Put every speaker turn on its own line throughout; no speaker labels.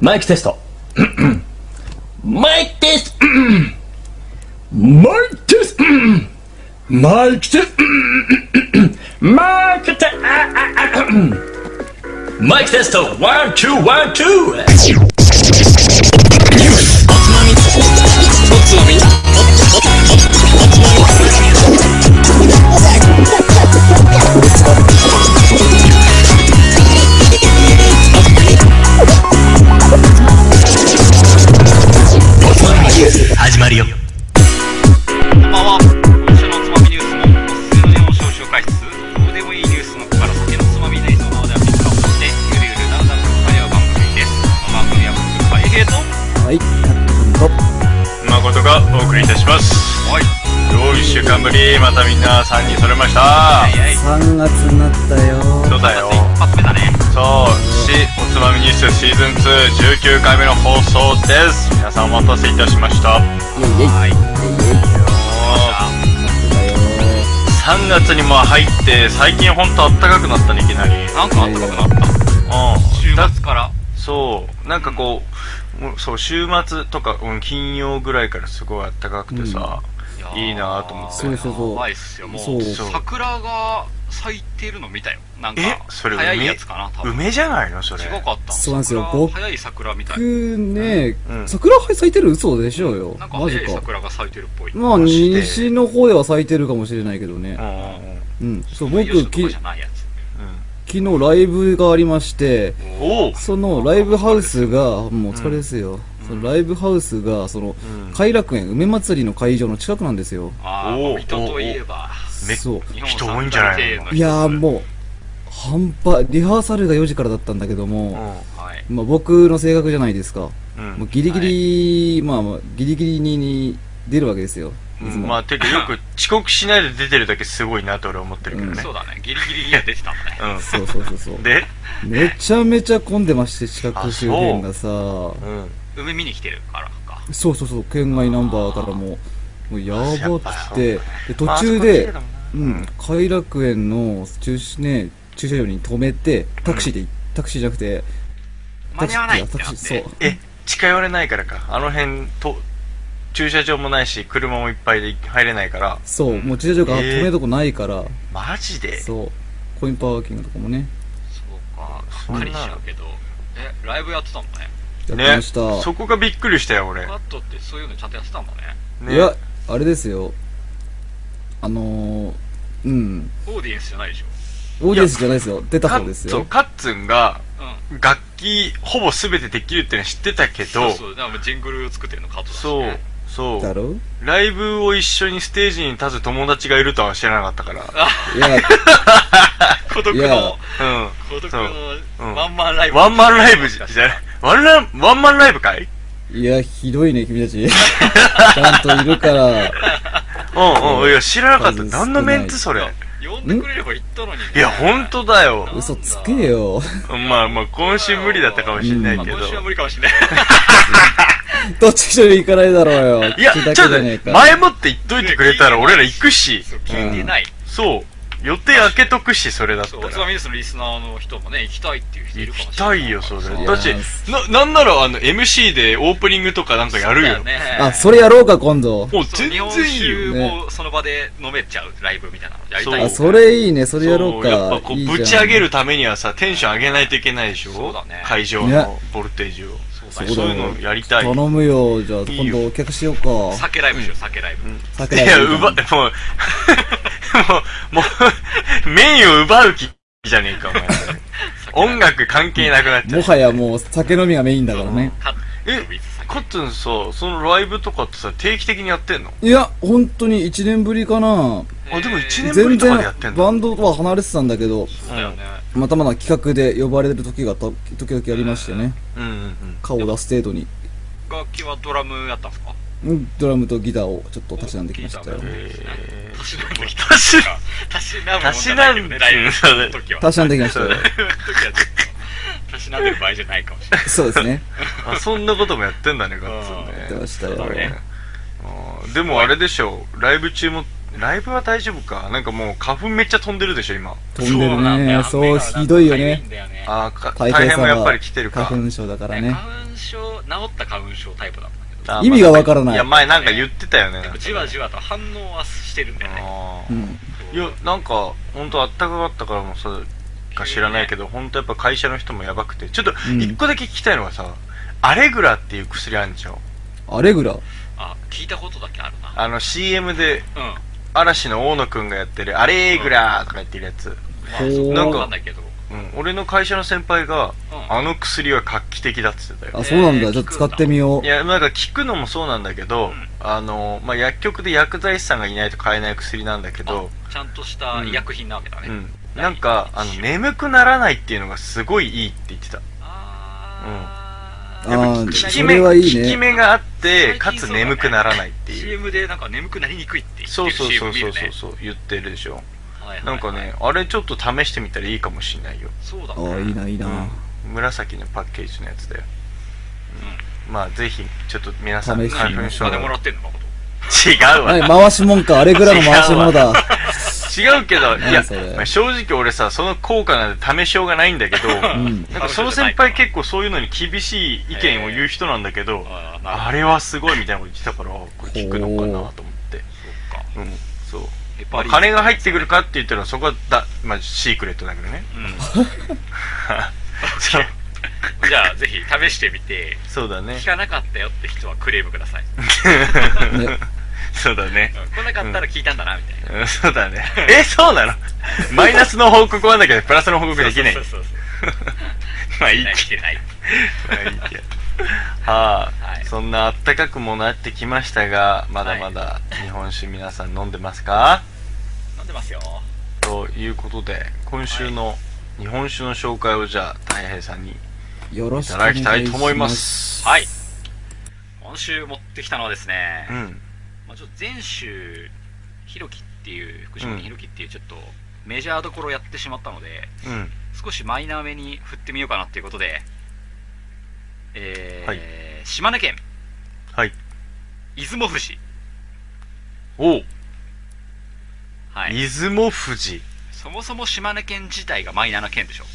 マイクテスト。マイクテスト。マイクテスト。マイクテスト。マイクテスト。マイクテスト。ワン、ツー、ワン、ツー。始まるよ。
こんばんは今週のおつまみニュースもおすすめの4章を紹介しつつどうでもいいニュースの小から先のつまみ内臓まではピックアップしてゆるゆるだんだんと語り合う番組ですこの番組は僕た平と
はい、カット君と。
誠がお送りいたします
はい
よう1週間ぶりまたみんな3人揃いました
はい
3月になったよ。
そうだよ
一発目だね
そうしおつまみニュースシーズン219回目の放送です皆さんお待たせいたしました
イェイイェイ。
はい
イェイイェイ。
3月にも入って最近ほんとあったかくなったねいきなりうん
なんかあったかくなった週
だ
末から
そうなんかこうもうそう週末とか、うん、金曜ぐらいからすごいあったかくてさ、
や
いいなぁと思って
そうそうそう
やばいっすよも
そうう
桜が咲いてるの見たよなんか
えそれ梅
早いやつかな多分違
梅じゃないのそれ
かった
そうなんですよ
桜
僕
早い桜みたい
僕ね、
うん
桜咲いてる嘘でしょうよ。
なんか
マジ
早い
か。
桜が咲いてるっぽい
まあ、
マジで
西の方では咲いてるかもしれないけど
う
ね。
んうんうん
うん。そう、
まあ
僕、
吉野とか
き昨
じゃないやつ
日ライブがありまして、
おお
そのライブハウスが、もうお疲れですよ。そのライブハウスが、その、
ん
偕楽園梅祭りの会場の近くなんですよ。
あ
おー
あ水戸といえば
め
そう。
日本
人多いんじゃないの
三大庭園の一つ
いやーもう、半端、リハーサルが4時からだったんだけども、
はい
まあ僕の性格じゃないですか。
うんうん
もうギリギリ、まあまあ、ギリギリにに出るわけですよ。いつも。
まあ、てかよ く遅刻しないで出てるだけすごいなと俺は思ってるけどね。
そうだねギリギリには出てたんだ ね
そうそうそうそう
うん。。で、
めちゃめちゃ混んでまして、四角周辺がさ、
うん。
梅見に来てるからか
そうそうそう、県外ナンバーからも、もうやばくて、で途
まあ
中で
そこは綺麗だ、もんな
うん、偕楽園の駐車,、ね、駐車場に止めて、タクシーで、タクシーじゃなくて、
間に合わないっ
タ
てなっ
クシー
て
そう。
え、近寄れないからか。あの辺、と、駐車場もないし、車もいっぱいで入れないから。
そう、もう駐車場が
えー
止めるとこないから、
マジで
そう、コインパーキングとかもね、
そうかがっかりしちゃうけどえライブやってたんだね
やって
ね
ました。
そこがびっくりしたよ、俺。
カットってそういうのちゃんとやってたんだね
ね
いや、あれですよ、あのー、うん、
オーディエンスじゃないでしょ
オーディエンスじゃないですよ、出た方です
そう
よ。
カッツンが、
うん
楽器、ほぼ全てできるってのは知ってたけ
そう
ど、
そうだからもうジングル作ってるのカットだしね
そう、そ
だ
う。
ろ
ライブを一緒にステージに立つ友達がいるとは知らなかったから。
いや、
孤独
いや
の
うん。
孤独
そうう
の
ん
ワンマンライブ
ワンマンライブじゃないワンラン、ワンマンライブかい
いや、ひどいね、君たち。ちゃんといるから、
うんうん。いや、知らなかった。
数少ない
何のメンツそ
い
れ
や。呼んでくれれば行ったのにね
いや、ほんとだよ。
嘘つけよ。
まあまあ、今週無理だったかもしれない
まあ
けど。
今週は無理かもしれない
どっち一緒に行かないだろうよ。
いや、ち
口
ょっ
だけじゃ
と
ねえ
ね、
か。
前もって言っといてくれたら俺ら行くし。
そう聞いてない
そう。予定開けとくし、それだった
そうおつま
ら。
みニュースのリスナーの人もね行きたいっていう人いる
行
かも
き
しれな
た
い
いよ、それ。
う
だし、な、なんならあの、MC でオープニングとかなんかやる
だ
よ
よ。ね
あ、それやろうか、今
も
度。
う
そう
全
日
然
本
いいよ。
酒もその場で飲めちゃうライブみたいなのやりたい
あ、
よ
それいいね、それやろう
そやっ
か
ぱ。こ
いういじゃん
ぶち上げるためにはさテンション上げないといけないでしょ
そうだね
会場
ね
のボルテージをそ
そ
うう
だね
いうのやりたい
頼むよ、じゃあ、
いい
今
よ
度お客しようか。
酒ライブしよう酒ライブ
酒
い
だけ
や
ど
奪もう もうもうメインを奪う気じゃねえかお 前音楽関係なくなっちゃ
も
う
はやもう酒飲みがメインだからね。
カッ
えカッツンさそのライブとかってさ定期的にやってんの
いや、本当に1年ぶりかな。
あでも一年ぶ
全
りとか
然
でやってん、の
バンドとは離れてたんだけど、
そうだよね
またまだ企画で呼ばれる時がた時々ありましてね。
うんうんうん
顔を出す程度に。
楽器はドラムやったんですか
うんドラムとギターをちょっと足しなんできましたよ。
え
たしなんできた
ー、私
たしなんでもんじゃないけどねライブの時は
足しなんできましたよ。
たしなんでる場合じゃないかもしれない
そうですね。
あそんなこともやってんだねカッツン
うん
やって
ね
ました
そうだ
よ。
ね
あーでもあれでしょライブ中もライブは大丈夫かなんかもう花粉めっちゃ飛んでるでしょ、今。
飛んでるね。
目
そう、
がなんか
ひどいよね。
痒んだよね
あーか、大
大平
変
さん
もやっぱ
は
り来てるか。
花粉症だからね。
花粉症、治った花粉症タイプだったんだけど、
あー
意味がわからない
いや、前なんか言ってたよね。
じわじわと反応はしてるんだよね。
あ
う
ー
ん。
いや、なんか、ほんとあったかかったからもそうか知らないけど、ほんとやっぱ会社の人もやばくて。ちょっと、
うん
一個だけ聞きたいのがさ、アレグラっていう薬あるんじゃん。
アレグラ。
あ、聞いたことだけあるな。
あの、CM で
うん。ま
嵐の大野くんがやってる、アレグラーとか言ってるやつ。
あ、
ほう
そうなんかんだけど。
うん、俺の会社の先輩が、
うん
あの薬は画期的だっつってたよ
あ、そうなん
え
だ。
ー
ちょっと使ってみよう
い。やなんか聞くのもそうなんだけど、
ん
あのまあ、薬局で薬剤師さんがいないと買えない薬なんだけど、
あちゃんとした医薬品なわけだね。
うん、なんかあの眠くならないっていうのがすごいいいって言ってた
あー
うん
やっぱ
あ
聞
効
ー
き
き
な
目
それはいいね
効き目があって
最近
か
そ
つ
うだね
眠くならないっていう
CM でなんか眠くなりにくいって言って
そう
る
そう
CM
そう
見
そ
る
う
ね
そうそう言ってるでしょ
はいはい
なんか
はい
ねあれちょっと試してみたらいいかもしんないよ、
そうだ
ああ、いいな、いいな。
うん、紫のパッケージのやつだよ、うん、まあぜひちょっと皆さん
試してみ
花
ま
粉
し
症
まで
違
もらってんの誠
うわ
はい、回しもんか。アレグラの回しものだ。
違うけど、いや
何それ、
まあ正直俺さ、その効果なんて試しようがないんだけど、
ん
なんかその先輩結構そういうのに厳しい意見を言う人なんだけど、
あーなるほ
あれはすごいみたいなこと言ってたから、これ聞くのかなと思って。
どか
うん、そう。
やっ
ま
ぱ
あ
り
金が入ってくるかって言ったらそこはだ、まあ、シークレットだけどね。
う
そう
うんじゃあぜひ試してみて
そうだね
聞。かなかったよって人はクレームください、うん
ね
そうだね。
来なかったら聞いたんだなみたいな
うんそうだね。え、そうなの マイナスの報告はあんだけど、プラスの報告できない
そう。そうそう
まあいい
来ない来てない
はいいやはあ、
はい
そんなあったかくもなってきましたがまだまだ日本酒皆さん飲んでますか、
飲んでますよ
ということで今週の日本酒の紹介をじゃあたい平さんにい
よろしくお
た
願
だ
い
き
したま。
いと思いますす
はい今週持ってきたのはですね、
うん
まあ、ちょっと前週ひろきっていう福島
うん
にひろきっていうちょっとメジャーどころやってしまったので
うん
少しマイナーめに振ってみようかなっていうことでえー
はい
島根県
はい
出雲富士
おう
はい
出雲富士
そもそも島根県自体がマイナーな県でしょ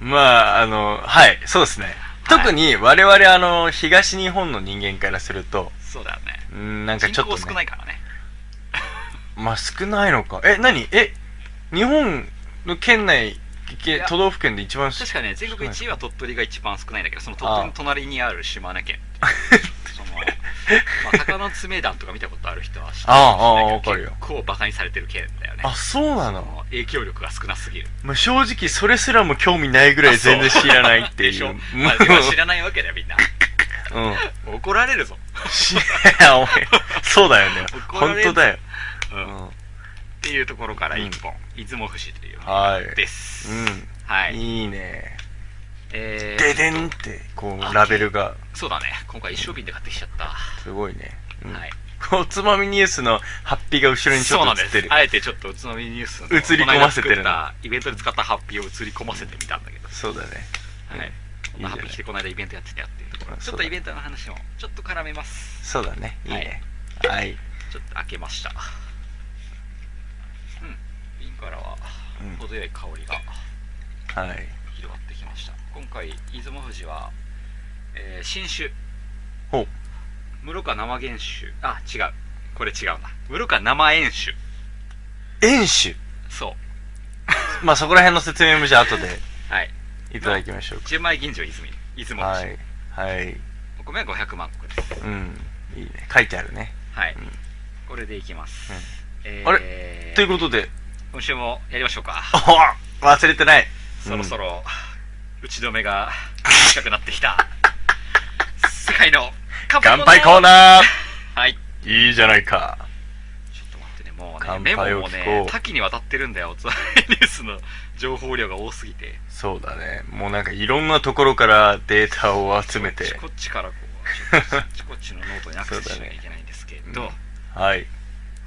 まああのはいそうですね、
はい
特に我々あの東日本の人間からすると
そうだよね
うんなんかち
人
ょっと、
口
ね、
少ないからね
まあ少ないのか。え、何え、日本の県内、け
や
都道府県で一番
確かね全国1位は鳥取が一番少ないんだけどその鳥取の隣にある島 根県その、まあ、鷹の爪団とか見たことある人は知ってるかもしれないけど
ああああわ
結構バカにされてる県だよね
あ、そうなの、
もう影響力が少なすぎる
まあ、正直それすらも興味ないぐらい全然知らないって
で
い
し
う。
ょ
も
まあで も知らないわけだよみんな
ううん。
怒られるぞ、
しいや、お 前、そうだよね。
怒ら
本
れる
当だよ。
う、
うん
っ
ん。
ていうところから一本、出雲富士という
は
です、
い。
は
うん。
い
いいね。
え
で
ー、
でんって、こう、ラベルが、
そうだね今回一生瓶で買ってきちゃった、
すごいね。うん
はい
おつまみニュースのハッピーが後ろにち
そう
ょ
な
っ
ん
と映
で
って
す
る。
あえてちょっと宇都宮ニュースの
映り込ませてる
この間作ったイベントで使ったハッピーを映り込ませてみたんだけど、
そうだね。
はいこんなハッピー来てこの間イベントやってたよっていうところ
うん
ちょ
そ
っ
うだ
と
ね
イベントの話もちょっと絡めます
そうだね。いいね。はい。
ちょっと開けましたうん瓶からは
うん
程よい香りが
はい。
広がってきました今回出雲富士は、えー新酒
ほう。
室賀生原酒あ違うこれ違うな室賀生園酒
演酒
そう
まあそこら辺の説明もじゃあ後で
はい
いただきましょう
純米吟醸泉出雲
か。
富士、
はい。はい。
お米は500万個です
うん。いいね。書いてあるね。
はい、
うん
これでいきます、
うん
え
あということで、
今週もやりましょうか
お忘れてない。
そろそろ打ち止め が近くなってきた世界の乾
乾杯コーナー
はいち
いいじゃないか。
ょっと待ってねもうね
乾
メ
杯
モ
を聞
も
こう
ね多岐にわたってるんだよつま りニュースの情報量が多すぎて
そうだね。もうなんかいろんなところからデータを集め
こってち。こっちからこうちょっと こっちこっちのノートにアクセスしなきゃいけないんですけ
そう
ど、
だねはい。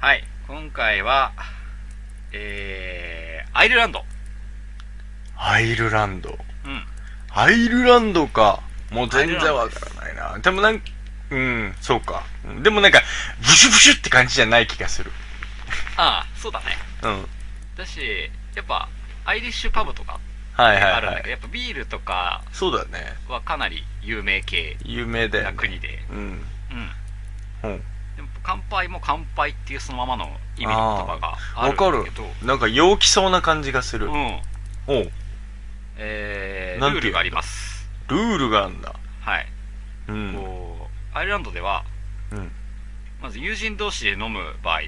はい今回はえー、アイルランド
アイルランド。
うん
アイルランドか。もう全然わからないな。でもなんうん、そうか。うんでもなんか、ブシュブシュって感じじゃない気がする。
ああそうだね
うん。
だしやっぱアイリッシュパブとか
はいはい
あるん
は
だけど、
い。
やっぱビールとか
そうだね。
はかなり有名系
有名だよ、
な
ね。
国で、
うん。
うん
うん。
でも乾杯も乾杯っていうそのままの意味の言葉がある
わか
ん
る
だけど。
なんか陽気そうな感じがする。
うん
おう
えー
なんて
ル
いう
ールがあります
ルールがあるんだ。
はい、
うん。
こうアイルランドでは
うん。
まず友人同士で飲む場合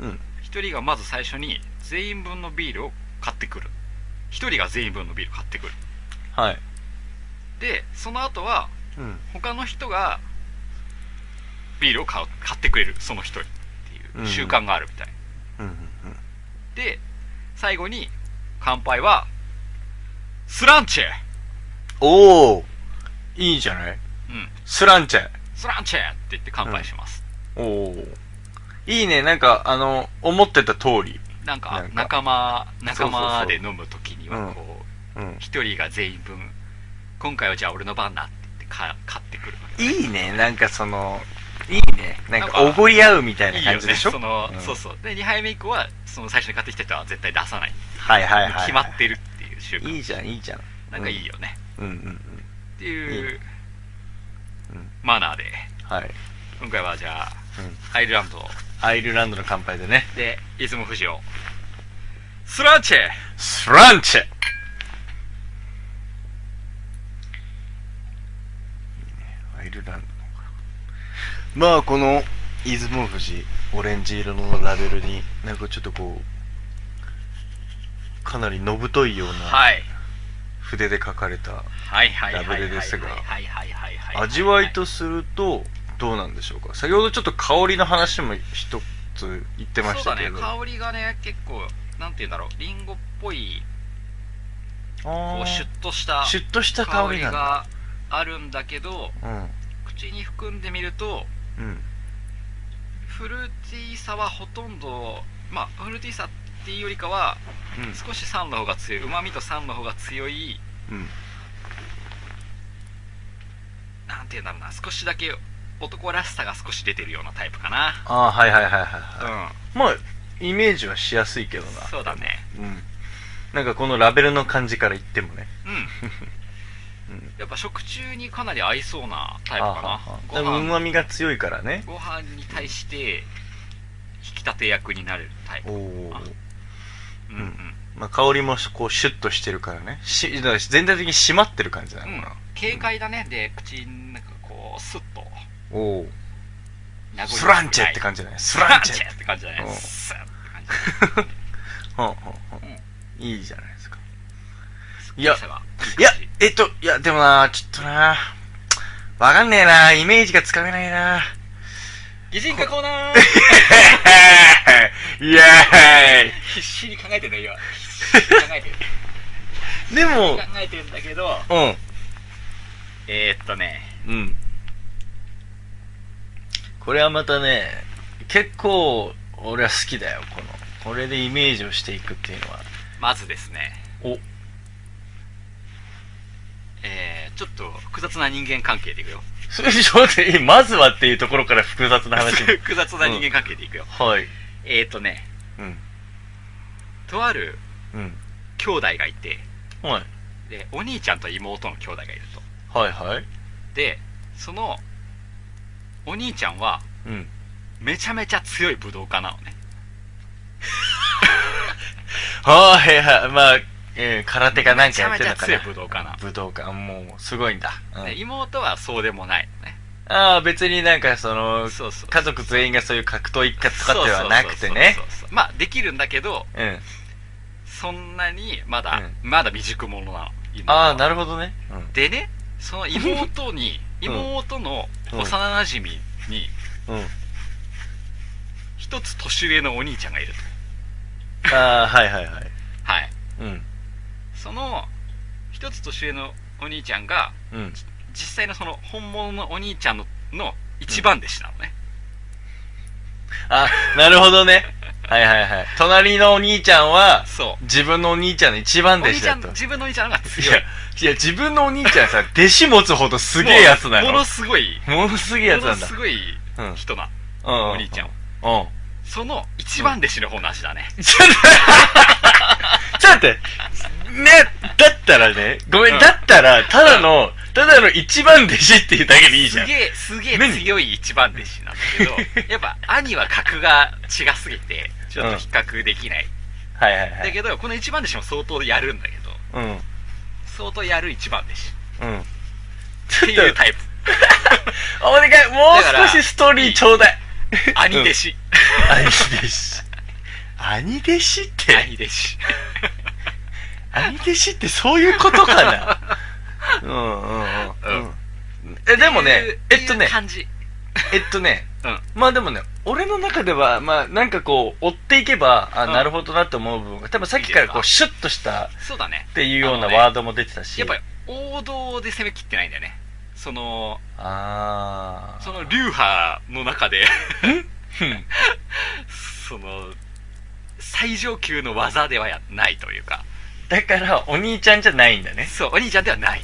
うん。
一人がまず最初に全員分のビールを買ってくる一人が全員分のビールを買ってくる
はい。
でその後は
うん。
他の人がビールを買う買ってくれるその一人っていう習慣があるみたい、
うんうん。
で最後に乾杯はスランチェ
おおいいじゃない
うん
スランチェ。
スランチェって言って乾杯します、
おおいいね。なんか、あの、思ってた通り。
なんか
なんか
仲間
そうそうそう
仲間で飲む時にはこ
うん
う。一、人が全員分今回はじゃあ俺の番だって言ってか買ってくる
いいね。なんかその、いいね。なんか、おごり合うみたいない
い
感
よ
じで
ね
しょ
その、
うん
そうそうで2杯目以降はその最初に買ってきた人は絶対出さない
はいはいはいはい。
決まってるっていう習慣
いいじゃん、いいじゃん。
なんかいいよね、
うんうんうん。
っていう
うん
マナーで
はい。
今回はじゃあ、
うん
アイルランド
アイルランドの乾杯でね。
で出雲富士をスランチェ
スランチェアイルランドまあこの出雲富士オレンジ色のラベルになんかちょっとこうかなりのぶといような
はい
筆で書かれた
はいはいはいはい
ラベルですが
はいはいはいはいは
味わいとするとどうなんでしょうか先ほどちょっと香りの話も一つ言ってましたけれ
そ
ど
うだね香りがね結構なんて言うんだろうリンゴっぽいこ
あー
うシュッとした
シュッとした香
香
り
り
なんだ
があるんだけど口に含んでみると
うんうん
フルーティーさはほとんどまあフルーティーさっていうよりかは
うん
少し酸の方が強いうまみと酸の方が強い
うん
なんて言うんだろうな少しだけ男らしさが少し出てるようなタイプかな、
ああはいはいはいはいはいう
ん
まあ、イメージはしやすいけどな。
そうだね
うん。なんかこのラベルの感じから言ってもね。
うん、
うん
やっぱ食中にかなり合いそうなタイプ
あ
か
ー
な
で
ご
も
飯
旨味が強いからね。
ご飯に対して引き立て役になるタイプ
おお。
うん
う
うんん、
まあ、香りもこうシュッとしてるからね。し、だから全体的に締まってる感じな
う
の
ん
か、
軽快だねで口の中こうスッと
な。おお。
名残惜し
ス
くない
ランチェって感じだね。ス
ス
ラ
ラ
ン
ン
チ
チ
ェ
ェって感じだね
うん
スッって感じ
うんうんうん
うん
いいじゃないですか。い
い
やいや、えっと、いや、でもな、ちょっとな、わかんねえな、イメージがつかめない な。
擬人化コー ナー
イエーイ
必死に考えてんだ よ今必死に考えてる
でも
考、えてんだけど
う
えー、っとね
ん。うん。これはまたね、結構俺は好きだよ、この。これでイメージをしていくっていうのは。
まずですね
お、
えー、ちょっと複雑な人間関係でいくよ
それちょっといいまずはっていうところから複雑な話に。
複雑な人間関係でいくよ、
はい。
えー、っとね
うん。
とある
うん。
兄弟がいて
はい。
でお兄ちゃんと妹の兄弟がいると
はいはい。
でそのお兄ちゃんは
うん。
めちゃめちゃ強い武道家なのね
はいはい。まあ、えー空手かなんかやってたから。
めちゃめちゃ強い武道家な
武道家。もう、すごいんだ。うん
で妹はそうでもないのね
ああ、別になんかその、
そうそう
家族全員がそういう格闘一家とかってはなくてね
そ。うそうそうそうまあできるんだけど
うん。
そんなにまだ、
う
まだ未熟者なの妹は
ああ、なるほどね。うん。
でねその妹に
うん
妹の
うん
幼馴染に
うん。
一つ年上のお兄ちゃんがいると
ああ、はいはいはい。
はい
うん。
その一つ年上のお兄ちゃんが
うん。
実際のその本物のお兄ちゃんのの一番弟子なのね、
あ、なるほどね。はいはいはい。隣のお兄ちゃんは、
そう
自分のお兄ちゃんの一番
お
弟
兄
子
ちゃ
だ
ん
と。い
自分のお兄ちゃんの方が強い
や、いや、自分のお兄ちゃんさ、弟子持つほどすげえやつな
もうも
の
の。すごい、
ものすげえやつ
も
な
の
んだ
す。ごい
うん
人な、
うん。
お兄ちゃん。
うん。
その一番弟子の方の足だね。
ちょっと待って、ちょっと 待って、ね、だったらね、ごめん、
うん
だったら、ただの、ただの一番弟子っていうだけでいいじ
す
ゃん。
げえ、すげえ
何
強い一番弟子なんだけ ど、やっぱ兄は格が違すぎて、ちょっと比較できない。
はいはいは
だ
い。
けど、この一番弟子も相当やるんだけど、
うん。うん。
相当やる一番弟子。
ち
って
ょ
い
っ
うタイプ。
と、お願い、もう少しストーリーちょうだい。
兄弟子。
兄弟子。兄弟子って、
兄弟子。
兄弟子ってそういうことか な。うんうんうん。うんえ、 でもね、えっと
てい
ね
う、感じ。
えっとね、
うん
まあでもね、俺の中では、まあなんかこう、追っていけば、あ、
うん
なるほどなって思う部分が、多分さっきからこ、
いいうで
シュッとしたっ
そうだね。
ていうよう
あの
な
ね
ワードも出てたし。
やっぱり王道で攻め切ってないんだよね。その、
あ
その流派の中で、
ー。
その、最上級の技ではやないというか、
だから、お兄ちゃんじゃないんだね。
そう、お兄ちゃんではない。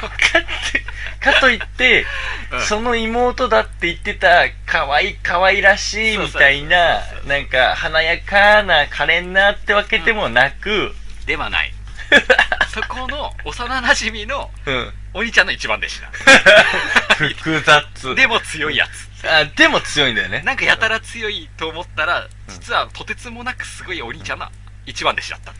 かって、かといって、
うん
その妹だって言ってた、可愛い可愛らしいみたいな
そうそうそう、そう
なんか華やかな、可憐なってわけでもなく、
ではない。そこの幼馴染の
うん。
お兄ちゃんの一番弟子だ。
複雑。
でも強いやつ。
あ、でも強いんだよね。
なんかやたら強いと思ったら、実はとてつもなくすごいお兄ちゃんの一番弟子だったっ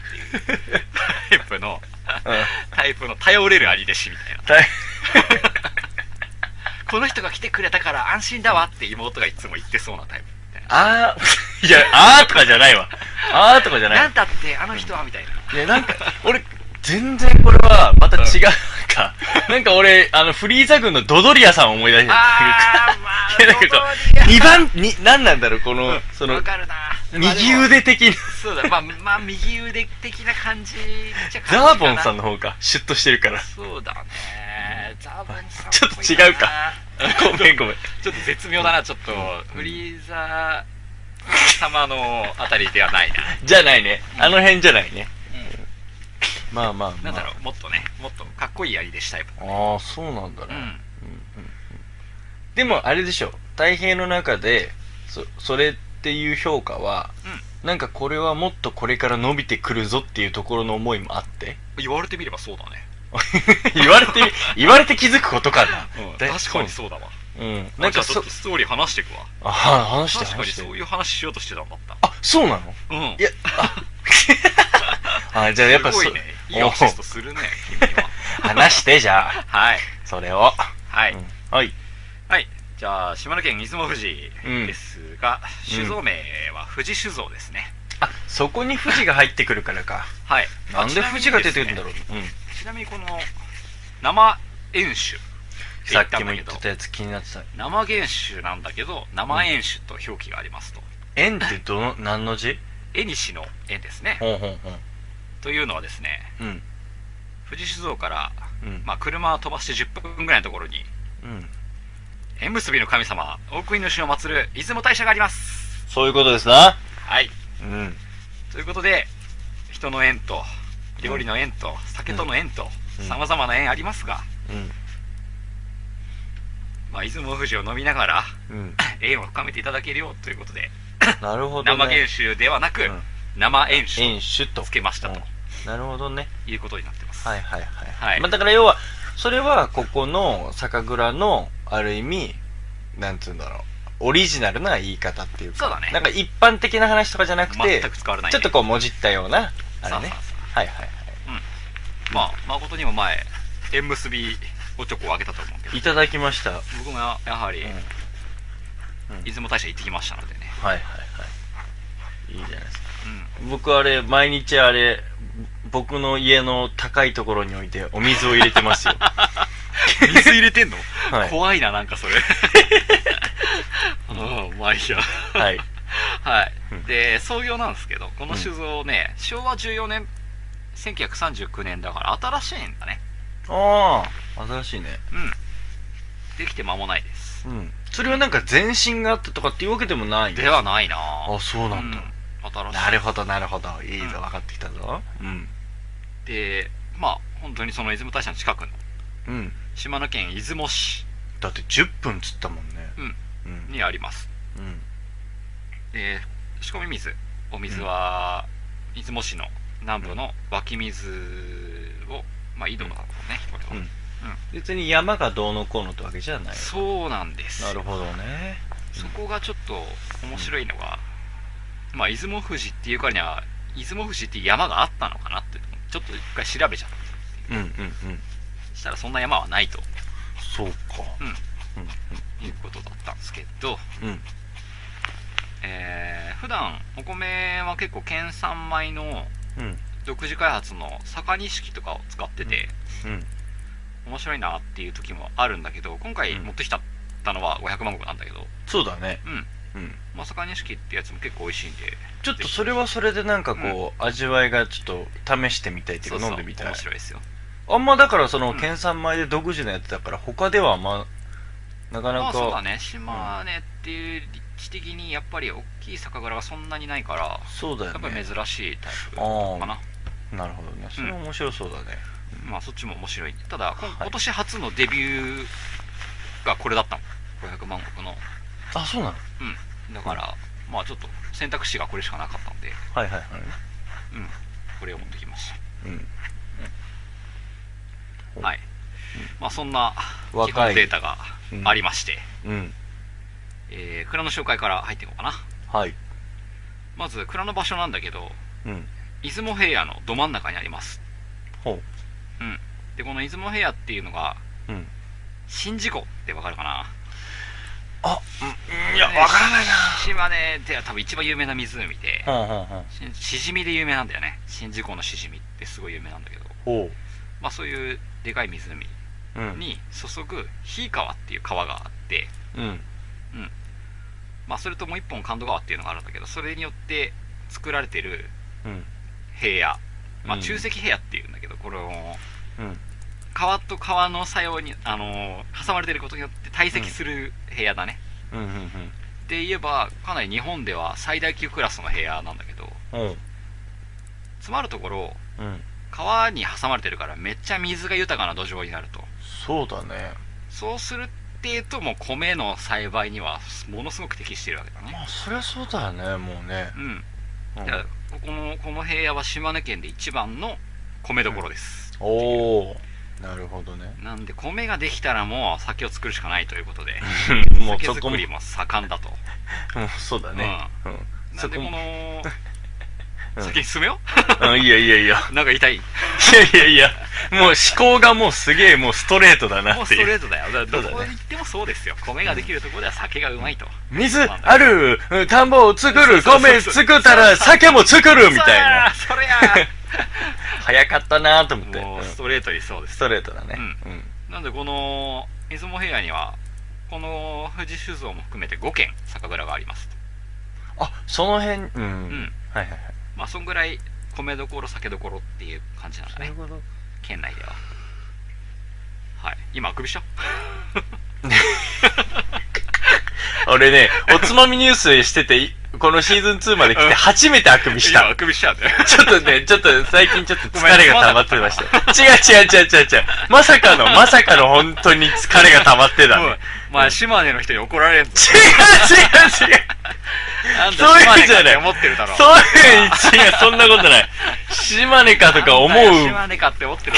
ていう。タイプの、
うん。
タイプの頼れる兄弟子みたいな。
大
この人が来てくれたから安心だわって妹がいつも言ってそうなタイプみたいな。
あー、いや、あーとかじゃないわ。あーとかじゃない
な
わ
ん。だってあの人はみたいな。
いや、なんか、俺、全然これは、また違う、なんか、なんか俺、あの、フリーザ軍のドドリアさんを思い出して
あー、まあ、
いや、なんかこう、2番、に、なんなんだろう、この、その
わ、かるな。
右
まあでも
腕的な、
そうだ、まあ、 まあ、右腕的な感じっちゃ感じか
ザ
な
ーボンさんの方か、シュッとしてるから。
そうだね。ザーボンさん。
ちょっと違うか。ごめんごめん。
ちょっと絶妙だな、ちょっと。フリーザー様のあたりではないな。
じゃないね。あの辺じゃないね。まあまあ
な
ま
んだろう、もっとね、もっとかっこいいやりでしたい。
あ。ああ、そうなんだ
う。ん。
でも、あれでしょ。太平の中で、そ、それっていう評価は、なんかこれはもっとこれから伸びてくるぞっていうところの思いもあって。
言われてみればそうだね。
言われて、言われて気づくことかな。
うん、
だ
確かにそうだわ。
うん。な
なんんか
か
ちょ
そ
っと、ストーリー話していくわ。
あ、話して
確か
話
に
して
そ。ういう話しようとしてたんだった。
あ、そうなの
うん。
いや、あ、あじゃあやっぱ
すご
そ
いね。いいアクセストするね、君は。
話して、じゃあ、
はい。
それを。
はい。
うんはい。
はい。じゃあ、島根県出雲富士ですが、
うん
酒造名は富士酒造ですね。
あ、そこに富士が入ってくるからか。
はい。
なんで富士が出てくるんだろう。
う。ちなみにこの、生園
う
酒って
ん。
言
さ
っ
ったき
ん
も
だ
言
け
っ
ど
て、たやつ気になってた。
生原酒なんだけど、生園酒と表記がありますと。
円ってど の、何の字
えにしの縁ですね。
ほんほんほん。
というのはですね、
うん。
富士酒造から、
うん。
まあ、車を飛ばして10分ぐらいのところに、
うん。
縁結びの神様、大国主を祀る出雲大社があります。
そういうことですな。
はい。
うん。
ということで、人の縁と、料理の縁と、酒との縁と、
うん
様々な縁ありますが、
うん。
まあ、出雲富士を飲みながら、
うん。
縁を深めていただけるようということで、
なるほど
生原
ね。
酒ではなく、
うん
生縁酒
円種と
と。つけましたと
うんなるほどね。
いうことになってます。
はいはいはい。
はい
まあ、だから要は、それはここの酒蔵の、ある意味、なんつうんだろう。オリジナルな言い方っていうか。
そうだね
なんか一般的な話とかじゃなくて、
全く使われない、
ちょっとこうもじったような、あ
さ
れね
さ。さ
はいはいは
まあ、誠にも前、縁結びおちょこをあげたと思うけど
い。い、ただきました。はい
僕もややはり、
うん
出雲大社行ってきました のでね。
はいはい。いいじゃないですか。
うん
僕あれ、毎日あれ、僕の家の高いところに置いてお水を入れてます よ。
水入れてんの、
はい
怖いな、なんかそれ。 うん、まあいいや。
はい。
はい
うん。
で、創業なんですけど、この酒造ね、昭和14年、1939年だから新しいんだね。
ああ、新しいね。
うん。できて間もないです。
うん。それはなんか前進があってとかっていうわけでもない
ではないな
あ、そうなんだ。
うん新しい。
なるほど、なるほど。いい
うん
ぞ、分かってきたぞ。うん。
で、まあ、本当にその出雲大社の近くの
うん。
島根県出雲市
だって10分つったもんね。
うん
うん。
にあります
うん。
で仕込み水お水は出雲市の南部の湧き水を、まあ井戸だろうね、これは
うん別に山がどうのこうのってわけじゃない。
そうなんです
なるほどね。
そこがちょっと面白いのが、まあ、出雲富士っていうからには、出雲富士っていう山があったのかなって、ちょっと一回調べちゃっ
うんうんうん。
た。したらそんな山はないと
そうか。
いうことだったんですけど、
うん。
えー、普段お米は結構県産米の
うん。
独自開発の坂錦とかを使ってて、
うん。
面白いなっていう時もあるんだけど、今回
うん
持ってきたのは500万石なんだけど、
そうだね。
うん。
うん。
まあ、坂錦ってやつも結構美味しいんで、
ちょっとそれはそれでなんかこう、味わいがちょっと試してみたいっていうか飲んでみたい
面。白いですよ。
あんまだからその、
うん
県産米で独自のやつだから、他ではあんま、なか
ま
な
あそうだ
か、
ね島根っていう立地的にやっぱり大きい酒蔵がそんなにないから
そうだ
や
よ
っぱり
ね。
珍しいタイプ
あー
かな
なるほどね。それは面白そうだね。
まあそっちも面白いただこん今年初のデビューがこれだったの500万石の
あ、そうなの
だからまあちょっと選択肢がこれしかなかったんで
はいはいはい。
これを持ってきました
うん
うんはいまあそんな基
若
本
い
データがありまして、
うん。
えー蔵の紹介から入っていこうかな
はい。
まず蔵の場所なんだけど
うん。
出雲平野のど真ん中にあります
ほう。
でこの出雲平野っていうのが、
うん
宍道湖ってわかるかな
あ、うん、いや、
ね
わからないな。
島根では多分一番有名な湖で
はんはんはん。
ししじみで有名なんだよね宍道湖のしじみってすごい有名なんだけど、
ほ
まあ、そういうでかい湖
う。うん。
に注ぐ斐伊川っていう川があって、
うん。
まあ、それともう一本神戸川っていうのがあるんだけどそれによって作られてる
うん。
平野まあ、
うん
中石平野っていうんだけどこれを
うん。
川と川の作用に、あのー挟まれてることによって堆積する平野だね、
うん。うん。
で言えばかなり日本では最大級クラスの部屋なんだけど
うん。
詰まるところ
うん。
川に挟まれてるからめっちゃ水が豊かな土壌になると
そうだね。
そうするっていうともう米の栽培にはものすごく適しているわけだね
まあ、そりゃそうだよね、もうね。
うん
うん
じゃあここのこの部屋は島根県で一番の米どころです、
おお。なるほどね。
なんで米ができたらもう酒を作るしかないということで
もう
酒
そこ
作
も、
りも盛んだと
うんそうだね。うん。
うんな
そ
んで
こ
こ
も、
の
うん
先に進めよ
うん、いやいやいや。
うなんか痛い
いやいやいや。もう思考がもうすげえもうストレートだ
も
な
う
って
スト
い
レ
う。
ートだよ。だから
そ
ど
うだね
こ行ってもそうですよ。米ができるところでは酒がうまいと。
水あるうん田んぼを作る
そうそうそ
米
う
作ったら酒も作るみたいな。
そりゃあ
早かったなと思 っ
そり
て。
ゃあも
う
うんストレートにそうです
ス。トレートだね。
う
うん。
なんでこの出雲平野には、この富士酒造も含めて5軒酒蔵があります。
あ、その辺、うん。
ん
はいはいはい。
まあ、そんぐらい米どころ酒どころっていう感じなんだね。
こと。
県内では。はい。今、あくびした
俺 ね、おつまみニュースしてて、いこのシーズン2まで来て初めてあく びし
今、
た
あ。くびしちゃうんだよ。
ちょっとね、ちょっと最近ちょっと疲れが溜まってました。違う違う違う違う違う。まさかの、まさかの本当に疲れが溜まって たね。違う違う違
おいまあ、島根の人に怒られんぞ。
う。
なんだ
そうい
島
うん
根
じゃ
かっ
ない
て思ってるだろ。
そういう、違う、そんなことない。島根かとか思う、
なんだよ島根かって思ってる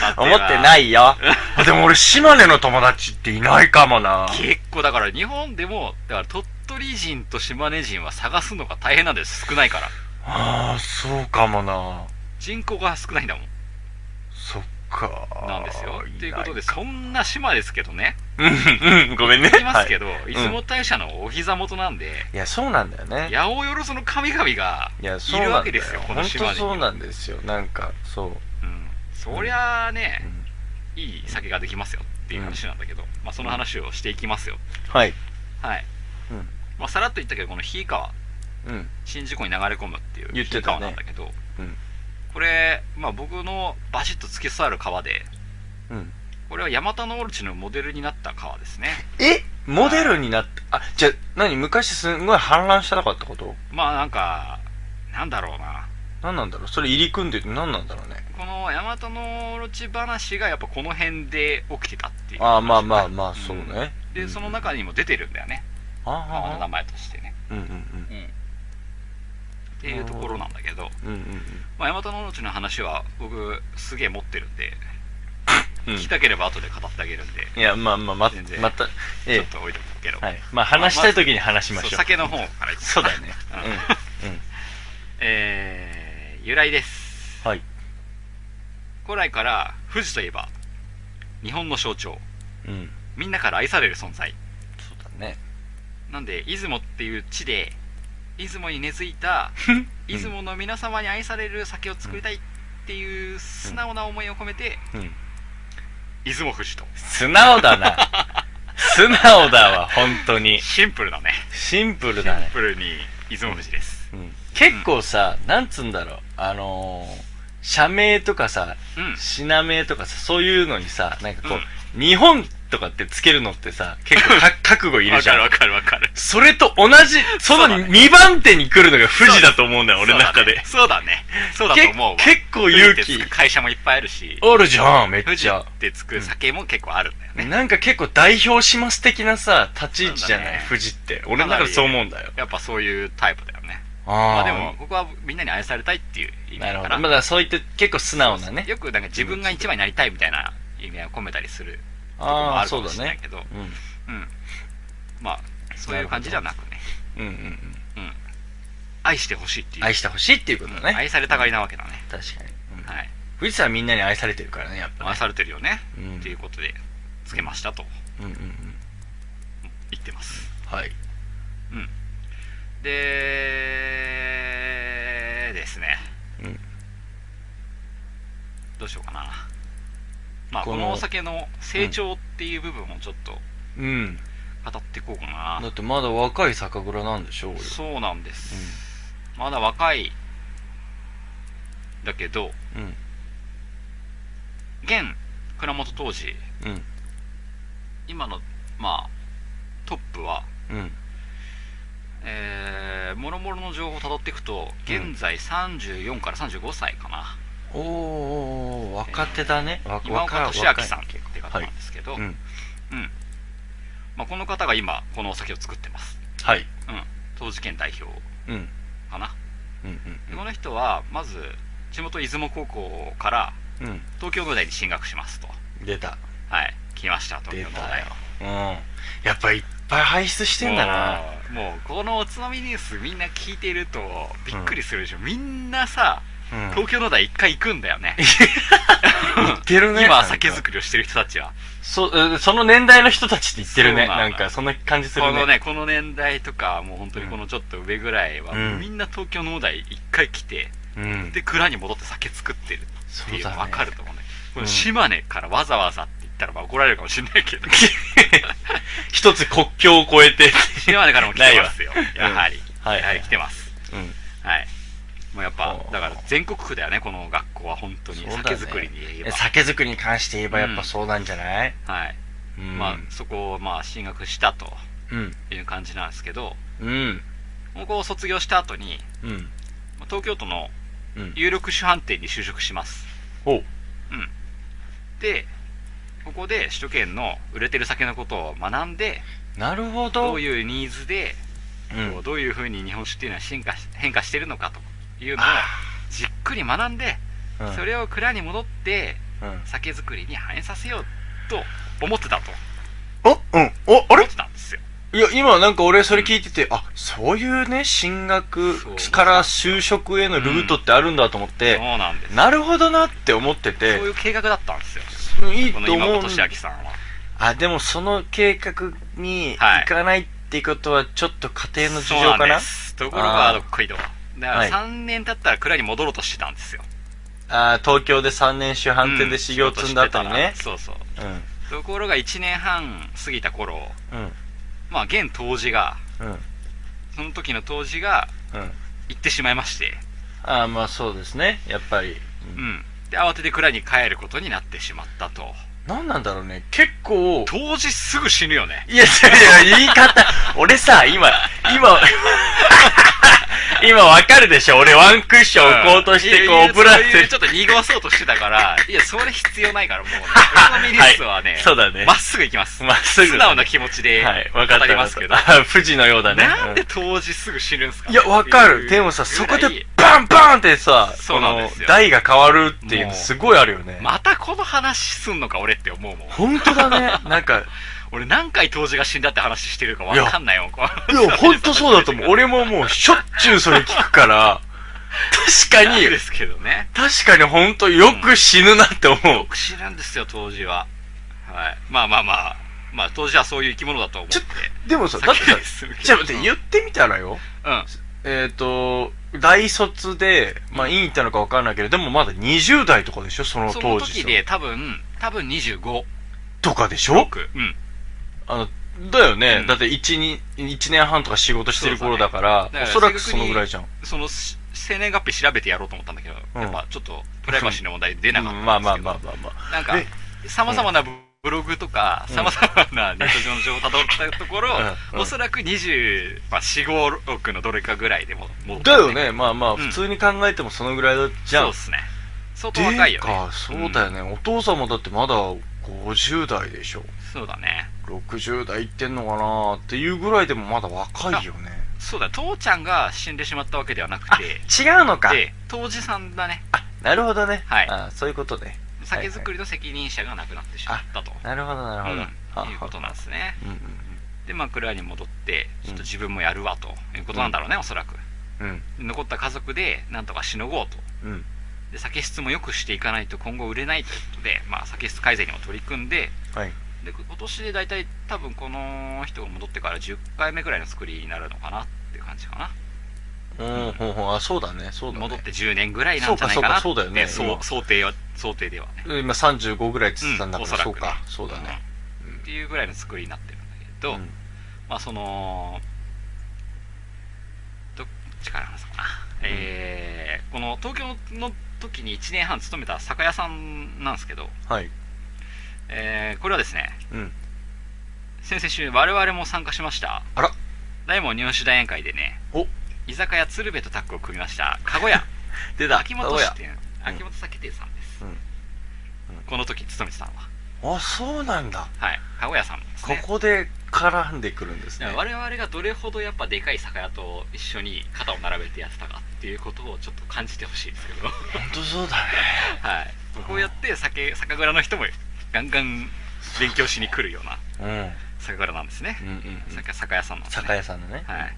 だろ。。
思ってないい よ。でも俺島根の友達っていないかもな。
結構だから日本でも、だから鳥取人と島根人は探すのが大変なんです。少ないから。
ああ、そうかもな。
人口が少ないんだもん。
そっか。
なんですよ。ということで、
す。
そんな島ですけどね。
うん、うん、ごめんね。
言いますけ
は
ど、出雲大社のお膝元なんで、
い。いや、そうなんだよね。
八百万の神々が、
いや、
いるわけですよこの
本
島
当
に
そうなんですよ。なんか、そう。
うん、そりゃあね、いい酒ができますよっていう話なんだけど、まあその話をしていきますよ。
はい。
はい。
うん
まあさらっと言ったけど、この日川
うん。
宍道湖に流れ込むっていう
言って
日
たね
川なんだけど、
うん
これ、まあ、僕のバシッと突き刺さる川で、
うん
これはヤマタノオロチのモデルになった川です ね
えモデルになった。あ、じゃあ、何昔すんごい氾濫してなかったこと
まあなんかなんだろうな
何なんだろうそれ入り組んでて何なんだろうね
この大和のオロチ話がやっぱこの辺で起きてたっていう
ああまあまあまあそうね、
うんでその中にも出てるんだよね川の
あ
名前としてね
あうんうんうん
っていうところなんだけど
うんうん
まあ大和のオロチの話は僕すげえ持ってるんで
うんうん
聞きたければ後で語ってあげるんで
いやまあまあま
全然
またえ
ちょ
え
っと置いとくけど
はいまあ話したい時に話しまし
そ
ょう
う酒の方からいく
そうだね
うん
うんうん
えー由来です
はい
古来から富士といえば日本の象徴
うん
みんなから愛される存在
そうだね
なんで出雲っていう地で出雲に根付いた出雲の皆様に愛される酒を作りたいっていう素直な思いを込めて、
うん
出雲富士と
素直だ な素直だわ本当に
シンプルだね
シンプル
シ
だね
ンプルに出雲富士です
うん結構さ、なんつうんだろう、あのー社名とかさ、
うん
品名とかさ、そういうのにさ、なんかこう、日本とかってつけるのってさ、結構か 覚悟い
わ
るじ
か
ゃ
る
ん
わ。かるわかる
それと同じ、そ
そう
の
だね
2番手に来るのが富士だと思うんだよ、俺の中で。
そうだねそうだねそうだと思うわ
け結構勇
富士って
気
つく。会社もいっぱいあるし
おるじゃん、め
富
っ
士
ちゃ
っ。てつく酒も結構あるんだよね、
なんか結構代表します的なさ、立ち位置じゃない、
そうだね
富士って。俺の中でそう思うんだよ。
やっぱそういうタイプだよねま
あ
あでもここはみんなに愛されたいっていう意味
な
だ
るほ
か
ど。
ら
まあだからそういって結構素直なね。
よくなんか自分が一番になりたいみたいな意味を込めたりするところも
あ
あ
あ、
る
そ
か
う
も
だ
しれない
ね。
けど、
うん。
うん、まあそういう感じじゃなくね
うんうんうん
愛してほしいっていう
愛してほしいっていうことだね、
愛されたがりなわけだね、
確かに、うん
はい
富士山はみんなに愛されてるからねやっぱね
愛されてるよね、
うん
っていうことでつけましたと
うんうんうん
言ってます
はい
でですね、
うん
どうしようかなまあ
こ
こ
の
のお酒の成長っていう部分をちょっと
うん
語っていこうかな、
だってまだ若い酒蔵なんでしょ俺
そうなんです、まだ若いだけど
うん
現蔵元当時
うん
今のまあトップは
うん
えー、もろもろの情報をたどっていくと現在34から35歳かな、
おーおーおー若手だね、わ
今岡
若
俊明さんっていう方なんですけど、
いうん
まあ、この方が今このお酒を作ってます
はい
当事県代表
うん
かな、
うん
でこの人はまず地元出雲高校から
うんうん
東京農大に進学しますと
出た
はい来ました東
出
京農
た
大
ようんやっぱいっぱい輩出してんだな
もうもうこのおつまみニュースみんな聞いてるとびっくりするでしょ、みんなさ
うん
東京農大一回行くんだよね、
行ってるね
今酒造りをしてる人たちは
そうんその年代の人たちって言ってるね
そうな
なん
だ
んかそんな感じす
こ
る
の
ね
ねこの年代とかもう本当にこのちょっと上ぐらいは、
うん
みんな東京農大一回来て
うん
で蔵に戻って酒作ってるっ
そ
ていうう
だ
の分
ね
かると思うねこ
う
の
ん
島根からわざわざって言ったらまあ怒られるかもしれな いけど
一つ国境を越えて。
島根からも来てますよ
ないわ
やはり、
うん はい
やはり来てます
うん。
はいもうやっぱ
おー
だから全国区だよねこの学校は本当に
そうだね
酒造りに言えば、
酒造りに関して言えば
うん
やっぱそうなんじゃない
はい、
うん
まあそこをまあ進学したと
うん。
いう感じなんですけど
うん。
高校を卒業した後に
うん。
まあ東京都の
うん。
有力主犯店に就職します
おう。
でここで首都圏の売れてる酒のことを学んで
なるほど。
どういうニーズで
うん
こうどういうふうに日本酒っていうのは進化し変化してるのかというのを
あ
じっくり学んで
うん
それを蔵に戻って
うん
酒造りに反映させようと思ってたと
おうん。お、あ
思
れ
ってたんですよ
いや、今なんか俺それ聞いてて、あ、そういうね、進学
そう
から就職へのルートってあるんだと思っ
そう
て、
なんです
なるほどなって思って
そう
て、
いう計画だったんですよ
いい
この
と
今
思う
本
ん
俊明さんは
あ、でもその計画に
はい
行かないってことはちょっと家庭の事
そう
情
な
か
んで
な
すところが
あ
ど
ー
っこいどだから
はい
3年経ったら蔵に戻ろうとしてたんですよ
あー東京で3年主犯店
うん
で修行を積んだ後にね
仕事してたらそうそう
う
ところが1年半過ぎた頃
んうん
まあ現当時が
うん
その時の当時が
うん
行ってしまいまして
ああまあそうですねやっぱり、う、
うんんで慌てて蔵に帰ることになってしまったと
何なんだろうね結構
当時すぐ死ぬよね
いやいやいや言い方俺さ今今今わかるでしょ俺ワンクッション置こうとして、こう、オブラ
いやいやそうい
ー
うち
ト
ょっと濁そうとしてたから、いや、それ必要ない から、もう。俺のミリッツはね、
そうだね
まっすぐ行きます。
まっすぐ
素直な気持ちで、
はい、わかった。
語りますけど
あ。 富士のようだね。
なんで当時すぐ死ぬんすか
いや、わかる。でもさ、そこで、バンバンってさ、
そ
そう
なん
の
ですよ、
台が変わるっていうのすごいあるよね。
またこの話すんのか俺って思うもん。
本当だ ね。なんか、
俺何回当時が死んだって話してるかわかんないもん。こう
いや、ほんとそうだと 思う。俺ももうしょっちゅうそれ聞くから、確か
なん
に、
ですけどね。
確かにほんとよく死ぬなって思う。
僕死ぬんですよ、当時は。はい。まあまあまあ。まあ当時はそういう生き物だと思って
ちょ。でもさ、だって
避け
さ
たり、するけど
じゃあ待って、言ってみたらよ。
うん。
えっ、と、大卒で、まあ、院行ったのかわかんないけど、でもまだ20代とかでしょその
そ
当
の
時さ
時で多分、多分25、
とかでしょ
6。うん。
あの、だよね。
うん
だって1、に一年半とか仕事してる頃だから、
そうだね
おそらくそのぐらいじゃん。
その、し生年月日調べてやろうと思ったんだけど、
うん
やっぱちょっとプライバシーの問題で出
う
なんかったんですけど。
まあまあまあまあまあ。
なんか
で、
様々なブブログとか、
ん
様々なネット上の情報をたどったところ
う、んうん
おそらく24、5、6のどれかぐらいでも戻った
だ
ん
よね。まあまあ、
ん
普通に考えてもそのぐらいだじゃ
そうんっ。すね。相当
で
若いよね。
か、そうだよね。お父さんもだってまだ50代でしょ。
そうだね。
60代いってんのかなっていうぐらいでもまだ若いよね。
そうだ、父ちゃんが死んでしまったわけではなくて、
違うのか
で、当時さんだね、
なるほどね。
はい
あそういうことね。
酒造りの責任者が亡くなってしまったと。
なるほど、なるほど。
うん、いうことなんですね。
うん
で、まあ、蔵に戻って、ちょっと自分もやるわということなんだろうね、おそらく。
うん。
残った家族で、なんとかしのごうと。
うん。
で酒質も良くしていかないと今後売れないということで、まあ、酒質改善にも取り組んで
はい。
で今年で大体多分この人が戻ってから10回目ぐらいの作りになるのかなっていう感じかな、
うん、ほんほん。あ、そうだね。そうだね。
戻って10年ぐらいなんじゃないかなって
そうかそうかそうだよね
そう
今
想定は想定ではね、
今35ぐらいっつってたんだ
うん
か
お
ら、
そ
そう
らくね
か。そうだね。
うんっていうぐらいの作りになってるんだけど、
うん
まあそのどっちから話そうかな、えーこの東京の時に1年半勤めた酒屋さんなんですけど、
はい。
えーこれはですね
うん。
先々週我々も参加しました
あら
大門日本酒大宴会でね
お
居酒屋鶴瓶とタッグを組みました 籠屋
出た。
秋元
名古
酒
屋
店
うん
秋元酒店さんです、
うんうん
この時勤めてたのは
あ、そうなんだ。
はい籠屋さんです
こ
ね
こで絡んでくるんです
だ
ね
から。我々がどれほどやっぱでかい酒屋と一緒に肩を並べてやってたかっていうことをちょっと感じてほしいで すけどは
本当そうだね。
いこうやって酒酒蔵の人もガンガン勉強しに来るような
う
酒蔵なんですね、
ん。うんうん。
酒酒屋さんなんですね
酒屋さんのね。
はい。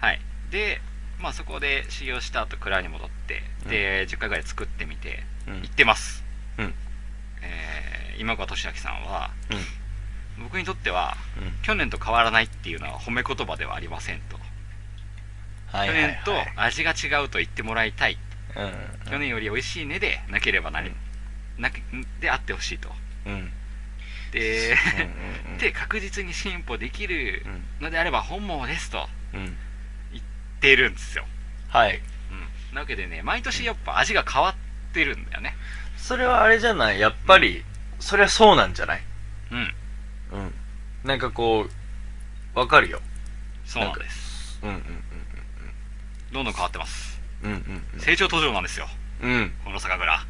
はい。で、まあそこで修行した後蔵に戻って、で、10回ぐらい作ってみて、
うん
行ってます。
うん
えー今川俊明さんは、
うん。
僕にとっては、
うん
去年と変わらないっていうのは褒め言葉ではありませんと。
はい
去
はいはい。
年と味が違うと言ってもらいたい。
う
去年より美味しいねでなければなり、なけであってほしいと。
ん。うん。
で、
うん
で、確実に進歩できる
うん
のであれば本望ですと
うん。うん。
言ってるんですよ。
はい。
なわけでね、毎年やっぱ味が変わってるんだよね。
それはあれじゃないやっぱり、そりゃそうなんじゃない
うん。
うん。なんかこう、わかるよ。
そうなんです。
うんうん
どんどん変わってます。
うん。うんうん
成長途上なんですよ。
うん。うん。
この酒蔵。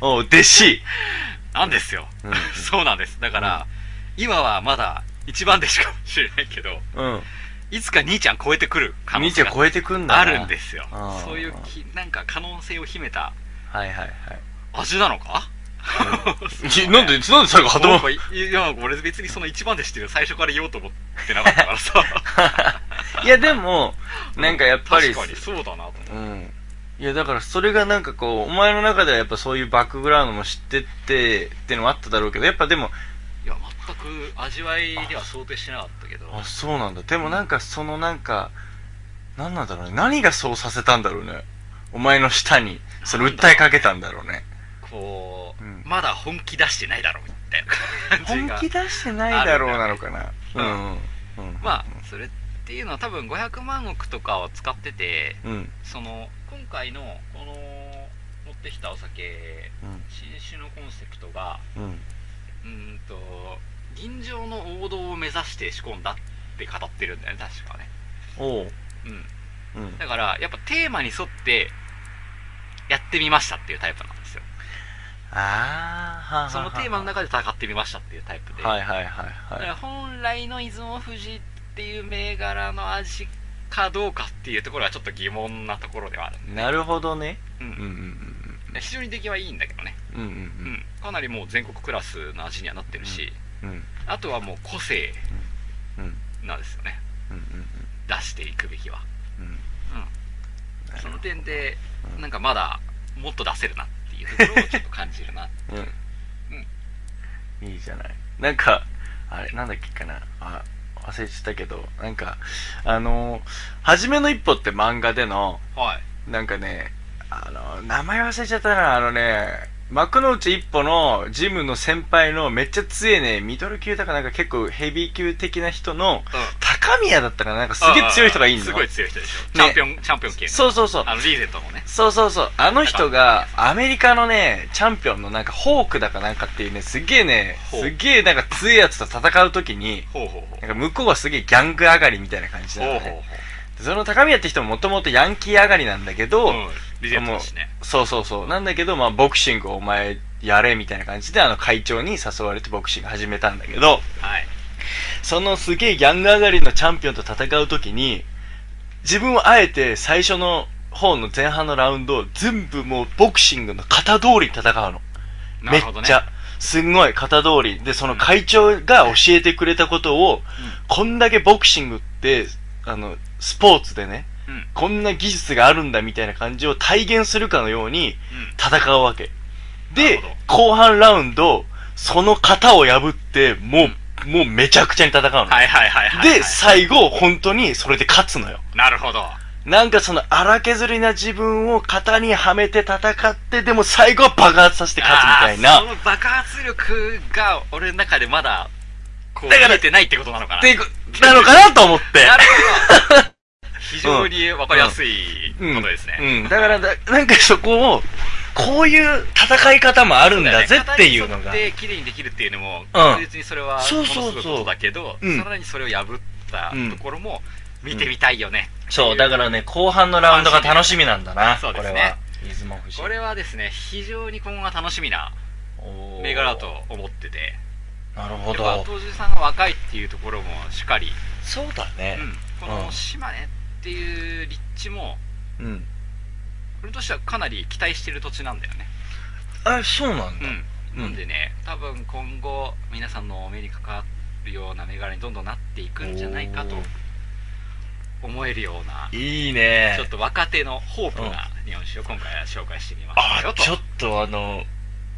おう、弟子。
なんですよ。
うん
そうなんです。だから、今はまだ一番弟子かもしれないけど、
うん。
いつか兄ちゃん超えてくる可能
見
性
て
が
超えてくんだな
あるんですよ
あー。
そういうき、なんか可能性を秘めた
はいはいはい
味なのか
いなんでなんで最後
も
頭
ういや、俺別にその一番弟子っていうの最初から言おうと思ってなかったからさ。
いやでも なんかやっぱり
確かにそうだなと思って。
うんいやだからそれがなんかこうお前の中ではやっぱそういうバックグラウンドも知ってってってのもあっただろうけどやっぱでも
いや全く味わいでは想定してなかったけど
あそうなんだでもなんかそのなんか何なんだろうね何がそうさせたんだろうねお前の下にそれ訴えかけたんだろうね
こう、
うん
まだ本気出してないだろうみたいな感
本
じが
気出してないだろうなのかなう
うんん
うんうん
まあそれっていうのは多分500万石とかを使ってて
うん
その今回のこの持ってきたお酒
うん
新酒のコンセプトが
うん
うーんと吟醸の王道を目指して仕込んだって語ってるんだよね確かね
おううん。
だから、やっぱテーマに沿って、やってみましたっていうタイプなんですよ。
ああ、はは
そのテーマの中で戦ってみましたっていうタイプで。
はいはいはい
だか
はい。
ら本来の出雲富士っていう銘柄の味かどうかっていうところはちょっと疑問なところではある。
なるほどね。
うん
うん
非常に出来はいいんだけどね。
うんうん。うん
うんかなりもう全国クラスの味にはなってるし、
うんうん。うん
あとはもう個性
うん
なんですよね。
うん
出していくべきは。
うんうん。
うん。
るほ
そ
ど
の点で
う、ん
なんかまだもっと出せるなっていうところをちょっと感じるな。
いいじゃない。なんか、あれ、なんだっけかな。あ、忘れちゃったけど、なんか、あのー、初めの一歩って漫画での、
はい。
なんかね、あのー、名前忘れちゃったな、あのね、幕の内一歩のジムの先輩のめっちゃ強いね、ミドル級だかなんか結構ヘビー級的な人の、高宮だったかな、なんかすげえ強い人がいいんだ
すごい強い人でしょ。チ
ね
ャンピオン、チャンピオン系の。
そうそうそう。
あの、リーゼントのね。
そうそうそう。あの人が、アメリカのね、チャンピオンのなんか、ホークだかなんかっていうね、すげえね、
ホーク
すげえなんか強いやつと戦うときに、
ほうほうほう。
なんか向こうはすげえギャング上がりみたいな感じな
ほ
の
うほう
ね。
ほう。
その高宮って人ももともとヤンキー上がりなんだけど、
うん、リゼントだしね。
そうそうそう。なんだけど、まあボクシングをお前やれみたいな感じで、あの会長に誘われてボクシング始めたんだけど、
はい。
そのすげえギャング上がりのチャンピオンと戦うときに、自分はあえて最初の方の前半のラウンドを全部もうボクシングの型通りに戦うの。め
なる
っ
ほどね。
ちゃ。すんごい型通り。で、その会長が教えてくれたことを、こんだけボクシングって、あの、スポーツでね、
うん
こんな技術があるんだみたいな感じを体現するかのように戦うわけ。
な
で
るほ、
後半ラウンド、その型を破って、もう、もうめちゃくちゃに戦うの。
はいはいはいはい、はい。
で、最後、本当にそれで勝つのよ。
なるほど。
なんかその荒削りな自分を型にはめて戦って、でも最後は爆発させて勝つみたい
あーそ
な。
の爆発力が俺の中でまだ、こう、
だから
見えてないってことなのかな。
で、なのかなと思って。
なるほど。非常にわかりやすいことですね。
うん。だからだ、なんかそこを、こういう戦い方もあるんだぜっていうのが。
で、綺麗にできるっていうのも、
うん
確実にそれは、
そうそうそう
ものすごいことだけど、
うん
さらにそれを破ったところも、見てみたいよね。
そう、だからね、後半のラウンドが楽しみなんだな。
そうで
こ
す
れは
ね。
出雲富士。
これはですね、非常に今後が楽しみな
おー
銘柄だと。思ってて、
なる
や
ほ
っぱ
ど。
当時さんが若いっていうところもしっかり、
そうだ
う
ね。
ん、こ
う
の
ん
島根っていう立地も、
うん。
俺としてはかなり期待してる土地なんだよね。
あ、そうなんだ。
うん。
うん
なんでね、多分今後、皆さんのお目にかかるような銘柄にどんどんなっていくんじゃないかと
おー
思えるような、
いいね。
ちょっと若手のホープな日本酒を今回は紹介してみました
あ
よと。
ちょっとあの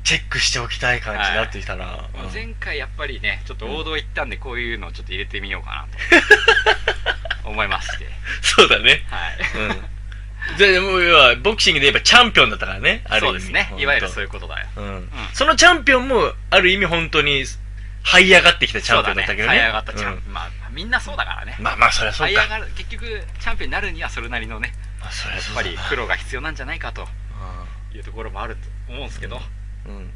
チェックしておきたい感じになってきたな、
まあ
うん
前回やっぱりねちょっと王道行ったんでこういうのをちょっと入れてみようかな と思いまして
そうだね
はい
うん でもう要はボクシングで言えばチャンピオンだったからねある
そ
意
うで
味
すねいわゆるそういうことだよ
うん、そのチャンピオンもある意味本当に這い上がってきたチャンピオンだったけどね
そうだね、這い上がったチャン
う
ピオン、まあみんなそうだからね
んまあまあそりゃ
這
そ
いう上
か、
がる結局チャンピオンになるにはそれなりのね
まあ、そりゃ
やっ
そう
ぱ
だな
り苦労が必要なんじゃないかというところもあると思うんですけど、
うんうん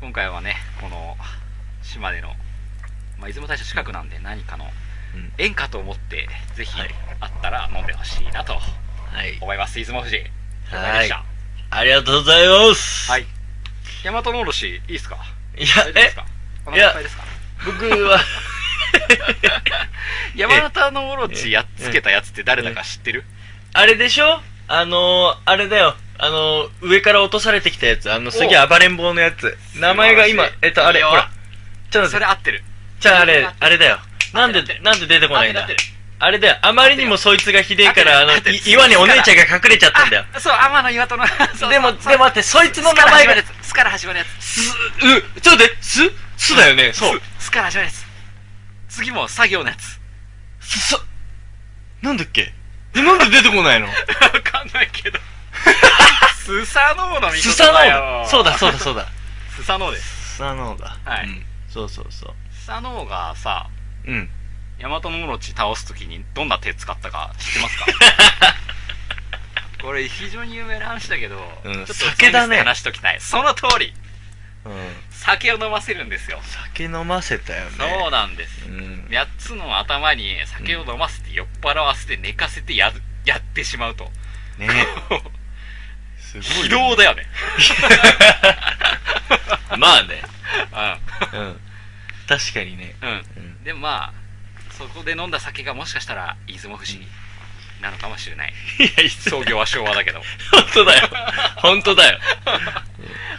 今回はねこの島根の、まあ、出雲大社近くなんで何かの
うん
演歌と思ってぜひ
はい
あったら飲んでほしいなと
はい
思います、出雲富士紹介でした
ありがとうございます、
はい。ヤマトのおろし、いいっすか
いや
大丈夫で
え
すかお
いや
腹いっぱいですか
僕は
ヤマタノオロチやっつけたやつって誰だか知ってる
あれでしょあのー、あれだよ。あのー、上から落とされてきたやつ。あの、すげえ暴れん坊のやつ。名前が今
素晴らし、い
えっと、あ
いい
れ、
よ
ほら。ちょっと待
それ
って。
合ってる。
じゃああ
それ
れ
合っ、てる
あれだよ。なん
合
で
ってる、
なんで出てこないん
合っ
だ
てる
あれだよ。あまりにもそいつがひでえから、あの、
合
い
ってる合ってる
岩にお姉ちゃんが隠れちゃったんだよ。
あそう、天野岩戸の。そう
でも、
そう
でも待って、そいつ
ス
の名
から
前
始ま
が
るや、つ。スから始まるやつ。
す、う、ちょっと待って、す、すだよね。そう。
スから始まるやつ。次も作業のやつ。
す、そ、なんだっけえなんで出てこない の
わかんない けど。スサノオの見
ス
事
サノオ
だ
だ。
よ。
そうだ、そうだ、そうだ。
スサノオ です。
スサノオだ。
はい
うん。そうそうそう。
スサノオがさ、
うん。
ヤマトノオロチ倒すときにどんな手使ったか知ってます かこれ非常に有名な話だけど、
うん
ちょっと
酒だね
次に話しときたい。その通り
うん。
酒を飲ませるんですよ。
酒飲ませたよね
そうなんです。
うん
8つの頭に酒を飲ませていに酔っ払わせて寝かせてやるやってしまうと。
ね すご
非
いよ。
道だよね。
まあね。
う
うん。確かにね。
ん。うん。で、まあ、そこで飲んだ酒がもしかしたら、出雲伏見なのかもし れない。
いや、いつ
創業は昭和だけど。
本当だよ。本当だよ。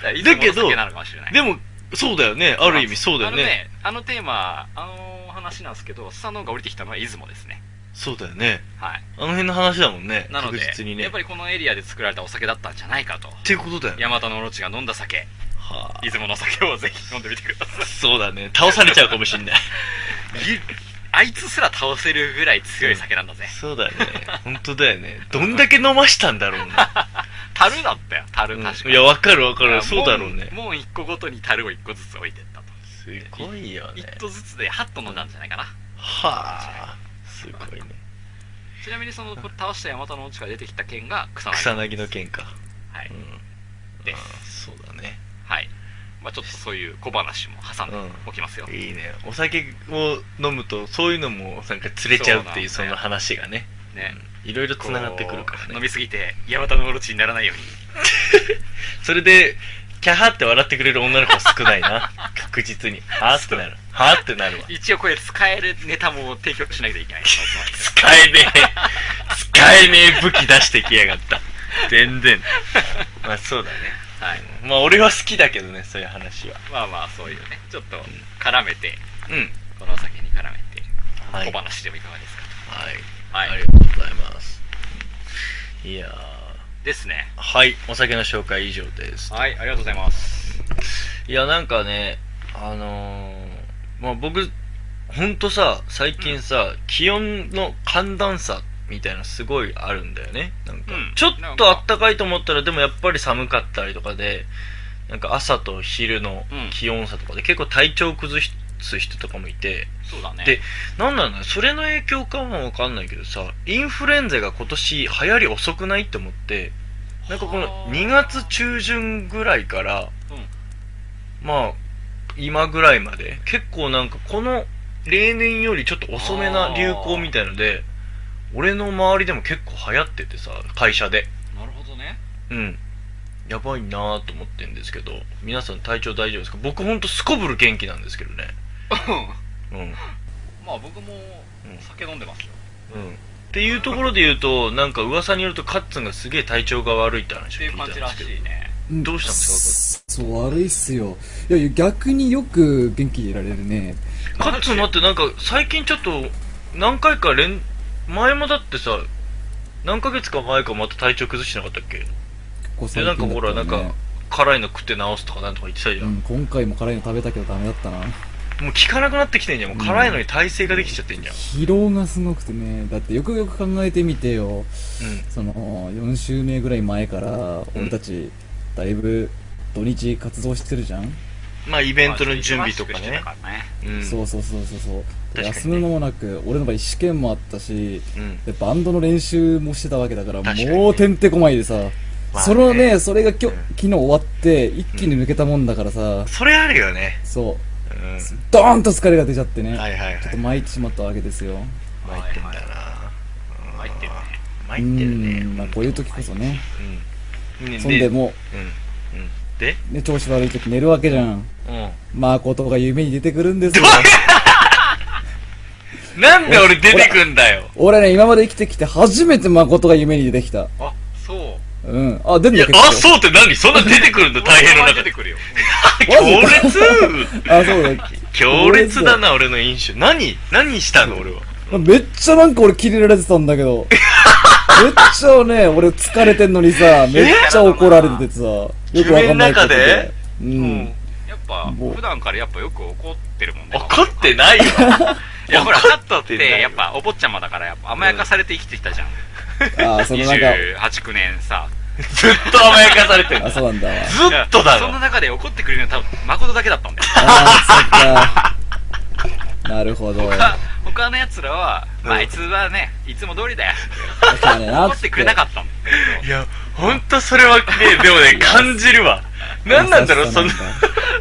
だ
ど
けど、なのかもしれない。
でも、そうだよね。ある意味そうだよ
あの
ね。
ね、あのテーマ、あの話なんですけど、スサノオが降りてきたのは出雲ですね。
そうだよね。
はい。
あの辺の話だもんね。
なので、
確実にね。
やっぱりこのエリアで作られたお酒だったんじゃないかと。
っていうことだよね。
ヤマタノオロチが飲んだ酒、
はあ
出雲の酒をぜひ飲んでみてください。
そうだね。倒されちゃうかもしんない。
あいつすら倒せるぐらい強い酒なんだぜ。
そうだね。本当だよね。どんだけ飲ましたんだろうね。
樽だったよ、樽、確か
うん
に。
いや、わかるわかる。
あ
そうだろうね。
門門一個ごとに樽を一個ずつ置いてったと。
すごいよね
一。個ずつでハッと飲んだんじゃないかな。
はあ。すごいね。
ちなみにその、これ倒したヤマタノオロチが出てきた剣が草薙。
草薙の件か。
はい。
うん。
です
あそうだね。
はい。まあちょっとそういう小話も挟んでおきますよ。
いいね。お酒を飲むと、そういうのもなんか釣れちゃうっていう、
そ
そう
なんだ
の
よ
話がね。
ね。
いろいろ繋がってくるから
こう
ね
飲。みすぎて、ヤマタノオロチにならないように。
それで、キャハって笑ってくれる女の子少ないな。 確実に。はーってなる。はーってなるわ。
一応これ使えるネタも提供しなきゃいけない。
使えねえ。使えねえ武器出してきやがった。全然。まあそうだね。
はい。
まあ俺は好きだけどね、そういう話は。
まあまあそういうね、ちょっと絡めて、
うん。
このお酒に絡めて、
はい。
小話でもいかがですか
はい。
と。は
あ
い
り。がとうございます。いやー。
ですね。
はい。お酒の紹介以上です。
はい、ありがとうございます。
いや、なんかね、あのー、まあ僕、ほんとさ、最近さ、気温の寒暖差みたいなすごいあるんだよね。なんか、
うん
ちょっとあったかいと思ったら、でもやっぱり寒かったりとかで、なんか朝と昼の
うん
気温差とかで結構体調崩す人とかもいて、
そうだね。
でなんなのそれの影響かもわかんないけどさ、インフルエンザが今年流行り遅くないって思って、なんかこ
は
の
あ
2月中旬ぐらいから、
う
まあ、今ぐらいまで、結構なんかこの例年よりちょっと遅めな流行みたいので、俺の周りでも結構流行っててさ、会社で。
ん。なるほどね。
うん。やばいなぁと思ってんですけど、皆さん体調大丈夫ですか僕ほんとすこぶる元気なんですけどね。うん。
まあ僕も
うん
酒飲んでますよ。
うん。っていうところで言うと、なんか噂によるとカッツンがすげえ体調が悪いって
っ
話を
て
聞
いう
いた
感
ん
じ
で
ら
すけど
し。いね。
どうしたんです
かそう、悪いっすよ。いや、逆によく元気でいられるね。
カッツン待って、なんか最近ちょっと何回か連、前もだってさ、何ヶ月か前かまた体調崩してなかったっけ
結構
で、
最
なんか
近だ
ほ
った
ら、
よね
なんか、辛いの食って治すとかなんとか言ってたじゃ。
うんん、今回も辛いの食べたけどダメだったな。
もう効かなくなってきてんじゃん。もう辛いのに耐性ができちゃってんじゃん。
疲労がすごくてね。だってよくよく考えてみてよ。
うん。
その、4週目ぐらい前から、俺たち、だいぶ、土日活動してるじゃん、
まあ、イベントの準備とかね。
まあ。忙しくしてたからね
うん。
そうそうそうそうそう。
確か
で
にね
休む間もなく、俺の場合試験もあったし、
うん。
でバンドの練習もしてたわけだから、
確かにね
もうてんてこまいでさ、
まあ
そのね、それがきょ
うん
昨日終わって、一気に抜けたもんだからさ、
それあるよね。
そう、
うん。
ドーンと疲れが出ちゃってね、
はいはい
ちょっ
は
と
い。
参ってしまったわけですよ。
参ってんだな。
入ってるね。
参ってるね。
うんまあこういう時こそね、
うん。ね
そんでも
うん。うん。で
う、ね、調子悪い時寝るわけじゃん。
うん。
まあ、ことが夢に出てくる んですよ。
なんで俺出てくんだよ。
俺ね、今まで生きてきて初めて誠が夢に出てきた。
あ、そう。
うん。あ、出る
い
んだ
や
け、ど。
あ、そうって何そんな出てくるんだ、大変の
俺
中
名前出
で
て。くるよ。
強
マジ
烈
あ、そうだ。
強烈だな、俺の印象。何何したの、俺は。
めっちゃなんか俺キレられてたんだけど。め っちゃね、俺疲れてんのにさ、めっちゃ怒られててさ、よくわかんないことで。
う
う。。
ん
やっぱ、
もう
普段からやっぱよく怒ってるもんね。
怒って ないよ。
いや、ほら、
怒
カット
っ
っ
て
て、
ないよ
やっぱ、お坊ちゃまだから、やっぱ甘やかされて生きてきたじゃん。
あ、そのなんか、
28、9年さ。
ずっと甘やかされてる
あ、
ず
そうなんだわ。
っとだ
そん
ろ
な。中で怒ってくれるのは多分、誠だけだったんだよ。
あー、そっか。なるほど。
他、他の奴らは、まあ、
うん
あいつはね、いつも通りだよ。
そうねな
怒ってくれなかったんだ
いや、 ほんとそれはね、でもね、感じるわ。何なんだろう、その、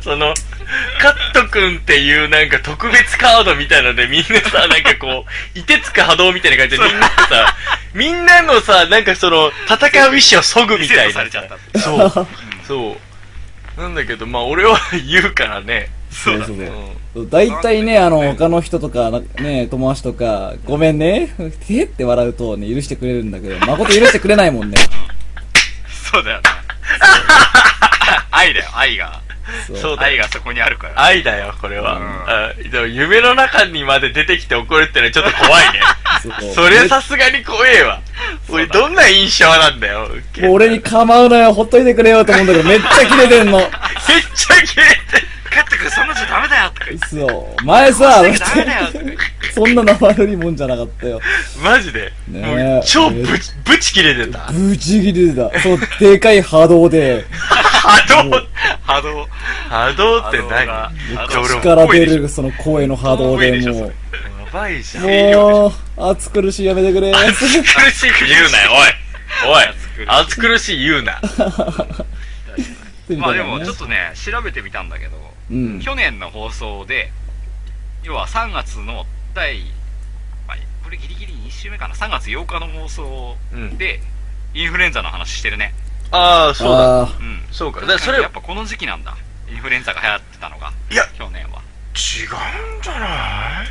その、カットくんっていうなんか特別カードみたいなのでみんな さ、なんかこう、いてつく波動みたいな感じでみんなってさ、みんなのさ、なんかその、戦う意志を削ぐみたいな。
リセットされちゃった
そう。そう。なんだけど、まあ俺は言うからね。
そうだ
そう
ね。
大体ね、あの、他の人とか、な ね、友達とか、ごめんね、 てって笑うとね、許してくれるんだけど、誠許してくれないもん ね。
そうだよな。愛だよ、愛が。
そう
そうだ
愛
よ。
がそこにあるから。
愛だよ、これは。
う
あ
ん
でも夢の中にまで出てきて怒るってのはちょっと怖いね。
そう
それさすがに怖えわ。俺どんな印象なんだよ。
もう俺に構うなよ、ほっといてくれよと思うんだけど、めっちゃキレてんの。
めっちゃ切れてる
カットくん、そんな字ダメだよとか言って。
そう。前
ダ
さ、
メだよとか言って。
そんな生悪いもんじゃなかったよ。
マジで、
ねえ
もう超ぶち、ぶち切れ てた。
ぶち切れてた。そう、でかい波動で、
波動
波動。
波動って何
波動が
めっちゃ俺も
力出るその声の波動で、もう、
やばいじゃん。
もう、暑苦しいやめ てくれ。
苦しい言うなよ、おい。おい。暑苦しい言うな。
まあでも、ちょっとね、調べてみたんだけど、
うん。
去年の放送で、要は3月の第、まあこれギリギリ2週目かな、3月8日の放送
うん。
で、インフルエンザの話してるね。
ああ、そうだ。
あ
うん。
そうか。だから
そ
そ
れ
れ、違
やっぱこの時期なんだ。インフルエンザが流行ってたのが。
いや
去年は。
うんじゃない
も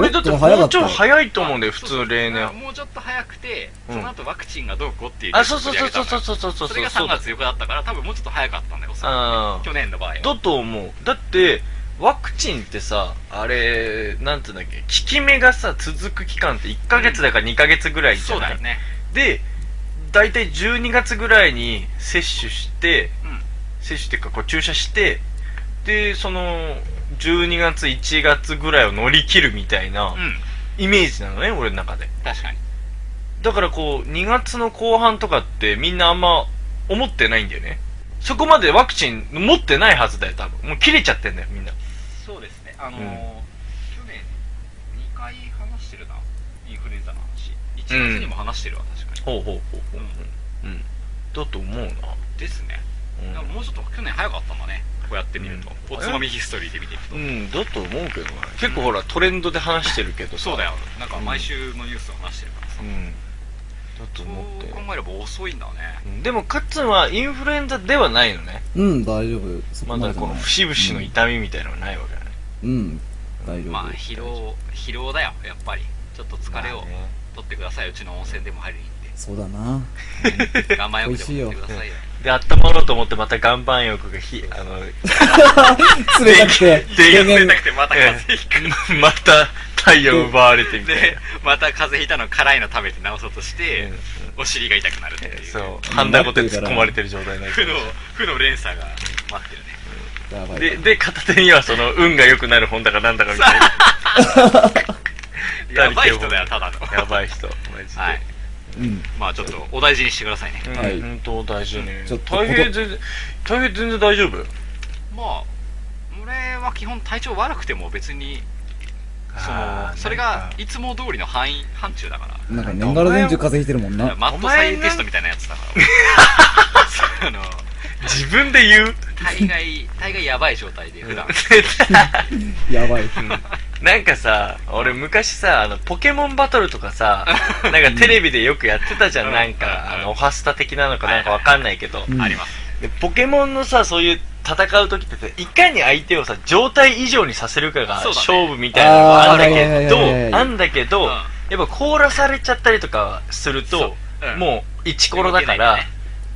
俺
っ
だって
と
も
早か
う
っ
ち
た
ょい早いと思うんだよ、普通例
そうそう
年。
もうちょっと早くて、
うん
その後ワクチンがどうこうっていう。
あ、そうそうそうそうそう
う。
そうそうそう。
それが3月4日だったから、多分もうちょっと早かったんだよ、おそら
あ
く
あ。
去年の場合は。
だと思う。だって、ワクチンってさ、あれ、なんていうんだっけ、効き目がさ、続く期間って1ヶ月だか2ヶ月ぐらいじ
そ
ゃ
う
な
だ
い、
よね。
で、大体12月ぐらいに接種して、
うん
接種っていうか、こう注射して、で、その、12月、1月ぐらいを乗り切るみたいな
うん。
イメージなのね、俺の中で。
確かに。
だからこう、2月の後半とかってみんなあんま思ってないんだよね。そこまでワクチン持ってないはずだよ、多分。もう切れちゃってんだよ、みんな。
そうですね。あのー
うん
去年2回話してるな。インフルエンザの話。1月にも話してるわ、確か
ほ
に。
うほうほうほう。うん。だと思うな。
ですね。だからもうちょっと去年早かったんだね。こうやってみると。
うん
おつまみヒストリーで見ていくと
う。ん、だと思うけどな。結構ほら、トレンドで話してるけどさ。
そうだよ。なんか毎週のニュースを話してるからさ
う。ん。だと
そう
思って。
考えれば遅いんだね。
うんでも、カッツンはインフルエンザではないのね。
うん、大丈夫。そこ
ま
ま
だ
でじゃ
こ
な
の
い。
節々の痛みみたいなのはないわけだね。
うん、大丈夫。
まあ疲労、疲労だよ、やっぱり。ちょっと疲れを
まあね
取ってください。うちの温泉でも入りに行
そうだな。
って。岩盤浴でも行ってくださいよ。
で、温まろうと思ってまた岩盤浴がひ、あの、
釣れなくて、
電
電
冷
源
たくて また風邪ひく。
また太陽奪われてみたい
で
な。、
また風邪ひいたの辛いの食べて治そうとして
うんうん、
お尻が痛くなるっていう。
そう。
な
ハ
ん
ン
だ
ダ
こ
コ
て
テ突
突っ
っ
込
込
ま
ま
れ
れてる状態にな
負の、負の連鎖が待ってるね。
やばい
で、で、片手にはその、運が良くなる本だかなんだかみたいな。
やばい人だよ、ただの。
やばい人、マジで。
はい。
うん。
まあちょっと、お大事にしてくださいね。
うん
はい
本当大事ね。
ちょっと
大平全然、大平全然大丈夫
まあ、俺は基本体調悪くても別に、そ
あー
の、それ
なん
が
か
いつも通りの範囲、範疇だから。
なんか年がら年中風邪ひいてるもんな。
マットサイエンティストみたいなやつだ から。あの、
自分で言う
大概、大概やばい状態で普段。
やばい。
なんかさ、俺昔さ、あの、ポケモンバトルとか さ、なんかテレビでよくやってたじゃ、
うんん
なん
うん
か、あの、オハスタ的なのかなんかわかんないけど、
うん
あります。
でポケモンのさ、そういう戦う時ってさ、いかに相手をさ、状態以上にさせるかが
そうだね
勝負みたいなのがあんだ
あーはいはい
け
はいはいはい
ど、あんだけど、
うん
やっぱ凍らされちゃったりとかすると、
そううん
もう、一コロだから、
動けないよね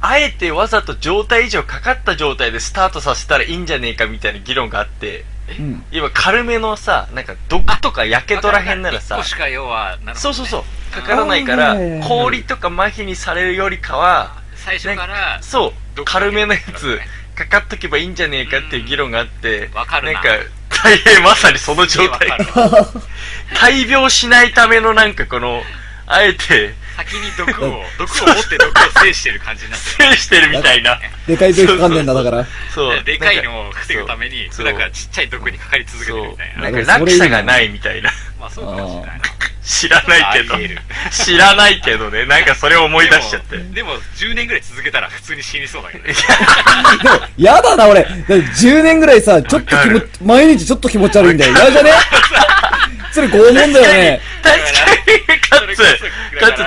あえてわざと状態以上かかった状態でスタートさせたらいいんじゃねえかみたいな議論があって、
うん。
今軽めのさ、なんか毒とかやけどらへんなら
1
さ
個、しか要は、なるほどね
そうそうそう、かからないから
あーはいはいは、い
氷とか麻痺にされるよりかは、
最初から、
そう、
毒だけ
軽めのや
そう
つ
だね、
かかっとけばいいんじゃねえかっていう議論があって、
んわかるなん
か、大変まさにその状
わか
態
る。
大病しないためのなんかこの、あえて、
先に毒を、毒を持って毒を制してる感じになって
制してるみたいな。
でかい病気かんでんだ、だから。
そう。
る。でかいのを防ぐために、
そう 知らないけど
ありえる。
知らないけどね。なんかそれを思い出しちゃって。
でもでも10年ぐらい続けたら普通に死にそうだけどね
でも、やだな、俺。だって10年ぐらいさ、ちょっと
わか
気も
る、
毎日ちょっと気持ち悪いんだよ。嫌じゃねそれ拷問だよね。
確かに、かつ、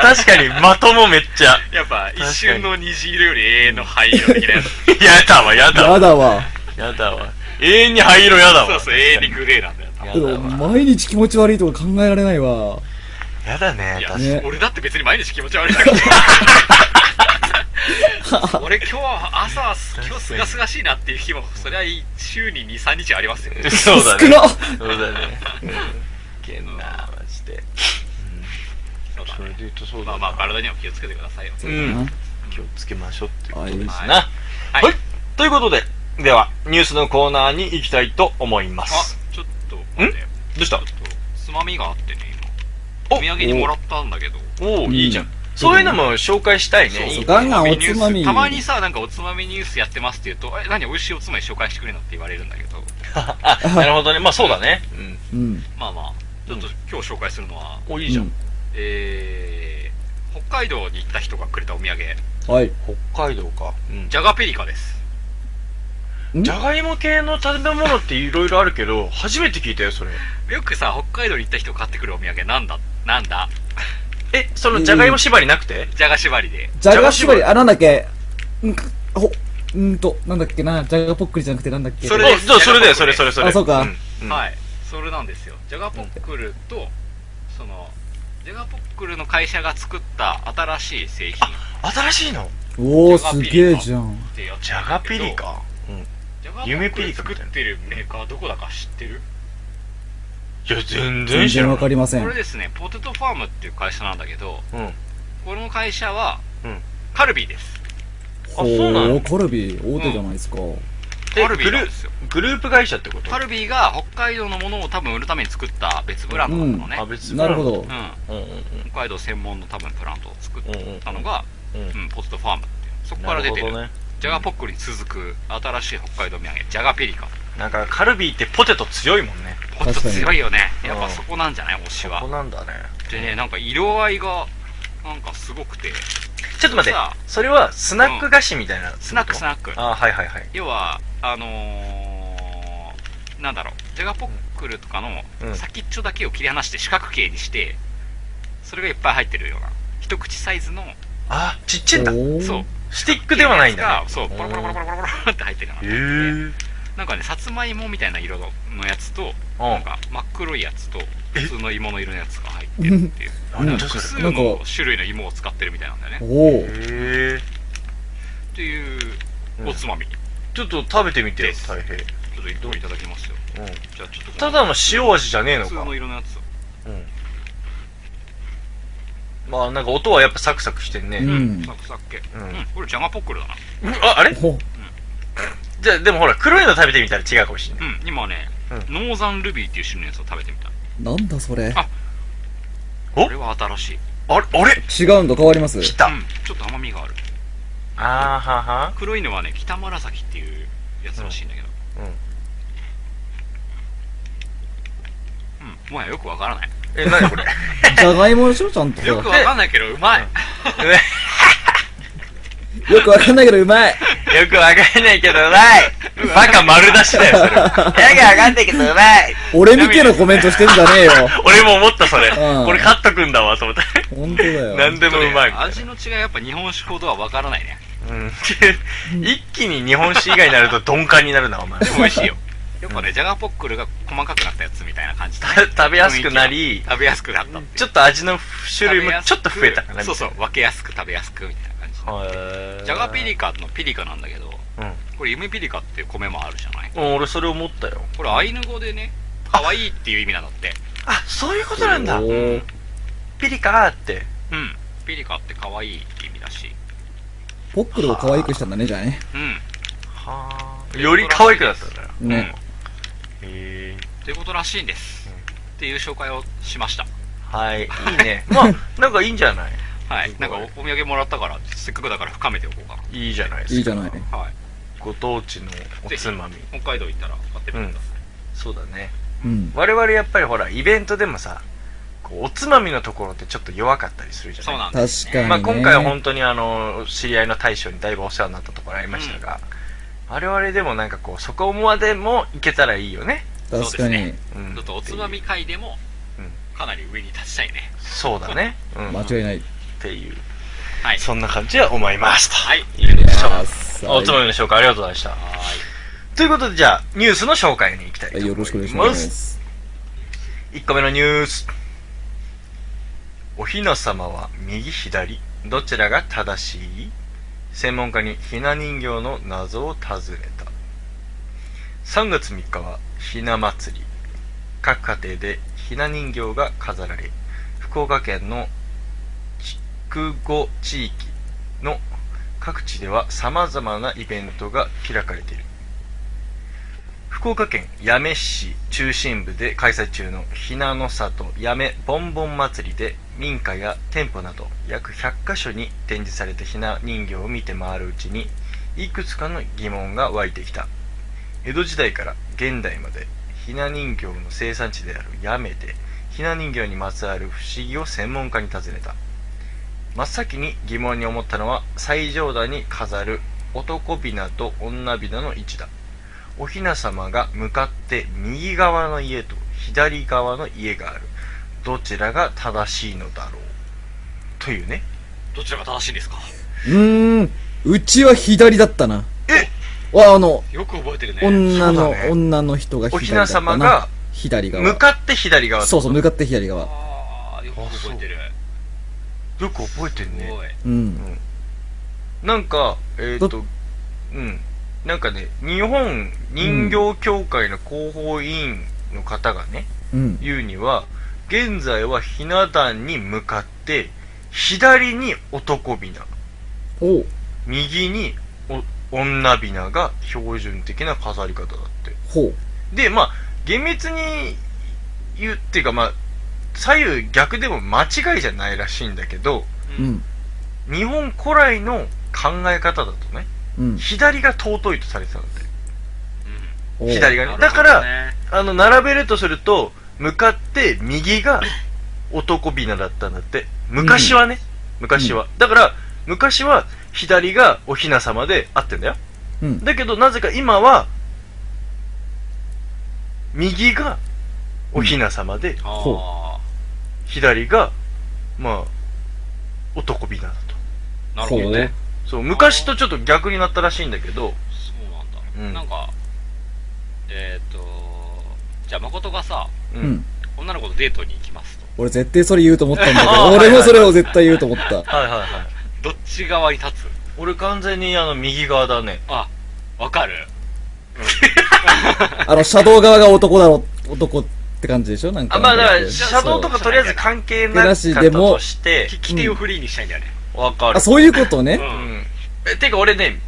かつ確かに、まともめっちゃ。
やっぱ一瞬の虹色より永遠の灰色的なや つ
やだわ、やだ
や
わ。
だわ。
やだわ。永遠に灰色やだわ。
そうそう永遠にグレーなんだよ多分
や
で
だ
も
わ。
毎日気持ち悪いとか考えられないわ。
やだね
い、や、
確
ね
俺だって別に毎日気持ち悪い んだけど俺今日は朝はす今日すがすがしいなっていう日もそれは週に23日ありますよね
そうだ
少
ね。
な
そうだね。いけんな、マジで。
そうだ
それで
ね
言うとそう
まあ
だ
ま
な
あ体には気をつけてくださいよ、
うん。
気をつけましょうって
あいいです
はい
な。
は
はい。ということで、では、ニュースのコーナーに行きたいと思いま
あ
す。
ちょっと待って
どうした
ちょっとつまみがあってね
お
今お土産にもらったんだけど
おお
うん
いいじゃん。そういうのも紹介したいね。いい
ガンガンおつまみ
たまにさなんかおつまみニュースやってますって言うと「え何美味しいおつまみ紹介してくれんの?」って言われるんだけど
あ、なるほどね。まあそうだね。うん。
うん。
まあまあちょっと今日紹介するのは、
お、いいじゃん。
えー、北海道に行った人がくれたお土産
はい。
北海道か。うん。
ジャガペリカです
じゃがいも系の食べ物っていろいろあるけど、初めて聞いたよ、それ。
よくさ北海道に行った人が買ってくるお土産なんだなんだ
え、そのじゃがいも縛りなくて
ジャガ縛りで
じゃが縛り、あ、なんだっけんかほ、んーと、なんだっけな、じゃがぽっくりじゃなくてなんだっけ
それ
お
です
じゃあそれだよ、それそれそれ。
あそうか
ん。
はいい、それなんですよ、ジャガポックルと、そのジャガポックルの会社が作った新しい製品
新しいの
おー、すげえじゃん。
ってやつ
じ
な
ゃ
ん
が
だけ
ピ
ど
リカ。うん。
ジャガポ
夢
ッ
ピ
ク
リ
ル
カみたい
作
な
ってるメーカー、どこだか知ってる
いや、全然
全
知
然
ら
わ
な
か
い。
りませ
これ
ん。
ですね、ポテトファームっていう会社なんだけど、
うん。あ、
この会社は、
うん
カルビーです。
ほ
そうなの
ー、カルビ、大手じゃないですか。
え
カルビーなんですよ。
グループ会社ってこと
カルビーが北海道のものを多分売るために作った別ブランドなのね。
あ、別に
なるほ。ど。
う
う
んうんうん。
ん、北海道専門の多分ブランドを作っ
うんうん
たのが、
う。
うんんポテトファームっていうそこから出てる
なほどね。
ジャガポックに続く新しい北海道土産、ジャガペリカ。
なんかカルビーってポテト強いもんね。
ほんと強いよね。
に
やっぱそこなんじゃない推し
ここな
は。
んだね。
でね、なんか色合いが、なんかすごくて、
ちょっと待って
さあ、
それはスナック菓子みたいな。
スナックスナック。
あ、はいはいはい。
要は、あのー、なんだろう、ジャガポックルとか
う
の
ん
先っちょだけを切り離して四角形にして、それがいっぱい入ってるような。一口サイズの、
あ、ちっちゃいんだ。
おー
そう。
スティックではないんだ
や
ね。
つがそう、ポロポロポロポロポロポロって入ってるよう
へ
な。
ー。
なんかね、さつまいもみたいな色のやつと、
う
なん
ん。
か真っ黒いやつと普通の芋の色のやつが入ってるっていう
うん
何
複数
そ
れなんか
の種類の芋を使ってるみたいなんだよね
お
れ
ー。
へー。
っていう
うん
おつまみち
ちょっと食べてみてよ
で、す
大平。
ょっとどういただきますよ
うん。
じゃあちょっと
ただの塩味じゃねえの
普通
か
の。色のやつを
うん。まあなんか音はやっぱサクサクしてん
う
ね。
ん
サクサク系
う
うんんこれジャガポックルだな
うんあ、あれ
ほ、
じゃあでもほら、黒いの食べてみたら違うかもしれない。
うん今ね
う
ノーザンルビーっていう種類のやつを食べてみた
なんだそれ。
あ
お
これは新しい
あれあれ
違うんだ、変わ ります。
来た
うんちょっと甘みがある
あーはは
黒いのはね北紫っていうやつらしいんだけど
うん
うんもはやよくわからない
え、なにこれ
じゃがいもでしょちゃんと。
よ
よ
くわかんないけどうまい
くわかんないけどうまい。
よくわかんないけ ど、うまいバカ丸出しだよ、そ れ。よくわかんないけど、うまい
俺見てのコメントしてんじゃねえよ。
俺も思った、それ。
うん
これカットくんだわ、と思った。
ほんとだ よ。
なんでもうまいみたい
味の違いやっぱ日本酒ほどはわからないね
な。うん 一気に日本史以外になると鈍感になるな、お 前。
でも美味しいよ。やっぱね、ジャガポックルが細かくなったやつみたいな感じだ
た食べやすくなり、
食べやすくなったって
ちょっと味の種類もちょっと増えたかな、
そうそう分けやすく食べやすくみたいな感じ
う
ジャガピリ
カ。
カのピリカなんだけどこれ夢ピリカっていう米もあるじゃない
うん。俺それ思ったよ。
これアイヌ語でね可愛いっていう意味なんだって
あ、そういうことなんだ
お。ー
ピリカーって。
うんピリカって可愛いって意味だし
ポックルを可愛くしたんだね、じゃあね。
うん
はあ。より可愛くなったんだよ。
ね。
へー
ということらしいんです
うん
っていう紹介をしました
はい。いい ね。まあ、なんかいいんじゃない
はい
すご
ないんかおお土産もらったからせっかくだから深めておこうか
いいじゃないですか。
いいじゃない。
なはい
ご当地のおつまみ。
北海道行ったら買ってみてください
そうだね。
うん。
我々やっぱりほら、イベントでもさ、ここうおつまみのところってちょっと弱かったりするじゃ
そう
ない
なんです、ね。
確
まあ、
ね
今回は本当にあの知り合いの大将にだいぶお世話になったところありましたが、我々でもなんかこうそこまでもいけたらいいよね、
う
確かに、
うん
ちょっとおつまみ界でも
う、
かなり上に立ちたいね。
そうだね、うん、っ
間違いない
ていう
はい。
そんな感じは思いますと。
はい。
あ
おつまみの紹介ありがとうございました
はい
ということでじゃあニュースの紹介に行きたいと思います
よろしくお願いします
1個目のニュースおひな様は右左どちらが正しい専門家にひな人形の謎を尋ねた3月3日はひな祭り各家庭でひな人形が飾られ福岡県の筑後地域の各地ではさまざまなイベントが開かれている福岡県八女市中心部で開催中のひなの里八女ボンボン祭りで民家や店舗など約100か所に展示されたひな人形を見て回るうちにいくつかの疑問が湧いてきた江戸時代から現代までひな人形の生産地である八女でひな人形にまつわる不思議を専門家に尋ねた真っ先に疑問に思ったのは最上段に飾る男びなと女びなの位置だお雛様が向かって右側の家と左側の家があるどちらが正しいのだろうというね
どちらが正しいんですか
うーんうちは左だったなえああの
よく覚えてるね。
女の、
そうだね
女の人が
お
左
雛
だったな
様が
左側
向かって左側
そうそう向かって左側
ああ、よく覚えてる。
よく覚えてる
す
ね
ごい。
うん
なんかえっ、と
ど
うんなんかね日本人形協会の広報委員の方がね、
うん
言うには現在はひな壇に向かって左に男びな
おう
右にお女びなが標準的な飾り方だって
ほう
でまあ厳密に言うっていうかまあ左右逆でも間違いじゃないらしいんだけど
うん
日本古来の考え方だとね
うん
左が尊いとされてたんだって
おう
左
う
が
ん
ねだから、
なる
あの並べるとすると向かって右が男びなだったんだって昔はね、昔は、だから昔は左がお雛様で合ってんだよ
うん
だけどなぜか今は右がお雛様で、
ほ
ほ
ど
う
ね。あ
左がまあ男びなだと
あ、なるほどね。
そう昔とちょっと逆になったらしいんだけど
そうなんだ。
うん
なんか、えっ、ー、と、じゃあ誠がさ、
う、
うんん
女の子とデートに行きますと。
俺絶対それ言うと思ったんだ け
あー
ど俺もそれを絶対言うと思った
はいはいはい
どっち側に立つ
俺完全にあの右側だね
あ、わかる
あの車道側が男だろ男って感じでしょなんか
あまあだから
そう
車道とかとりあえず関係なかった
でも
として
き規定をフリーにしたいんだよね。
わかる
あそういうことね
う
うんえてか俺ね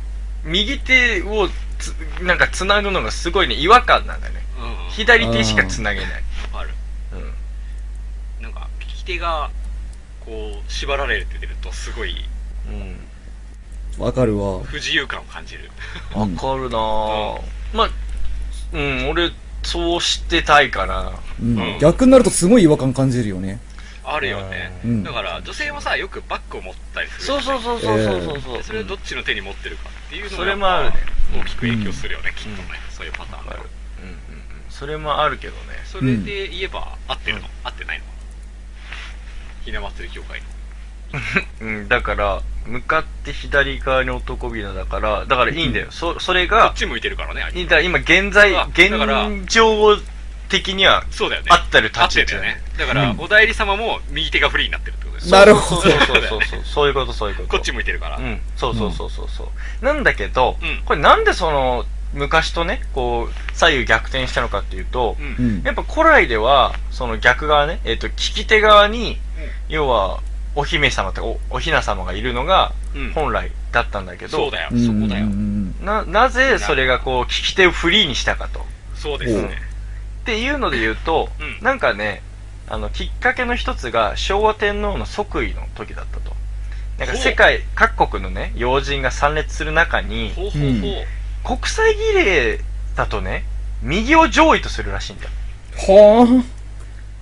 右手をつなんかつなぐのがすごいね違和感なんだよね
うん。うん
左手しかつなげない
わかる。
うん
なんか、利き手が、こう、縛られてると、すごい、
うん
わかるわ
不自由感を感じる。
う
わ
ん
かるなぁ、まあうん俺そうしてたいかな
うん逆になるとすごい違和感感じるよね
あるよね。
うん
だから、女性もさ、よくバッグを持ったりする。
そうそうそうそうそうそうそう、
でそれをどっちの手に持ってるかっていうのが
それもあるね
大きく影響するよね、きっとね、そういうパターンが
あるうんうんうんそれもあるけどね
それで言えば合ってるの、合ってないのひな祭り協会の
うんだから向かって左側に男びなだからだからいいんだよ、そそれ
こ
が
っち向いてるからねあれ
いいだから今現在
あだから
現状的には
そうだよね
合ってる立
合っ
ち位置
てる
だ
よ
よね
ねだから、お代理様も右手がフリーになってるってことです
なるほど
そうそうそうそうそういうことそういうこと
こっち向いてるから、
うんそうそうそうそうそうなんだけど、
うん
これなんでその昔とねこう左右逆転したのかっていうと、
うん
うん
やっぱ古来ではその逆側ねえっ、と利き手側に、要はお姫様とかおお雛様がいるのが
うん
本来だったんだけど、
そうだよ、
うん
そこだよ
うんうん
ななぜそれがこう利き手をフリーにしたかと
そうですね
っていうので言うと、
うん
なんかねあのきっかけの一つが昭和天皇の即位の時だったとなんか
ほう
世界各国のね要人が参列する中に
ほうほうほう、
うん
国際儀礼だとね右を上位とするらしいんだ
は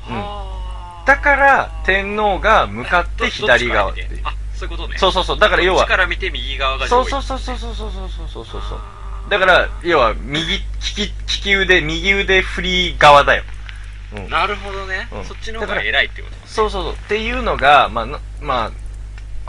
あ
は
だから天皇が向かって左側って
で
いう
あそういうことね
そうそうそうだから要は
こっちから見て右側が上位
そうそうそうそうそうそうそうそうそうだから要は右利き利き腕右腕振り側だよ
なるほどね、
うん
そっちの方
だ
が
から
偉いってこと
そうそうそうっていうのがまあなまあ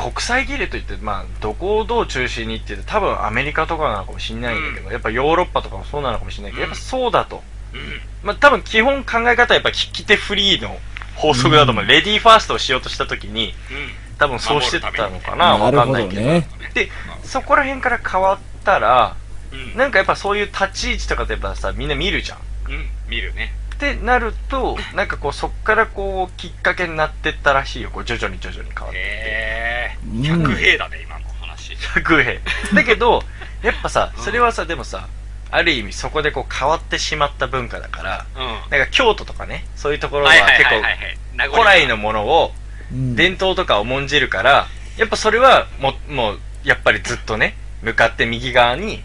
国際儀礼といって、まあ、どこをどう中心にって言って多分アメリカとかなのかもしれないんだけど、やっぱヨーロッパとかもそうなのかもしれないけど、
うん
やっぱそうだと、
うん
まあ、多分基本考え方はやっぱ聞き手フリーの法則だと思う、レディーファーストをしようとした時に
う
多分そうしてたのかな
な
わ
る
かん
ほ
な
ど
いけど
ね。
でそこら辺から変わったら
んうん
なんかやっぱそういう立ち位置とかってやっぱさみんな見るじゃん
うん見るね
ってなるとなんかこうそっからこうきっかけになってったらしいよこう徐々に徐々に変わって
へえ
うん
100兵だね今の話
百兵だけ どやっぱさそれはさでもさある意味そこでこう変わってしまった文化だから
うん
なんか京都とかねそういうところは
はいはい
結
はいはい
構
はい
古来のものを
うん
伝統とか重んじるからやっぱそれはもうもうやっぱりずっとね向かって右側に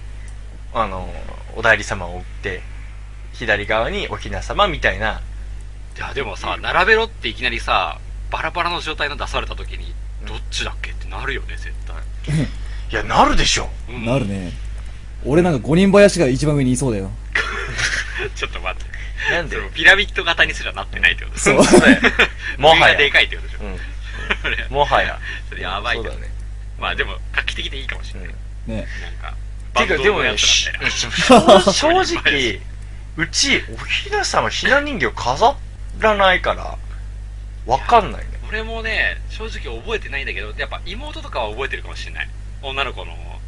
あのお代理様を置いて左側にお雛様みたいない
やでもさ並べろっていきなりさバラバラの状態の出された時にどっちだっけってなるよね絶対、
いやなるでしょ
うん
なるね。俺なんか五人林が一番上にいそうだよ。
ちょっと待って
なんで
そのピラミッド型にすらなってないってこと
そう
もは
上がで
や、
かいってことで しょ、それ
うん、もはや
それやばいけど
そうだね
まあでも画期的でいいかもしれない、
ね。
なんか
ていうかでも
や
ね
つ
し
らみたいな
正正直うちおひな様ひな人形飾らないからわかんないね
俺もね正直覚えてないんだけどやっぱ妹とかは覚えてるかもしれない女の子の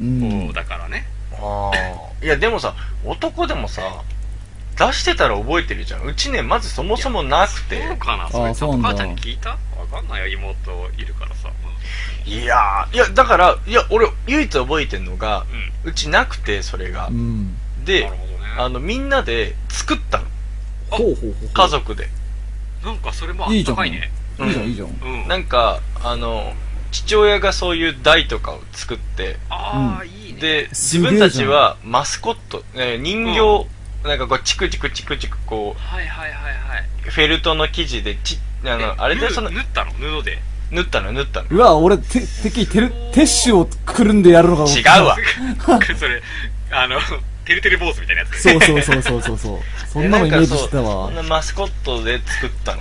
うん
子。だからね、
ああいやでもさ男でもさ出してたら覚えてるじゃんうちねまずそもそもなくて
そうかな
ー
それちょっと
そうなん
母
だ
ちゃんに聞いたわかんないよ妹いるからさ
いやーいやだからいや俺唯一覚えてんのが
うん、
うちなくてそれが
うん。
で
なるほどね
あのみんなで作ったの
ほうほうほう。
家族で
なんかそれもあったかいね
いいじゃん、いいじゃん。
うん
なんかあの父親がそういう台とかを作って
ああ、いいね
で、
す
自
げえ
分たちはマスコット、えー人形、なんかこう、チクチクチクチク、こ、
はいはいはいはいう
フェルトの生地で、ち、あ
え
の、あれで
縫
その、
縫ったの布 で
縫ったの縫ったの。
うわ、俺、て、てっきりテル、テッシュをくるんでやるのかと思
違
った
うわ。
それあの てるてる坊主みたいなやつ
そうそうそうそうそうそう。そんなのイメージしてたわ
そん。なマスコットで作った
う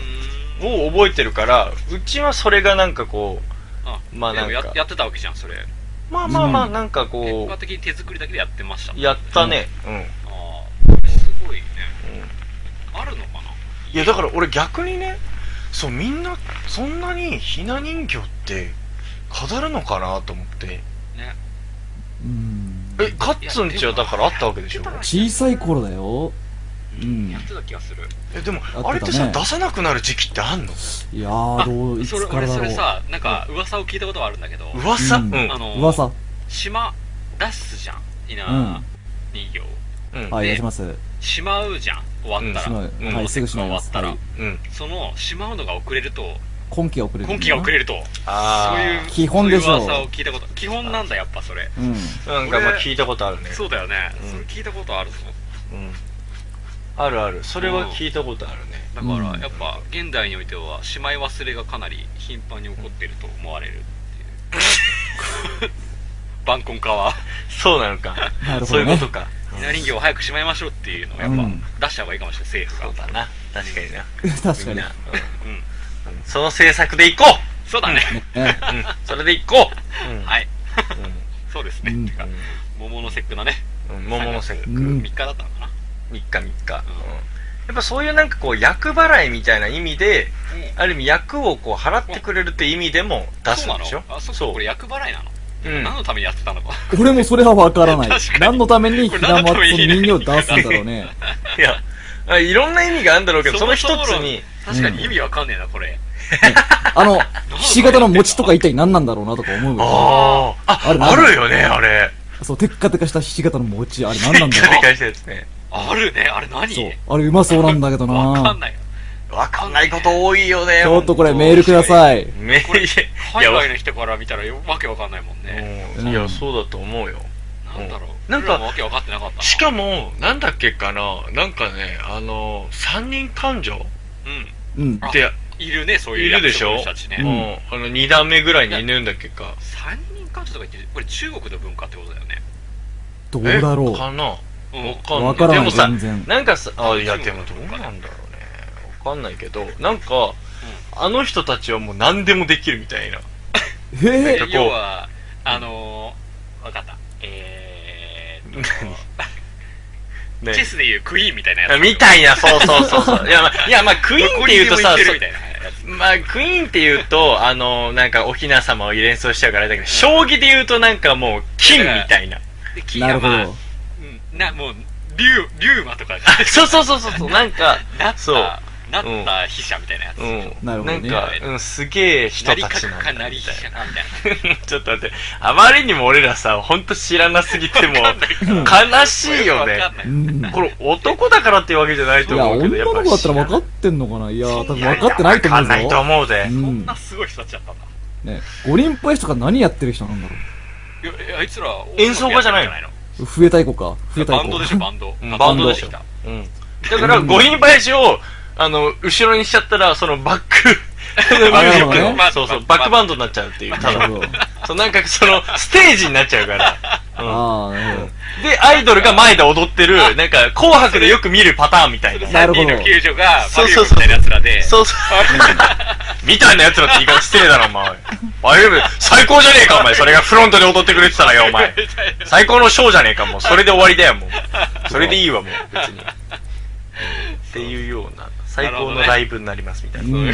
ーん
のを覚えてるから、うちはそれがなんかこ
あ
まあ
でも
なん
や
か
やってたわけじゃんそれ
う、まあまあまあ、
うん
なんか
結
こ
果的に手作りだけでやってました
う、やったね。うん。
ああすごいねあるのかない
や、だから俺逆にね、そう、みんな、そんなにひな人形って、飾るのかなと思って。
ね
うん。
え、カッツンちはだからあったわけでしょ
小さい頃だよ。うん
やってた気がする
えでも、
たね
あれってさ出さなくなる時期ってあんの
いやー、どう、い
それ
つか
俺
らだ
そ
ろ
れ
う。
さなんか噂を聞いたことはあるんだけど
噂う、
うんん
うん
あの
噂。
島出すじゃんひ
うん
な人形を
はい、
で
出します。
しまうじゃん終わった
し
ら
まう
うん。
はい、すぐしまいます。
終
は
わっ
い。
うん、
そのしまうのが遅れると
今期が遅れる。
今期が遅れると
あ
そう
ー
いう
基本でしょう
そういう噂を聞いたこと基本なんだやっぱそれ
うん。
なんかまあ聞いたことあるね
そうだよね、
うん
それ聞いたことあるぞ
うん、あるあるそれは聞いたことあるね
だから、
うん
やっぱ現代においてはしまい忘れがかなり頻繁に起こっていると思われるっていう晩婚化は
そうなのか
なるほ
そうい
ど
うこ
ね
と。か
ひな人形を早くしまいましょうっていうのをやっ
うん
ぱ出した方がいいかもしれな
そ
い政
う
府が
だな確かにな
確
み
か
ん
に。
な、うん
うん
うんその政策でいこう、
そうだね、
ね
うん、それでいこう、うん
はい
うん
そうですね、
うん
てか桃の節句だね
うん、桃の節句、
う
3
ん
日だったのかな
3日3日、うん、やっぱそういうなんかこう役払いみたいな意味である意味役をこう払ってくれるって意味でも出す
そうんな
でし
の
ょ
あそっかこれ厄払いなの、
う、うん
何のためにやってたのか
俺もそれはわからない
確かに。
何のためにひ
これ何
な
のため
祭
に
り人形を出すんだろうね。
いやあ、いろんな意味があるんだろうけど、その一つ
もも
に、
確かに意味わかんねえなこれ、
あの、ひし形の餅とか一体何なんだろうなとか思うけど。
あーあ、
あるな
あるよね、あれ。
そう、テッカテカしたひし形の餅、あれ何なんだろう
理解したやつね。
あるねあれ何
そう。あれうまそうなんだけど
わかん
な
ないよ
わかんないこと多いよね。
ちょっとこれ
ほん
メールください。
め
これ
いや
海外の人から見たらよわけわかんないもんね、
うんいや、そうだと思うよ。
なんだろう
なんか
俺らもわけわかってなかったな
しかも、なんだっけかな、なんかね、あの、三人感情
うん
うん。
って
いるね、そういう
いるでしょ
役職の人たち
う
ね。
ん、あの2段目ぐらいに犬だっけか
三人家族とか言って、これ中国の文化ってことだよね。
どうだろ
か
う。
なわ
うん。
かんない
わから
で
な
も
い、
さ
全然。
なんかさあいやでもどうなんだろうねわかんないけどなんか、あの人たちはもう何でもできるみたいな
へえ
こ
で
う
要は、あのー、わかった。えーっと、
ね
チェスでいうクイーンみたいなやつ。
みたいな、そうそうそうそう。いや、まあ、いやまあクイーンって言うとさ、
どこにで
そ
も行けるみたいなやつ。
まあ、クイーンって言うと、あの、なんか、おひな様を連想しちゃうからあれだけど、将棋で言うとなんかもう、金みたいな。
で、キー
なるほ
はまあ
ど。
うんな、もう、竜、竜馬とかが、
そうそうそうそうそう、なんか、
なっ た、
そう。
なっ
うん
た飛車みたいなやつ。
うん。
なるほどね
んか、うん、すげえ人
なり
た
か
ち
く
なん
か
だ
なり
みた
飛車
い
かみたいな。
な。 ちょっと待って、あまりにも俺らさ、ほんと知らなすぎて も、悲しいよね
わ。かんない
うん。
これ男だからっていうわけじゃない
い
と
や、
思うけど、
女の子だったら分かってんのかないや、多分分かってないと思
わ
う
かんないと
ぞ。
思うで
う。
こ
ん
んな。すごい人たちだったんだ。
ね、五輪プレスとか何やってる人なんだろ
いやいやあいつら、
演奏家じゃないの
う。笛太鼓か。笛太
バンド
鼓
で。しょ、バンド
うん。
バンドでしょ
た。
うん。だから、
うん
五人林を、あの、後ろにしちゃったら、そのバッ ク、バ
なるほど
ッ
ね
ク、そうそう、バックバンドになっちゃうっていう、た
な
だ
るほ
の。
ど。
そう、なんかその、ステージになっちゃうから。うん
ああ、なるほど。
で、アイドルが前で踊ってる、なんか、紅白でよく見るパターンみたいな。
なるほど
3人の救助が、
そ
バ
う
リ
そ
ュ
う
ー
そう
みたいな奴らで、
そうそう。みたいな奴らって言い方失礼だろ、お前。アイドル、最高じゃねえか、お前。それがフロントで踊ってくれてたらよ、お 前。最高のショーじゃねえか、もう。それで終わりだよ、も う。それでいいわ、もう、別に。っていうような、最高のライブになります、みたいな。
うん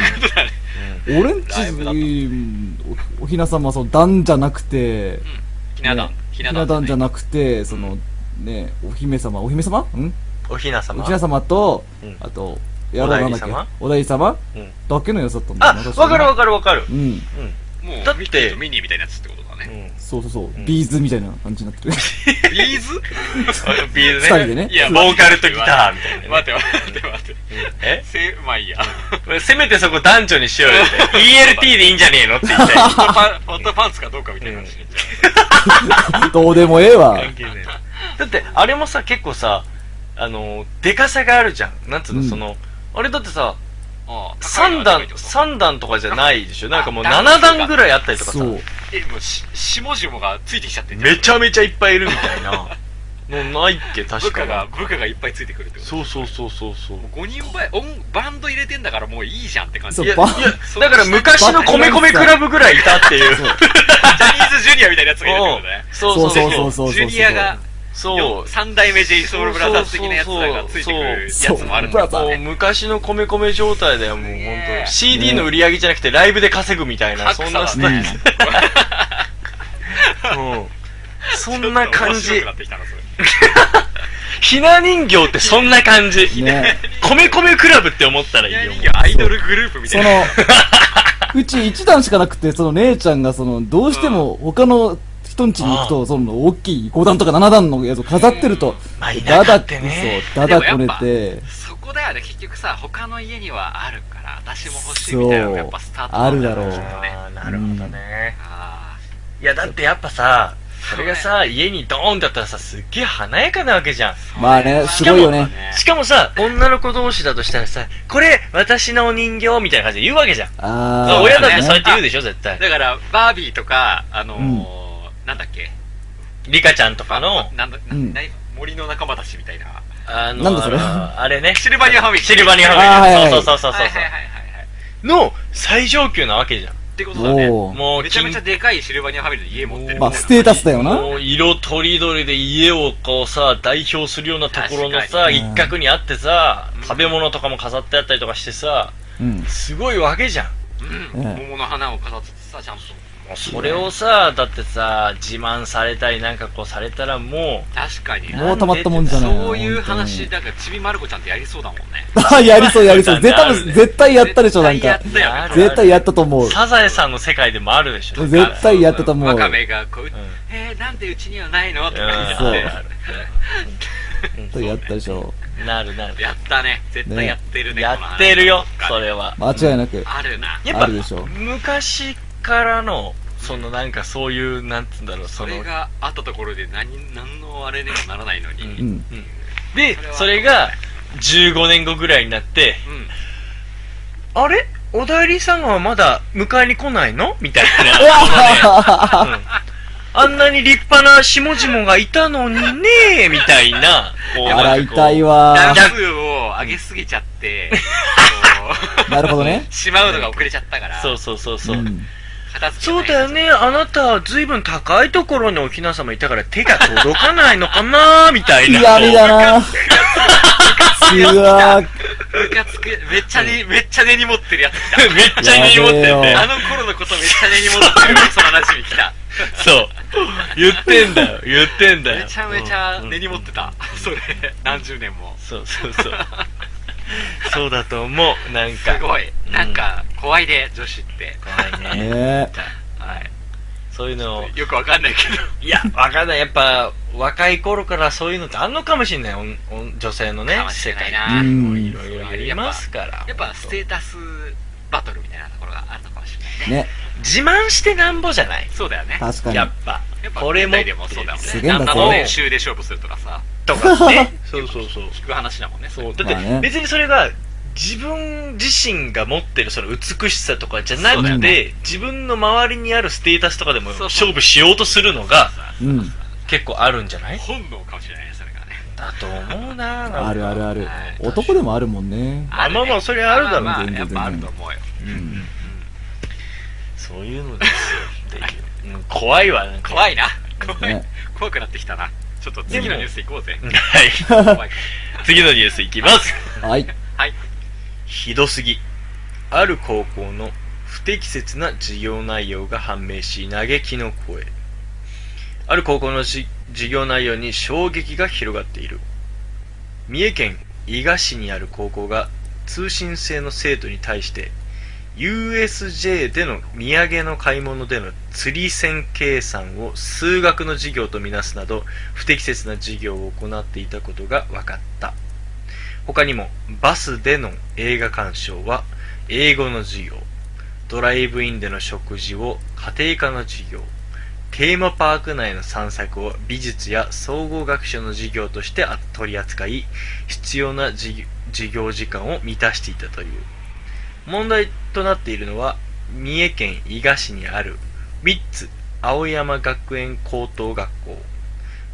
俺んち、うんおおひなさんはその段じゃなくて、
ひな壇
ね。
ひ
ひ
な
な
壇
壇じゃなくて、その、ね、お姫様、お姫様ん
おひなさ
お
ま。
ひな様と
うん、
あと、やろうなんだっけ
おだい様
おだい様
うん
だけのやつだったんだ
あ
よな、確、
わかるわかるわかる。
うん。
もう、
だって
ミッキーとミニーみたいなやつってことだ
う
ね。
ん。
そうそうそう、
ん
ビーズみたいな感じにな ってる。
ビーズ
ビー
二人でね
いや、ボーカルとギターみたいなね。
待って待って待って。
え
せ、まあいいや。
せめてそこ男女にしようよ って ELT でいいんじゃねえのって言って。
ホットパンホットパンツかどうかみたいな話になっちゃ
どうでもええわ。
だって、あれもさ、結構さ、あの、でかさがあるじゃん。なんつうの、
うん
その、あれだってさ、
うああ高い
3
のは高い
段
って、こと
三段とかじゃないでしょなんかもう
あ
7段ぐらいあったりとかさ
そ、う。
え、もう、し、下々がついてきちゃってんじゃん。
めちゃめちゃいっぱいいるみたいな、 のないっけ、
部
確
下が、
か
部下がいっぱいついてくるってこ
に。
と
そうそうそうそうそう。
5人ばい音バンド入れてんだからもういいじゃんって感じ
そう
いや、い
バ
や
ン、
だから昔の米米クラブぐらいいたっていう。
ジャニーズジュニアみたいなやつがいるってことだね。
そうそう
そ
う
そう
そ
そうう。そう。
ジュニアが、
そう。
三代目 j ソ o u l b r o t h 的なやつらがついてくるやつもあるんだ
そうそうそうそう
もう昔の米米状態だよ、もう本当に。CD の売り上げじゃなくてライブで稼ぐみたいな、
格
そ
差
ん
だ
な
ね
スタイル。うんそんな感
ちょっ
じ
と面白く。なってきたなそれ
ひな人形ってそんな感じ。
ね。
米米クラブって思ったらいいよ。もう
アイドルグループみた
そ
い
の
な。、
うち一段しかなくて、その姉ちゃんが、その、どうしても他の人ん家に行くと、その、大きい5段とか7段のやつを飾ってると、
まあ、い
ダ
なか
ダ、
ってね。
そう、ダダこねて、
そこだよね、結局さ、他の家にはあるから、私も欲しいみたいなのがやっぱスタートなんよね
そう
きっとね
あーなるほどね。
あ
いや、だってやっぱさ、それがさ、家にドーンだったらさ、すっげえ華やかなわけじゃん。
ー
まあねすごいよね
しかもさ、女の子同士だとしたらさ、これ、私のお人形みたいな感じで言うわけじゃん。
あー。
親だって
ね
そうやって言うでしょ、絶対。
だから、バービーとか、あのー、なんだっけ、
リカちゃんとかの、
なんだ、
うん
な森の仲間たちみたいな。
あの、
なんだそれ
ああれね。
シルバニアファミリー
シルバニアフ
あー
ァ
はい
ミ
は
リ
い
ー。そうそうそうそう
はい
そ
はいはいはいはい。
う。の、最上級なわけじゃん。
ってことだね。
おー。
もう、
めちゃめちゃ
金
でかいシルバニアファミリーの家持ってる。
まあ、ステータスだよな。
もう色とりどりで家をこうさ、代表するようなところのさ、
確か
に
一角にあってさ
う、ん
食べ物とかも飾ってあったりとかしてさ、
うん。
すごいわけじゃん。
うん。
ええ
桃の花を飾ってさ、ちゃんと。
もうそれをさ、だってさ、自慢されたりなんかこうされたらも
確かに。
もうたまったもんじゃない。
そういう話、
本
なんか、ちびまる子ちゃんってやりそうだもんね。
当に。あ、やりそうやりそう。
な
絶
るね
対、絶対やったでしょ、なんか。
絶対やったよね
絶対やったと思
う、
う。
サザエさんの世界でもあるでしょ。
絶対やったと思う
ワカメがこう、
ん
えー、なんでうちにはないのとか
そ
言
う
って、
絶対やったでしょ。
なるなる。
やったね。絶対やってるね。
や
この話
ってるよ、それは。
間違いな く。
あるな。
やっ
あ
ぱ
るでしょ。
昔からのそのなんかそういうなんつうんだろうそ
そ
の
れがあったところで何、何のあれにもならないのに。
うん
うん。
で
それは
それが15年後ぐらいになって
うん
あれおだいり様はまだ迎えに来ないのみたい な、うんあんなに立派な下々がいたのにねえみたいな、こう
あら、
なんかこう
痛いわ
段
ー
数を上げすぎちゃって、こ
なるほどね
う。しまうのが遅れちゃったから、
そうそうそうそう。
うん
片付け
そ
な
う
い
だよね、あなたは随分高いところにおひな様いたから手が届かないのかなーみたいな。
嫌味だなうわー
ムカつく、めっちゃね、めっちゃ根に持ってるやつ来
こうめっちゃ根に持って
やべえ
て
た。
よ
あ。の頃のことめっちゃ根に持ってる、その話に来た。
そう。言ってんだよ、言ってんだよ。
めちゃめちゃ根に持ってた。それ、何十年も。
そうそうそう。そうだと思う、なん
す
か。
ごい。なんか、怖いね、女子って。
怖いね。
ね
はい。
そういうのを。
よくわかんないけど。
いや、わかんない。やっぱ、若い頃からそういうのってあんのかもしんない。おんおん女性のね
か、もし
世界
れない
に
な。
う
も
ん
うい
い
ろ
ろ
い
いろ
ろ
あ
あり
りますから。
やっぱ、ステータスバトルみたいなところがあったかもしれないね。
え。ね。
自慢してなんぼじゃない
そうだよね。
確かに
やっ。ぱ。
やっぱ
これも
現代でもそうだもんね。
すげえんだ
何
こ
も
れ
練習で勝負するとかさ、
とかね。 そうそうそう。
聞く話だもんね。
そう
れ
だっ
まあ
て
ね
別にそれが自分自身が持ってるその美しさとかじゃな
そう
だ
く
よ
て、自分の周りにあるステータスとかでも
そうそう
勝負しようとするのが
うん。
結構あるんじゃない
本能かもしれないね、それがね。
だと思うなぁ
あるあるある
はい。
男でもあるもんね。
まあまあまあそれあるだろう
まあまあ
全然
やっぱあると思うよ。
うん。
そういうのですよっていう、うん怖いわなんか
怖いな。怖い
ね。
怖くなってきたな。ちょっと次のニュース行こう ぜ。
はい
怖いから
次のニュースいきます
はい。
はい。
ひどすぎある高校の不適切な授業内容が判明し嘆きの声ある高校のじ授業内容に衝撃が広がっている三重県伊賀市にある高校が通信制の生徒に対して USJ での土産の買い物での釣り線計算を数学の授業とみなすなど不適切な授業を行っていたことが分かった他にもバスでの映画鑑賞は英語の授業ドライブインでの食事を家庭科の授業テーマパーク内の散策を美術や総合学習の授業として取り扱い必要な授業授業時間を満たしていたという問題となっているのは三重県伊賀市にあるウィッツ青山学園高等学校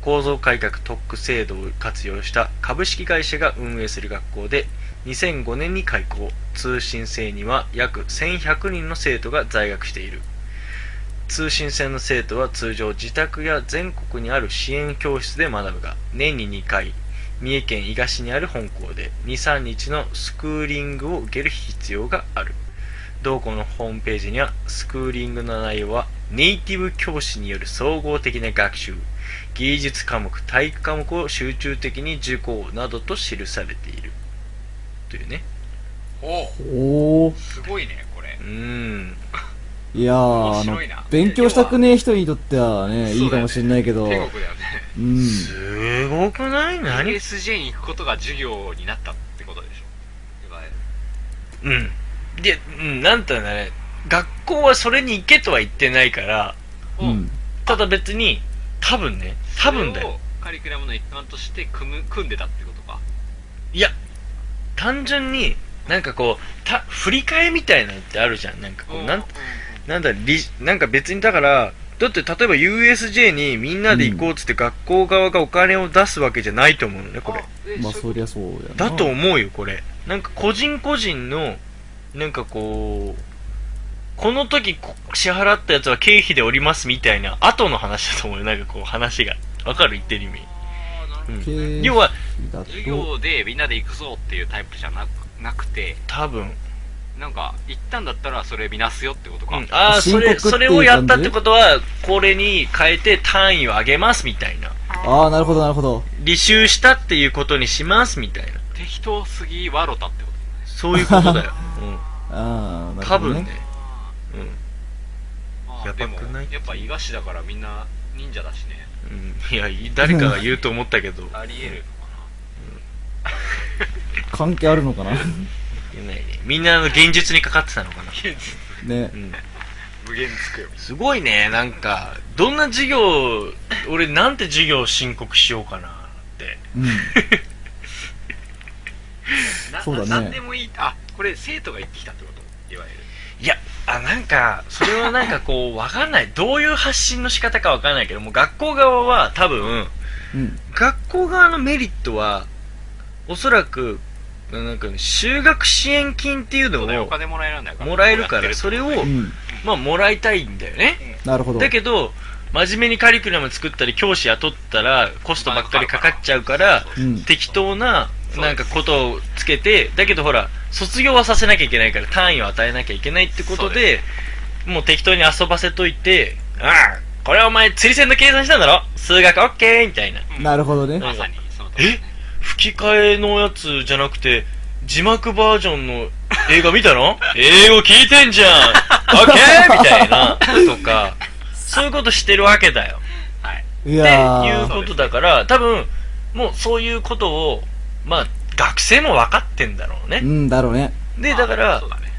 構造改革特区制度を活用した株式会社が運営する学校で2005年に開校通信制には約1100人の生徒が在学している通信制の生徒は通常自宅や全国にある支援教室で学ぶが年に2回三重県伊賀市にある本校で23日のスクーリングを受ける必要がある同校のホームページにはスクーリングの内容はネイティブ教師による総合的な学習芸術科目体育科目を集中的に受講などと記されているというね
おお
おー。
すごいね、これ
う。ーん
いやー、
面
あの
白いな、
勉強したくねえ人にとってはね、いいかもしれないけど。
天国だよね。
うん。
すごくない何
USJ に行くことが授業になったってことでしょ。いわゆる
うんで、うん、なんていうんだね学校はそれに行けとは言ってないから
うん。
ただ別に多分ね多分だ
それ
よ
をカリキュラムの一環として組む組んでたってことか。
いや単純になんかこうた振り替えみたいなのってあるじゃんなんかこうなんなんだりなんか別にだからだって例えば USJ にみんなで行こうっつって学校側がお金を出すわけじゃないと思うのねこれ
れ
まあ、そりゃそうやな。
だと思うよこれなんか個人個人のなんかこうこの時こ支払ったやつは経費でおりますみたいな後の話だと思うよなんかこう話がわかる言ってる意味、う
経
ん、
費
要は
だ
授
と、
業でみんなで行くぞっていうタイプじゃなくなくて、
多分
なんか、行ったんだったらそれ見なすよってことか。
うん、ああ
申
そ
告
れ
っていう
それをやったっ
感じ
てことはこれに変えて単位を上げますみたいな
あー、なるほど、なるほど。
履修したっていうことにしますみたいな
適当すぎわろたってことね。
そういうこと だよ、う
あー、
ん、
なる
多
ほど。
分ね、うん
ま
や
あ、
ばく
でも
ない、
やっぱ伊賀市だからみんな忍者だしね。
うん、いやい誰かが言うと思ったけ ど
あり得る
関係あるのかな
言えないねみんなあの現実にかかってたのかな、
ね
う。ん、
無限つくよ。
すごいねなんかどんな授業俺なんて授業申告しようかなって
うん。
な
そうだね
ななんでもいい。あ、これ生徒が行ってきたってこといわゆる
いやあなんかそれはなんかこうわかんないどういう発信の仕方かわかんないけどもう学校側は多分
うん。
学校側のメリットはおそらくなんかね就学支援金っていうの
そうだよお
を
金もらえるんだから
もらえるから
そ
そ
れ
れを
うん。
まあもらいたいんだよね
なるほど。
だけど真面目にカリキュラム作ったり教師雇ったらコストばっかりかかっちゃうから
うん。
適当な
そう
なんかことをつけてだけどほら卒業はさせなきゃいけないから単位を与えなきゃいけないってこと
そうで
でもう適当に遊ばせといてああこれはお前釣り線の計算したんだろ数学 OK みたいな
なるほどね。
まさにその通り
え吹き替えのやつじゃなくて字幕バージョンの映画見た の英語聞いてんじゃん OK みたいなとかそういうことしてるわけだよ
はい
い
って
や
い
ー
うことだから、多分もうそういうことを、まあ、学生も分かってんだろう
う
ね。
ん、だろうね。
で、
まあ
だから
そう、だね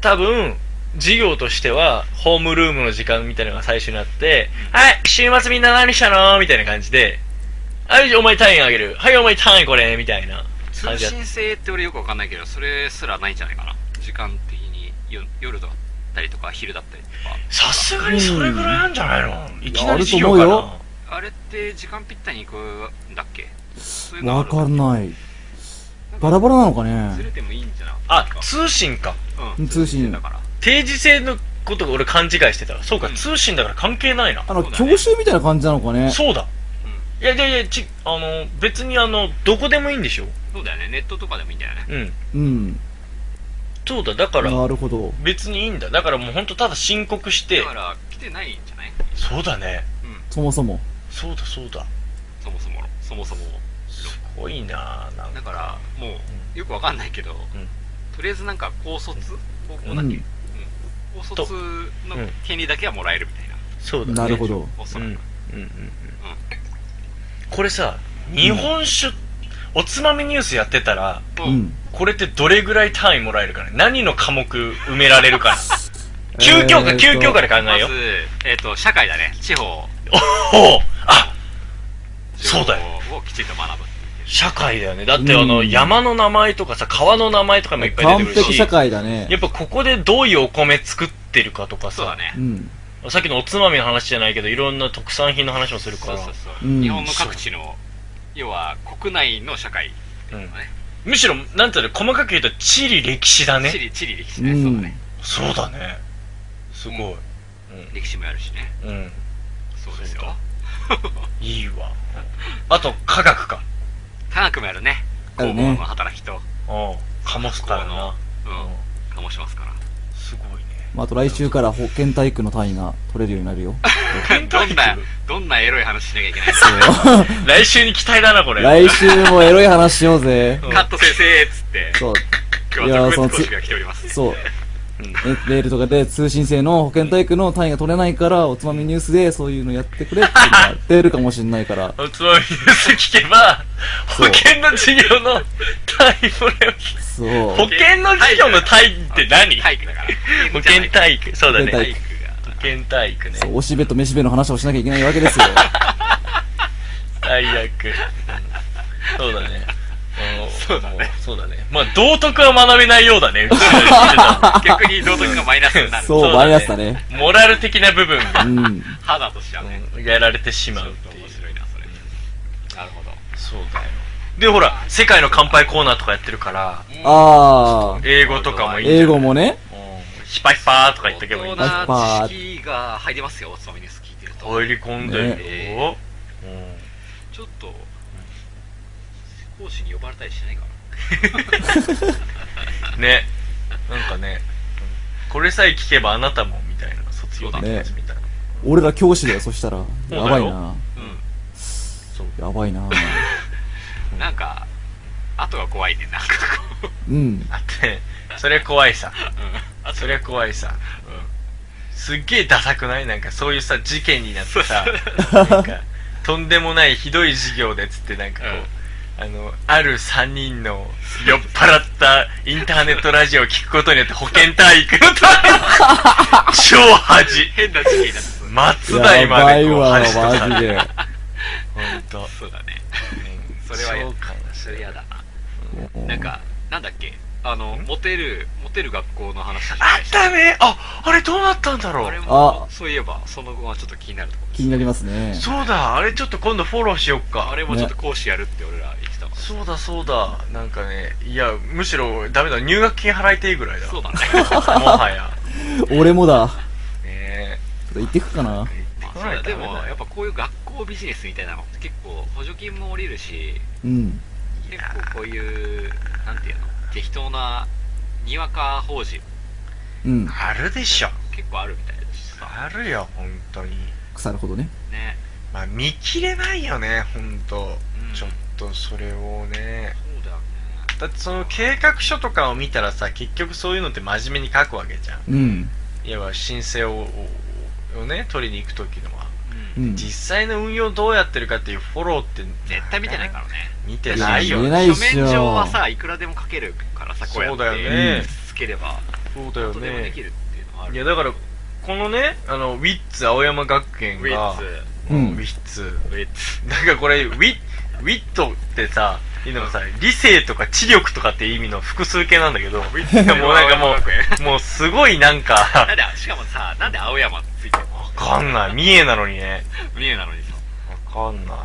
多分授業としては、ホームルームの時間みたいなのが最初にあって、はい、週末みんな何したのみたいな感じで、はい、お前単位あげる。はい、お前単位これみたいな感
通
じだ
信制って俺よくわかんないけどそれすらないんじゃないかな時間的によ 夜だったりとか昼だったりとか
さすがにそれぐらいあるんじゃないのいきなり授
あ
業
る
か
と思
な
うよ
あれって時間ぴったりに行くんだっけそういうのあ
わ
る
かんない。
なんか
バラバラなのか
ずれ
ね。
てもいいんじゃな
あ、通信か。
うん
通信
だから
定時制のことが俺勘違いしてた。そうか、
うん
通信だから関係ないな。
あの、
そうだね
教習みたいな感じなのかね。
そうだ。いやいやいや、ち、あの、別にあの、どこでもいいんでしょ
そうだよねネットとかでもいいんだよね
うん。
うん。
そうだ、だから、
なるほど。
別にいいんだ。だからもうほんとただ申告して
だか、ら来てないんじゃない
そうだね。
そもそも。
そうだそうだ。
そもそものそもそも
すごいなぁ、なん
だ
か。
からもうよくわかんないけど、とりあえずなんか高卒高校だっけ、
うん
高卒の権利だけはもらえるみたいな、
そうだね。
なるほ。ど。
おそうら
ん。うん
く、
うん、うん。これさ、日本酒、おつまみニュースやってたら、
う
うん
ん。
これってどれぐらい単位もらえるかね何の科目埋められるかな ?9 教科、
えーと
9教科で考
ま
え
ず
よう。、
えっと社会だね地方
おおあそうだよ
情報をきちんと学ぶ
社会だよね。だってあの、
うん
山の名前とかさ、川の名前とかもいっぱい
完
出てくる
璧
し、
社会だね
や。っぱここでどういうお米作ってるかとか
そうだ
さ、
ね
うん。
さっきのおつまみの話じゃないけど、いろんな特産品の話もするか
そう
ら
そう、そう、
うん
日本の各地の要は国内の社会っていうのね、
むしろ、なんていうの、細かく言うと、地理歴史だ
地
ね。
理地理歴史
う
ね、そうだ
そうだ
ね。
ん
ね。すごい。
歴史もやるしね
うん。うん。
そうですよ
そうだいいわ。 あと、科学か。
科学もやるね
あ
工
る
房
ね
の働きと
うん。かもすからな。
うんかもしますから
すごいね。
まあ、あと来週から保健体育の単位が取れるようになるよ。
どんな、どんなエロい話しなきゃいけない
来週に期待だな、 これ。
来週もエロい話しようぜ。
のカット先生っつって、
そう、
今日は特別講師が来ております。
そう。えメールとかで通信制の保健体育の単位が取れないから、おつまみニュースでそういうのやってくれっていうのが出るかもしんないから。
おつまみニュース聞けば、保
そう
険の授業の単位もらえます
そう。
保険の授業の単位って何
体育だから。
保険体育。そうだね。
保
保
健体
育が。
険体育ね。
おしべとめしべの話をしなきゃいけないわけ ですよ。
最悪。そうだね。うん
そうだね
もそうだね。まあ、道徳は学べないようだね。うちらが言ってた
逆に道徳がマイナスになる。
う
そう、
だね
マイナスだね。
のモラル的な部分が
う、ん。
肌としてはね。
うんやられてしま
ちょ
うっ
ってと
いう
面。白いな、それ。なるほど。
そうだよ。で、ほら、世界の乾杯コーナーとかやってるから、
あー。
英語とかもいいんじゃない
英語もね。
うんヒパヒパーとか言ってけばいい
大
ん
人
だ。
知識が入りますよ、おつまみニュース聞いてると。
入り込んでるよ。うん
ちょっと、講師に呼ばれたりしないかな。
ねなんかねこれさえ聞けばあなたもみたいな卒業できるやつみたいな
俺ら教師だよ、そしたら。やばいな。
そう
やば いな。
うん。なんか、後が怖いね、なんかこう。
うん。
あってそれ怖いさそれ怖いさすっげえダサくないなんかそういうさ事件になってさなんかとんでもないひどい授業でっつってなんかこう、あのある3人の酔っ払ったインターネットラジオを聞くことによって保健体育の ため超恥
変な時期になってそう
松代
や
ま
ば
で
い
こう
わ、
恥とさ
マジで。
本当。
そうだね。
うん
それはや
そうかもし
そ
れ
れ
ない
やだな。なんか、なんだっけあのモテるモテる学校の話じゃ
あ
ない
ったねああれどうなったんだろ
あれ
う
も
あ
そういえばその後はちょっと気になるところです
気になりますね。
そうだあれちょっと今度フォローしよっか
あれもちょっと講師やるって俺ら言ってたもんね
そうだそうだなんかねいやむしろダメだ入学金払いていいぐらいだ
そうだね
もは や
俺もだ。
ね
ちょっと行ってくかな。
まあ
そ
そうう
だ
だでも
ダメだよ
やっぱこういう学校ビジネスみたいなのって結構補助金も下りるし
うん。
結構こういうなんていうの適当なにわか法人
うん
え。あるでしょ
結構あるみたいだしさ
あるよ本当に
腐るほどね。
ね
まあ見切れないよね本当
うん
ちょっとそれをね
そうだよね
だってその計画書とかを見たらさ結局そういうのって真面目に書くわけじゃん
うん。
いわば申請ををね取りに行く時のは
う
うんん。
実際の運用どうやってるかっていうフォローって
絶対見てないからね
見てないよ
見
ね
てないっ
書
しょ
面上はさいくらでも書けるからさこうや
そ
っ
うだよ
て
ね
つければ
そうだ
ど
よ
こでもで
ね
きるっていうのはある
いやだからこのねあのウィッツ青山学園
ウィッ
が
ツ
うん
ウィッツ
ウィッツ
なんかこれウィウィットってさいうのがさ理性とか知力とかって意味の複数形なんだけどもうなんか もうもうすごいなん
な
か
んでしかもさなんで青山ついてるの
わかんない三重なのにね
三重なのにさ
わかんない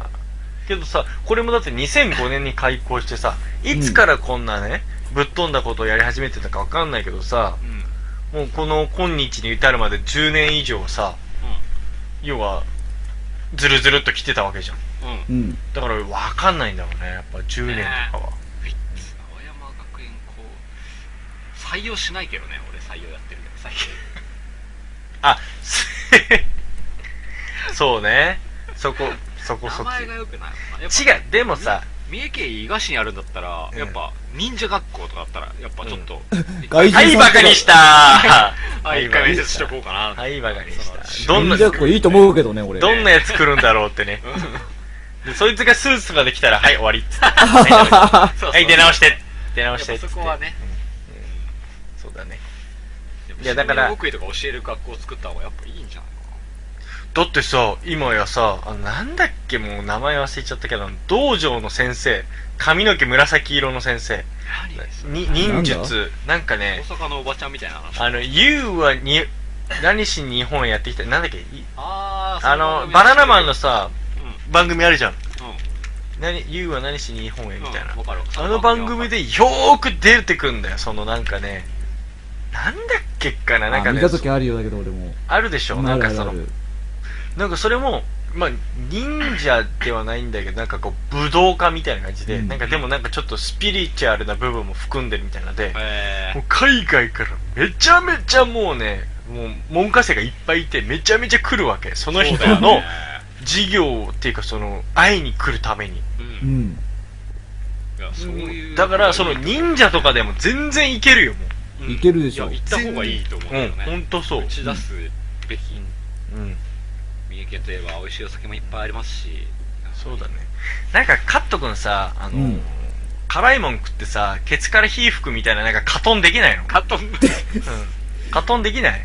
けどさこれもだって2005年に開校してさいつからこんなね、ぶっ飛んだことをやり始めてたかわかんないけどさ
うん
もうこの今日に至るまで10年以上さ要はずるずるっと来てたわけじゃん
うんうん
うん。
だから分かんないんだろうねやっぱ10年とかは、
ウィッツ青山学園こう採用しないけどね俺採用やってるけど最近
あ すそうねそこそこ
名
そっ
前
ち
が良くないもんなやっぱ
違うでも さ
三重県伊賀市にあるんだったら、やっぱ忍者学校とかあったらやっぱちょっと、
外人
は
さん
いバカにした
あ
は
一回面接しとこうかな
はいバカにし
そ
た
の
どんな
忍者学校いいと思うけどね、俺。
どんなやつ来るんだろうってね
うん
でそいつがスーツとかできたらはい終わりっ つって
そうそ う
はい出直して出直
やっ
して
ぱ
っつって
そこはね、
そうだね
うん
いやだから
僕とか教える学校を作った方がやっぱいいんじゃないか
だってさ今やさあなんだっけもう名前忘れちゃったけど道場の先生髪の毛紫色の先生
な何それ
に忍術なんか
大
ね
阪のおばちゃんみたいな話
あの YOU はに何しに日本やってきたなんだっけい
あー
あのバナナマンのさ
う
番組あるじゃん
んうん
何 YOU は何しに日本へみたいな
うんわかる
あの番組でよーく出てくんだよそのなんかねなんだっけかななん
あ
か
見
ね
た時あるようだけど、俺も。
あるでしょ
あ
なん
る
か
ある
そ
あ
の
る。
なんかそれも、まあ、忍者ではないんだけど、なんかこう、武道家みたいな感じで、
うん
なんかでもなんかちょっとスピリチュアルな部分も含んでるみたいなので、
え
もう海外からめちゃめちゃもうね、もう文科生がいっぱいいて、めちゃめちゃ来るわけ。そ
ー、
の人
そうだよ
の
ね
授業っていうか、その、会いに来るために。
う
うんん。
いやそういう
だから、その忍者とかでも全然いけるよ、も
うん
いけるでしょ
いや行った方がいいと思う
う。
け
うん
ど、
ほ
ね
んとそう
打。ち出すべき
うん。
三重県といえば美味しいお酒もいっぱいありますし
そうだね。なんか、カット君さ、あの、
うん
辛いもん食ってさ、ケツから火吹くみたいな、なんか、カトンできないの
カットン
うんカトンできない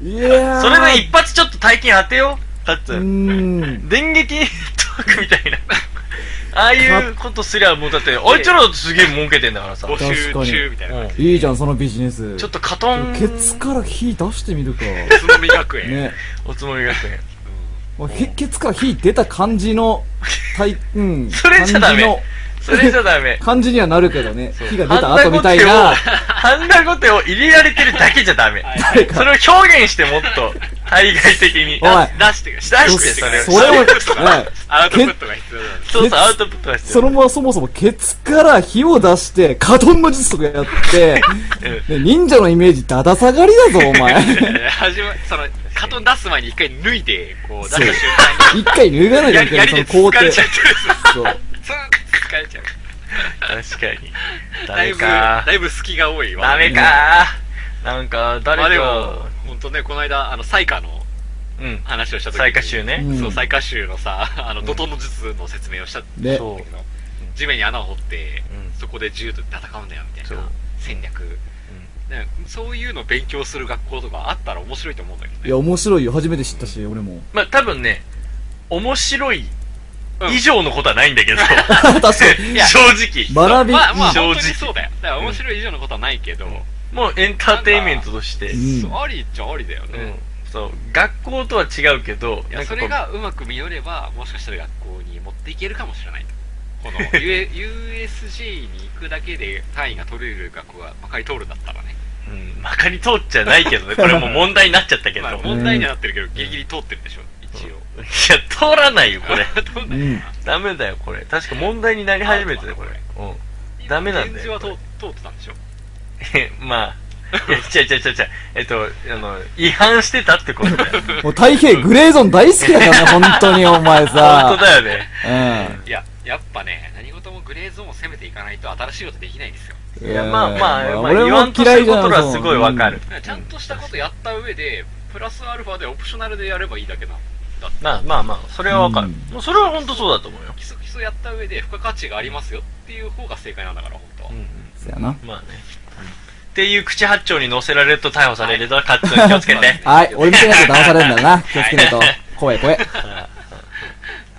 いやー。
それで一発ちょっと大金当てようだっ
う
て、
ーん。
電撃トークみた いなああいうことすりゃもうだってあいつらだってすげえ儲けてんだからさ、
募
う
集中みたいな感
ん、
いいじゃん、そのビジネス。
ちょっとカトン
ケツから火出してみるか。
じ宇都宮学園、
ね。
おつもり学園
もうへケツから火出た感じの、体、うん。
それじゃダメ
感じの
それじゃダ メ
感じにはなるけどね。火が出た
ハ
後
ンダ
み
ゴテ
たい
を
な。
ハンダゴテを入れられてるだけじゃダメ
誰
そ
か。
れを表現してもっと対外的に
おい
出して出
出
し
してて
そ
そ
れ
れ
を
を
それを、はい。
アウトプットが必要だよね
そうそうアウトプットはして
そのままそもそもケツから火を出して、カトンの術とかやって、で忍者のイメージだだ下がりだぞ、お前。
始まそのカットン出す前に一回脱いでこう出した
そう
瞬間
一回脱がな
に
きゃ
や
い
り
け
や
ない、
り
そ
で疲
の工程。
れちゃってる
そう。
ツン疲れちゃう
確かに
だ
誰
いぶ
か
だいぶ隙が多いわ
ダメかなんか
まあ
誰
で
か
も本当ねこの間あのサイカの
うん
話をした時に
最下集ね、
うん
そう最下集のさあの怒涛の術の説明をしたんだけ
で、
そう
ど地面に穴を掘って
うん
そこで銃と戦うんだよみたい
そう
な戦略ねそういうの勉強する学校とかあったら面白いと思うんだけど
い
ね
や、面白いよ。初めて知ったし、俺も。
まあ多分ね面白い
うん
以上のことはないんだけ ど、
確かに。
いや
正直。
学び、
まあまあ、
正直
本当にそうだよ。だから面白い以上のことはないけど、
もうエンターテインメントとして、
ん
そうありっちゃありだよ
うん
ね。
そう、学校とは違うけど、
い
な
や、
んか
そ
こ
れ
う、
がうまく見よれば、もしかしたら学校に持っていけるかもしれない。この U- USJ に行くだけで単位が取れる学校がまかり通るんだったらね。
うん、まかり通っちゃないけど ね、これもう問題になっちゃったけど。
まあ、
い
問題にはなってるけど、ギリギリ通ってるでしょ、一応。
や、通らないよ、これ。
通 ん
う
ない
ん。
ダメだよ、これ。確か問題になり始めてたよ、これ。うダメなんだよ
現状は通通ってたんでしょ。
ん。え、 まあ。いや、違う違う違う違う。えっと、あの、違反してたってことだ よ。
もう太平、グレーゾーン大好きだから ね、本当にお前さ。
本当だよね。
うん。
いや、やっぱね、何事もグレーゾーンを攻めていかないと新しいことできないんですよ。
いや、まあまあ、まあ、
俺
言わん
も
とす
嫌い
る
じ
こ
ゃ
と
ん
はすごいわかる。。
ちゃんとしたことやった上で、プラスアルファでオプショナルでやればいいだけなの。だって、
まあまあまあ、それはわかる。
うん
もうそれは本当そうだと思うよ。
基礎基礎やった上で付加価値がありますよっていう方が正解なんだから、本当は。
そやな。
まあね。っていう口八丁に乗せられると逮捕されるとは勝つのに気をつけて。
はい、俺みたいなやつ騙されるん だよな。気をつけないと。怖い怖い。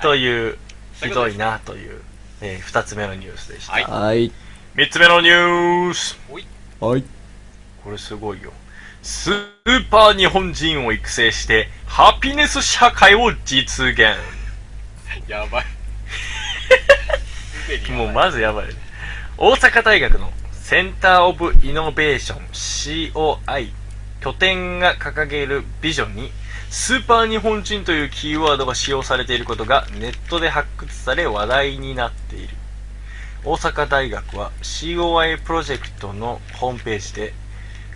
という、ひどいなという、えー二つ目のニュースでした。
はい
はい。
三つ目のニュース
はい。
これすごいよ。スーパー日本人を育成して、ハピネス社会を実現。
や ばい。すでにやば
も
いう
まずやばい。大阪大学のセンターオブイノベーション COI 拠点が掲げるビジョンにスーパー日本人というキーワードが使用されていることがネットで発掘され話題になっている。大阪大学は COI プロジェクトのホームページで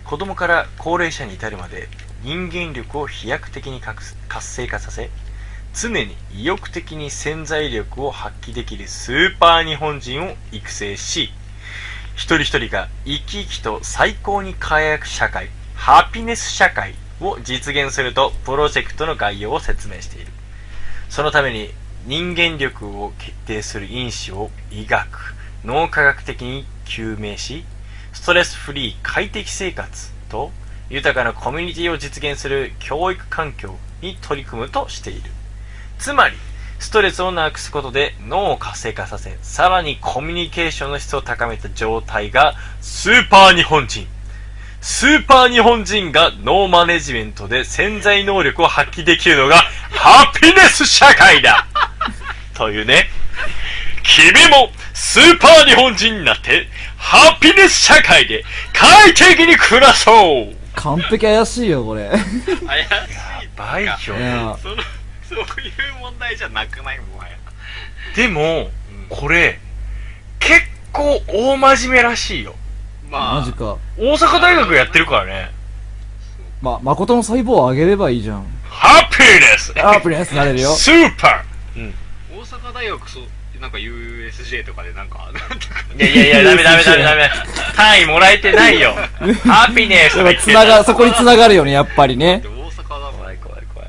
子供から高齢者に至るまで人間力を飛躍的に活活性化させ常に意欲的に潜在力を発揮できるスーパー日本人を育成し一人一人が生き生きと最高に輝く社会ハピネス社会を実現するとプロジェクトの概要を説明しているそのために人間力を決定する因子を医学脳科学的に究明しストレスフリー快適生活と豊かなコミュニティを実現する教育環境に取り組むとしているつまりストレスをなくすことで脳を活性化させさらにコミュニケーションの質を高めた状態がスーパー日本人スーパー日本人が脳マネジメントで潜在能力を発揮できるのがハピネス社会 だというね君もスーパー日本人になってハピネス社会で快適に暮らそう
完璧怪しいよ、これ。
怪しい
バイ
いや
その、そういう問題じゃなくないもはや。
でもこれ結構大真面目らしいよ
まあ、
マジか。
大阪大学やってるからね。
ま、誠の細胞をあげればいいじゃん。
ハッピーです
あー、プレスなれるよ。
スーパ
大阪大学、そう、なんか USJ とかでなんか、なんとか
ーいやいやいや、ダメダメダメダメ。 単位もらえてない よ。ハッピーネス
やっぱ繋が、そこに繋がるよね、やっぱり
っ
ね
て。大阪だもん
怖い怖い怖い。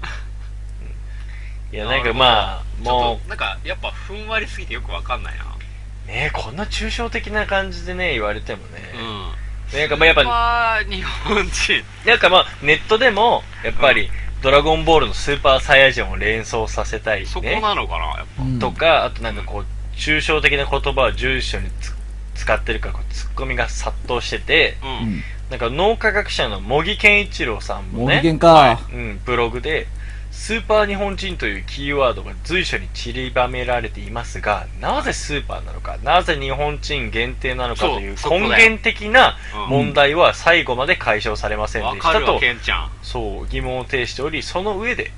いや、なんかまあ、
ちょ
も
っとなんかやっぱふんわりすぎてよくわかんないな
う、ねこんな抽象的な感じでね、言われてもね。
うん
なんかまあやっぱ、
ぱ日本人
なんかまあ、ネットでも、やっぱり、ドラゴンボールのスーパーサイヤ人を連想させたい
そこ
ね。
なのかなやっぱ
うん
とか、あとなんかこう、抽象的な言葉を住所につ使ってるから、こうツッコミが殺到してて、
うん、
うん。
なんか脳科学者の茂木健一郎さんも
模擬
ね、
犬か。
うん、ブログで、スーパー日本人というキーワードが随所に散りばめられていますが、なぜスーパーなのか、なぜ日本人限定なのかという
そうそこ
根
だよ
源的な
うん
問題は最後まで解消されません
わ
でし
か
た
るわ
と、
ケンちゃん
そう疑問を呈しており、その上で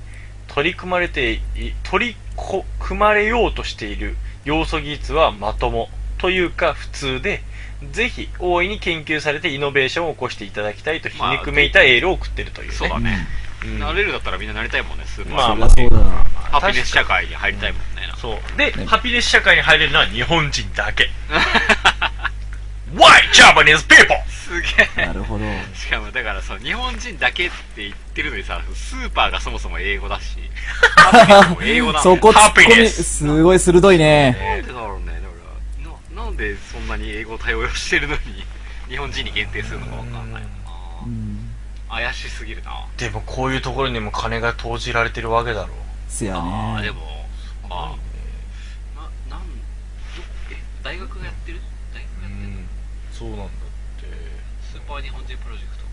取り組まれてい、取りこ組まれようとしている要素技術はまともというか普通で、ぜひ大いに研究されてイノベーションを起こしていただきたいと皮
まあ
肉めいたエールを送ってるというね。
そうだね、
うん
なれるだったらみんななりたいもんねスーパー、
まあ
そりゃそうだな。
ハピネス社会に入りたいもんね、なんか
そう。で、ハピネス社会に入れるのは日本人だけ。Why Japanese people?
すげえ
な るほど。
しかもだからそう日本人だけって言ってるのにさスーパーがそもそも英語だしハピネスも英語なんだ
そ
よ
こ突っ込
Happiness
み、すごい鋭いね。
なんでだろうねだからななんでそんなに英語対応してるのに 日本人に限定するのかわかんないな
うん。
怪しすぎるな
でもこういうところにも金が投じられてるわけだろう。
せや
あーで
ね。
もまあ
そうなんだって
スーパー日本人プロジェクト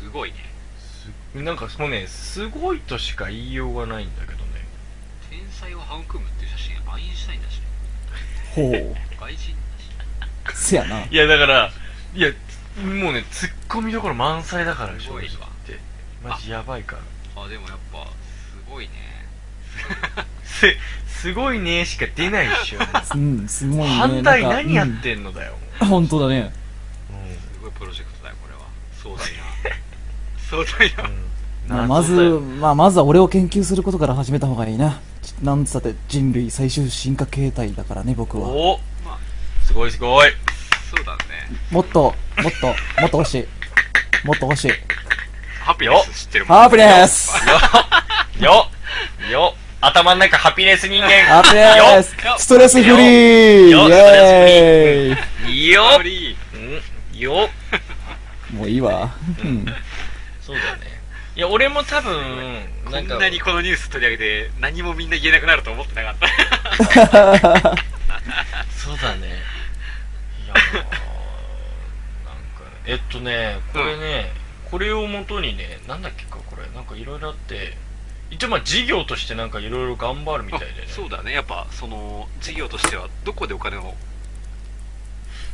すごいね
うんすなんかそのねすごいとしか言いようがないんだけどね
天才を育むっていう写真アインシュタインだしね
ほう。
外人だし
せやな。
いやだからいやもうねツッコミどころ満載だから
す
正
ご
直
い
言
わ
ってマジやばいから
あでもやっぱすごいね
すすごいねしか出ないっし ょ
うん、すごいね。
反対
なんか
何やってんのだよ、
うん本当だね。
すごいプロジェクトだよこれは壮 大な壮大な
まあ、まず、まあ、まずは俺を研究することから始めた方がいいな。ちなんつったって人類最終進化形態だからね、僕は。
お
まあ
すごいすごい
そうだね
もっと、もっと、もっと欲しい。もっと欲しい。
ハピネス知ってるもん
ハープです
よよ頭の中ハピネス人間
ハープです
よ
ストレスフリーイ
よ
ェーイ
よ
ハリー
んよ
もういいわ。うん。
そうだねいや俺も多分
こ
なん
ん
か
なにこのニュース取り上げて何もみんな言えなくなると思ってなかった
そうだねいやなんかえっとねこれね、これをもとにねなんだっけかこれなんかいろいろあって一応まあ事業としてなんかいろいろ頑張るみたいでね
そうだねやっぱその事業としてはどこでお金を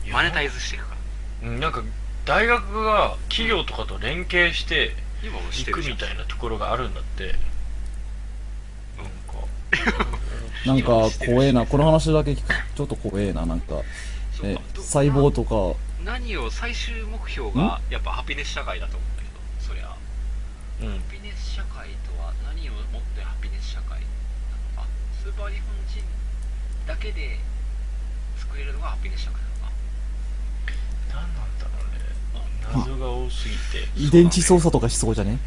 いや
マネタイズしていくか
うんなんか大学が企業とかと連携して
今もし
行
て
く
るじゃ
み
ん
たいなところがあるんだってなん
なんか、怖えな。この話だけ聞くちょっと怖えな。なんか、
そう
え
か、ど
細胞とか、
な何を最終目標がやっぱハピネス社会だと思うんだけどそりゃハ
かうん
ピネス社会とは何をもってハピネス社会なのかスーパー日本人だけで作れるのがハピネス社会なのか
何なんだろうね謎が多すぎて
遺伝子操作とかしそうじゃね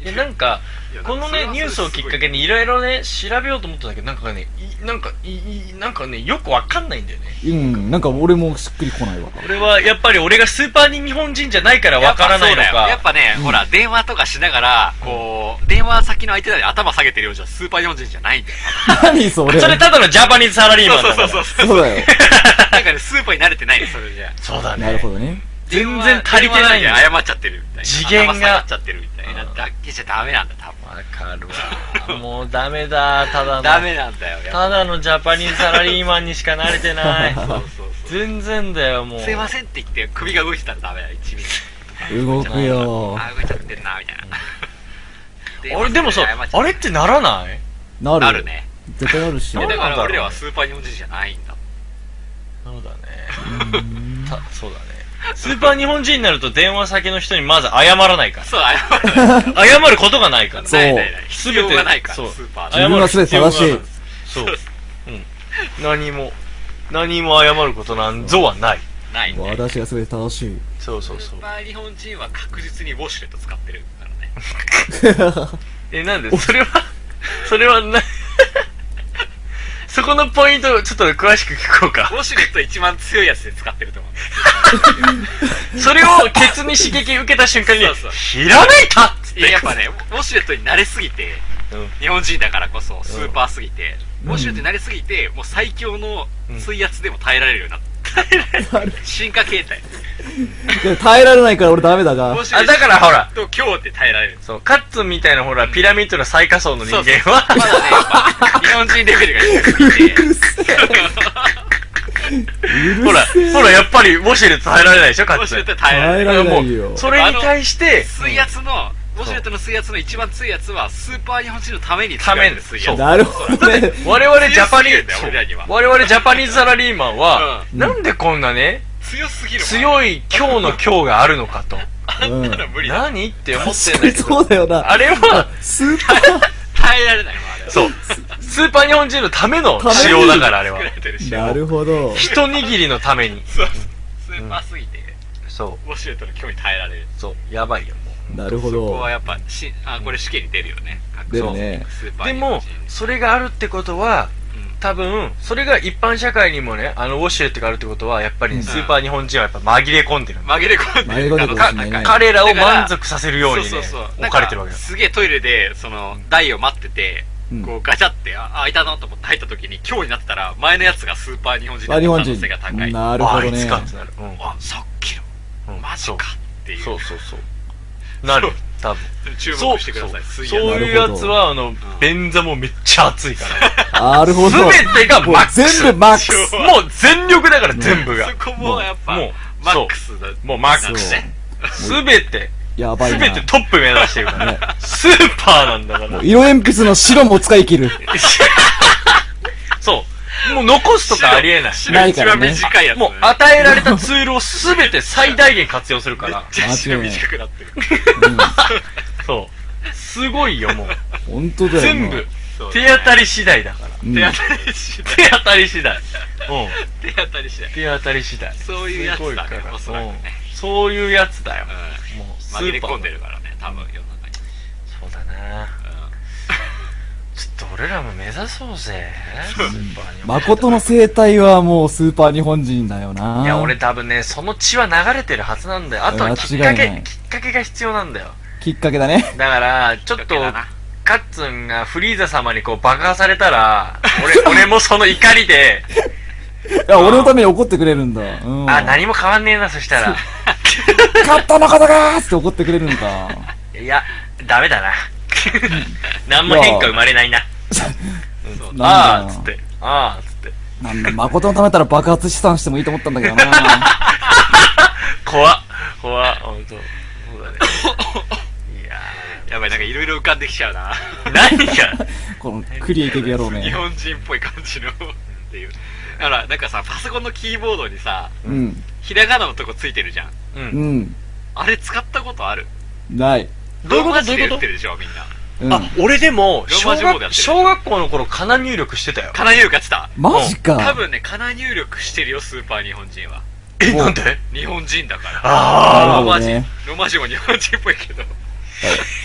いやなんか
いや
このね
そ
ニ
れ
ュー
は
ス
それ
をきっ
すごい
かけにいろいろね調べようと思ったんだけどなんかねいなんかいいなんかねよくわかんないんだよね
うん、なんか俺もしっくりこないわ。
俺はやっぱり俺がスーパーに日本人じゃないからわからないの
やっぱそうだよやっ
か
ぱね、ほら、電話とかしながら、こう、電話先の相手で頭下げてるようじゃ、スーパー日本人じゃ ないんだよ。
何それ
それただのジャパニーズサラリーマンだから
そうそうそう。
そうだよ。
なんかね、スーパーに慣れてないね、それじゃ。
そうだね
なるほどね。
全然足りてないん
電
だ
話
よ
謝っちゃってるみたいな。
次元が
頭下がっちゃってるみたいな
うん
だけじゃダメなんだ、多分。
わかるわもうダメだただの
ダメなんだよ、やった
だのジャパニーズサラリーマンにしか慣れてない
ぱ。そうそうそ
全然だよもう
う。すいませんって言って、首が動いてたらダメだ、1ミリ。
動くよ
あ、動いちゃってんな、みたいな。電話
俺でもさ
先謝っちゃ
あれってならない
なる。
なる。ね。
絶対なるし。
いやだか
なんだろ
ら
う
俺らはスーパー日本人じゃないんだ。
そうだねたそうだねスーパー日本人になると電話先の人にまず謝らないから
そう、謝る。
謝ることがないから
そう
ないないない必要がないから、ス
そう
ーパー
謝る
自分はすべて正し
必要
い
が。そううん何も何も謝ることなんぞはない
ないね
私がすべて正しい。
そうそうそ
ス
う
ーパー日本人は確実にウォシュレット使ってるからね
えなんでそれは それはなそこのポイントちょっと詳しく聞こうか
ウォシュレット一番強いやつで使ってると 思う
それをケツに刺激受けた瞬間に
そうそう
ひらめいたっつっ
いや
て
やっぱねウォシュレットに慣れすぎて
うん
日本人だからこそスーパーすぎて、
うん
ウォシュレットに慣れすぎてもう最強の
うん
水圧でも耐えられるようになった、進化形態
でも耐えられないから俺ダメだが
ウォ。シュレ
あ
ット
だからほら
と今日って耐えられる
そうカッツンみたいなほらピラミッドの最下層の人間
ま
は
だねや っぱ日本人レベルが低すぎて
うっせえ。
ほらほらやっぱりウォシュレット耐えられないでしょカ
ウォ
ッ
シ
ツ
ュレット
ン
に耐えられ
耐え
る
られな
も
いよ
う。それに対して
水圧の、ウォシュレットの水圧の一番強いやつは、スーパー日本人のために使
ため
え
に
る水
そ
圧。
う
なるほどね。
我々ジャパニ
強すぎる
ー
んだよ俺らには
ズ、我々ジャパニーズサラリーマンは、
うん
なんでこんなね、
強すぎるわ。
強い今日の今日があるのかと。
あんなの無理だ。
何って思ってんだけど。
そうだよな。
あれは、
スーパー。
耐えられないわ、あれは。
そう、スーパー日本人のための
ために
仕様だから、あれは
作。られてるし。
なるほど。
一握りのために。
そうスーパーすぎて、
そ
ウォシュレットの興味耐えられる。
う、そう、やばいよ、も
なるほ
ここは
ど。
やっぱ、しあ、これ試験に出るよね。
出るね
そうスーパ
う。
ー
で
日本
も
人。、
それがあるってことは、
うん
多分、それが一般社会にもね、あの、ウォシュレットがあるってことは、やっぱりね、スーパー日本人はやっぱ紛れ込んでるんだ
紛れ込んで
紛れ込んでるかもしれないね
彼らを満足させるようにね
そうそうそう、
置かれてるわけだ
なんかすげえトイレで、その、台を待ってて、
うん
こうガチャって、あ、あ開いたなと思って入った時に、今日になってたら、前のやつがスーパー日本人
あ、
で
日
可
本
能性が高い。
人。
あ、
なる
あ
ほ
あ
ど
いつ
ね
か。ってなる。うん。
さっきの、
うん
マジかっていう。
そうそうそう。なる。多分。
注目してください。
そう
水
そう
曜
なるほど
いうやつは、あの、便座もめっちゃ熱いから。
なるほど。もう
全てがマックス。
全部マックス。
部
もう全力だから、全部が。
そこもやっぱ、
もう
マックスだ。
もうマックス
そう
ね。すべて、
やば
す
い
べて
な。
トップ目指してるからね。スーパーなんだから。
色鉛筆の白も使い切る。
そう。もう残すとかありえない。
ないからね
一番短いやつ。
もう与えられたツールをすべて最大限活用するか
め っ
ら。
ちゃ足が
間違いない
短くなってる。
そう。すごいよ、もう。
本当だよ。
全部。
そう
手当たり次第だから。
うん。
手当たり次第。
手当たり次第。うん。
手当たり次第。
手当たり次第。
そういうやつだね、お
す
そ
ごいからら
く
うん
ね。
そういうやつだよ。
う
もう、ス
ん。紛れ
ーパー
込んでるからね、多分世の中に。
そうだなちょっと俺らも目指そうぜ。スーパーに。
誠の生態はもうスーパー日本人だよな。
いや、俺多分ね、その血は流れてるはずなんだよ。あとはきっ
間違
か
いな
け
い、
きっかけが必要なんだよ。
きっかけだね。
だから、ちょっと
だ、けだな
カッツンがフリーザ様にこう爆破された ら、俺、俺もその怒りで、
いや、俺のために怒ってくれるんだ。うん。
あ、何も変わんねえな、そしたら。
勝ったのかだかーって怒ってくれるのか。
いや、ダメだ な。何も変化生まれないな。
そう
あ
なん
あ、
だ
つって。ああ、つって。
なんだ、誠のためだったら爆発資産してもいいと思ったんだけど な。
怖っ。怖っ。ほんと。そうだね。いや
やばい、なんかいろいろ浮かんできちゃうな。
ー 何が
このクリエイティブ野郎
日
ね。
本人っぽい感じのっていう。だから、なんかさ、パソコンのキーボードにさ、
うん。
ひらがなのとこついてるじゃん。
う。
うんん。
あれ使ったことある
ない。
どういうこと
ローマ字
どういう
で
こ
打
と
ってるでしょ、みんな。
うん。
あ、俺でも、
ロー
小
マ字もやって
学、
る
小学校の頃、かな入力してたよ。
かな入力してた。
マジ
多
か。
分ね、かな入力してるよ、スーパー日本人は。
え、なんで
日本人だから。
あ
ロ
なる
ー
ほど
マ字、
ね。
ローマ字も日本人っぽいけど。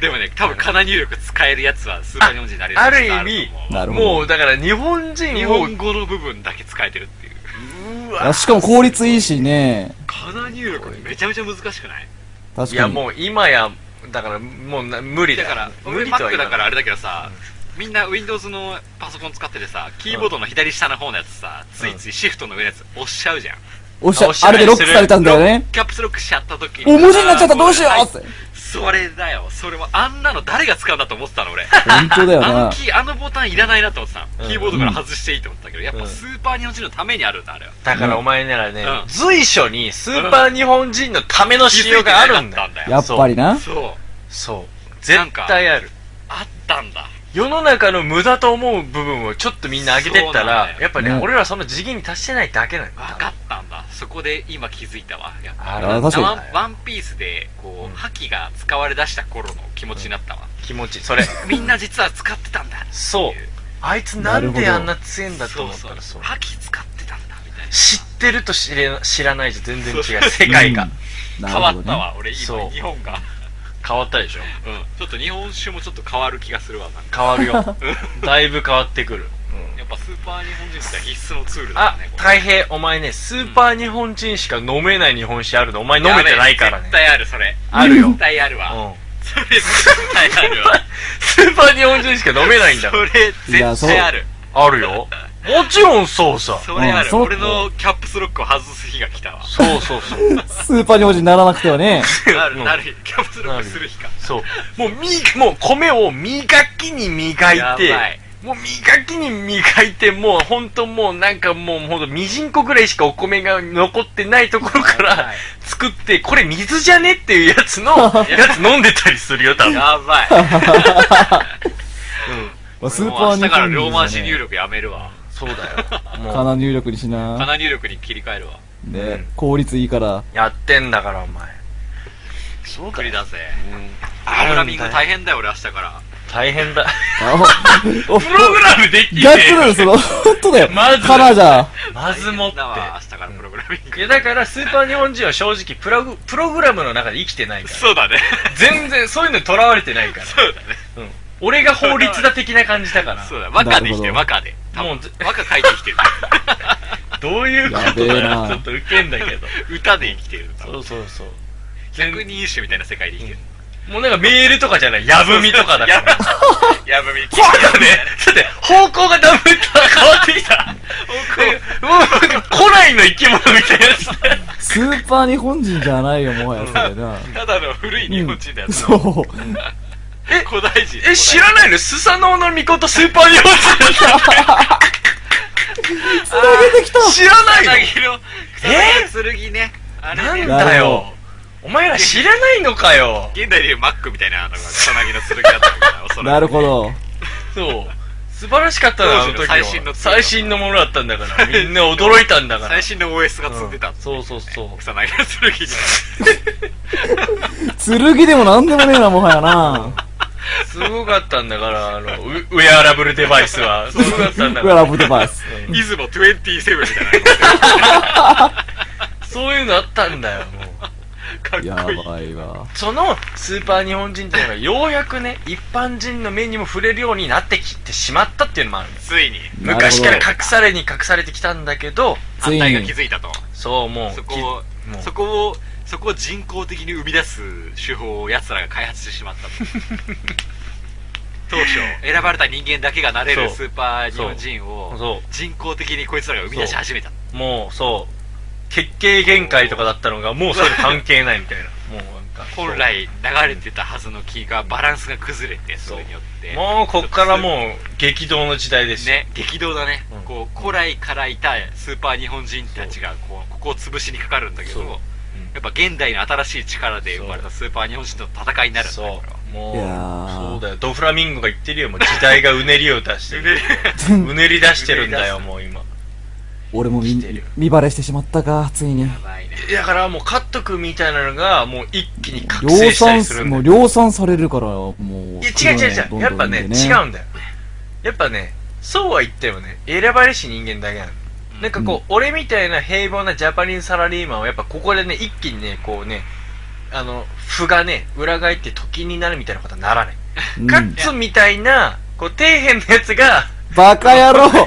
でもね、多分かな入力使えるやつはスーパー日本人になれる
あ
やつが
ある意味
と思う
な
あ、
るほ
も
ど。
う、だから日本人を、
日本語の部分だけ使えてるっていう。
う
あ
わ
しかも効率いいしね。
かな入力めちゃめちゃ難しくない
確
い
か
や、
に。
もう今や、だから、もうな無理だ
だ
よ
から、
無
俺
理とは
Mac
言わな
だか
い
らあれだけどさ、みんな Windows のパソコン使っててさ、キーボードの左下の方のやつさ、ついついシフトの上のやつ押しちゃうじゃん。
おっしゃ
あおっしゃ
あれでロックされたんだよね。
キャップスロックしちゃった時
お、文字になっちゃったどうしよ
あ
う
ー
って。
それだよ、それも、あんなの誰が使うんだと思ってたの俺。
本当だよ
あの
な。
キー、あのボタンいらないなと思ってた
う
の。
ん
キーボードから外していいと思ってたけど、やっ
う
ぱ
ん
スーパー日本人のためにあるんだ、あれは。
だからお前ならね、
うん
随所にスーパー日本人のための仕様があるんだよ。
気づいてなか
やっぱりな。
そう。
そう。
なん
絶
か
対ある。
あったんだ。
世の中の無駄と思う部分をちょっとみんな上げてった
そうなん
ら
だ、よ
やっぱね、
ね
俺らその次元に達してないだけなのよ。
分かったんだ。そこで今気づいたわ。やっぱ
あ
あ
ら、
確かに
ワンワンピースで、こ
うん
う、覇気が使われ出した頃の気持ちになったわ。
気持ちいい。それ。
みんな実は使ってたんだっていう。
そう。あいつなんであんな強いんだと
そ
思
う
った
そう
らそう。
覇気使ってたんだ、みたいな。
知ってると知れ知らないじゃ全然違う。
そう
世界が。
な
変わ
るほど
った
ね。
わ、俺
そう
今、日本が。
変わったでしょ
うん。ちょっと日本酒もちょっと変わる気がするわ、なんか。
変わるよ。 だいぶ変わってくる。
やっぱスーパー日本人って必須のツールだ
あ
ね、、これ
大平、お前ね、スーパー日本人しか飲めない日本酒あるの。お前飲めてないからね
絶。対ある、それ。
あるよ
絶対あるわ。
うん。
それ絶対あるわ。
スーパー日本人しか 飲めないんだ
そ
から。
れ絶対ある。
あるよ。もちろんそうさ。
それあ
うん
る。
その
俺のキャップスロックを外す日が来たわ。
そうそうそう。
スーパーにおじにならなくて はね。
な
う
る、
ん
なる。キャップスロックする日か。
そう。もう、み、もう米を磨きに磨いて
やばい、
もう磨きに磨いて、もう本当もうなんかもうほんとみじんこぐらいしかお米が残ってないところか
や
ら
ばい
作って、これ水じゃねっていうやつ の、やつ飲んでたりするよ、多分。
やばい。
まあスー
もう
パ
明
ーに。
日からローマ字入力やめるわ。
そうだよ。
か
もう、
な入力にし
か
な。
な入力に切り替えるわ。
ね、効率いいから。
やってんだから、お前。
そっくりだぜ。プログ
あ
ラ
る
ミン
ん
グ
だ
大
よ。
変だよ、俺明日から。
大変だ。
お、お、
プログラムでき
ガッツだよ、その、本当だよ。
まず
カナじゃ。
まずもって。
大変だわ明日からプログラミン
い
グ。
や、だから、スーパー日本人は正直、プログ、プログラムの中で生きてないから。
そうだね。
全然、そういうのにとらわれてないから。
そうだね。
俺が法律だ的な感じだから。
そうだ。和歌で生きてる、
な
和歌で。多
もう
分
ず、
和歌書いて生きてる。
どういうことだ
やべえな
よ。ちょっとウケんだけど。
歌で生きてる。多分
そうそうそう。
百人一首みたいな世界で生きてる。
もうなんかメールとかじゃない、 やぶみとかだから。だ
やぶみき
ってね、だって方向がだんだん変わってきた。もうなんか古来の生き物みたいなやつだよ
スーパー日本人じゃないよ、もはやそれな。
ただの古い 日本人だよ、
そう。
古代人
え、知らないのスサノオのミコとスーパー日本人だった
繋げてきた
知らないの
草薙の草薙の剣ねあれ
なん
ね
だよ。お前ら知らないのかよ。
現代でいうマックみたいなのが草薙の剣だったのかなおそらく
なるほど。
そう。素晴らしかったな、あの時は。
当時の最新の
最新のものだったんだから。みんな驚いたんだから。
最新の OS が積んでた、
そうそうそう。
草薙の剣に
剣でもなんでもねえな、もはやな。
すごかったんだから、あの、ウウェアラブルデバイスは。すごかったんだ
ウ
か
ェア
ら。
ラブルデバイス。
イズモ27みたい
そういうのあったんだよ、もう。
な
や
かっこいい
ばいわ。
そのスーパー日本人っていうのがようやくね、一般人の目にも触れるようになってきてしまったっていうのもあるんです。
ついに
なるほど
昔から隠されに隠されてきたんだけど、
つ
反
い
対が気
に、
づいたと
そう、もう、
そ
き
こを
もう
そこをそこを人工的に生み出す手法を奴らが開発してしまったと当初選ばれた人間だけがなれる
そ
スーパー日本人を
そ
人工的にこいつらが生み出し始めた
う、もう、そう、血形限界とかだったのが、もうそれ関係ないみたいな。 もうなんか、
本来流れてたはずの木がバランスが崩れてそれによって
もうこっからもう激動の時代ですよ
ね激動だね、
うん
こう古来からいたスーパー日本人たちがこうここを潰しにかかるんだけど
そううん
やっぱ現代の新しい力で生まれたスーパー日本人との戦いになるんだ
そ
よ
うもう
いやー
そうだよドフラミンゴが言ってるよもう時代がうねりを出して るうねり出してるんだよもう今
俺も見
来てる、
見バレしてしまったか、つい に。
やばい ね
だからもうカット君みたいなのがもう一気に覚
量
醒した
産
りする
す、
んだ
もう
よ
量産されるから、も
い
う。
や違う違う違
ど
うん
どん
やっぱね
どんどん
違うんだよやっぱねそうは言ってもね選ばれし人間だけなのなんかこう、俺みたいな平凡なジャパニーズサラリーマンはやっぱここでね一気にねこうねあの歩がね裏返って時になるみたいなことはならない
うん
カッツンみたいな、こう、底辺のやつが、
バカ野郎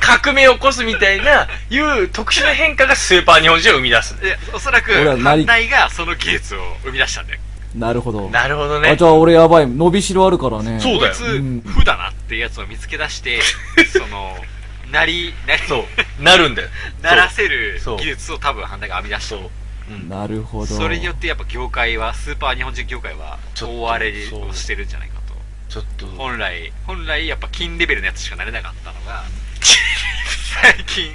革命を起こすみたいな、いう特殊な変化がスーパー日本人を生み出す。
いやおそらく
俺はなり
反対がその技術を生み出したんだよ
なるほど。
なるほど
あ、
ね
じ。ゃあ俺やばい。伸びしろあるからね。
そう
こ
だ
い
よ。
つ
うん
負だなっていうやつを見つけ出してそのなりなり
そう。なるんだよ。
ならせる
そう
技術を多分反対が編み出した
そう。うん。
なるほど。
それによってやっぱ業界はスーパー日本人業界は
ちょっと
大荒れ
そう
をしてるんじゃないかと
ちょっと、
本来本来やっぱ金レベルのやつしかなれなかったのが最近
うん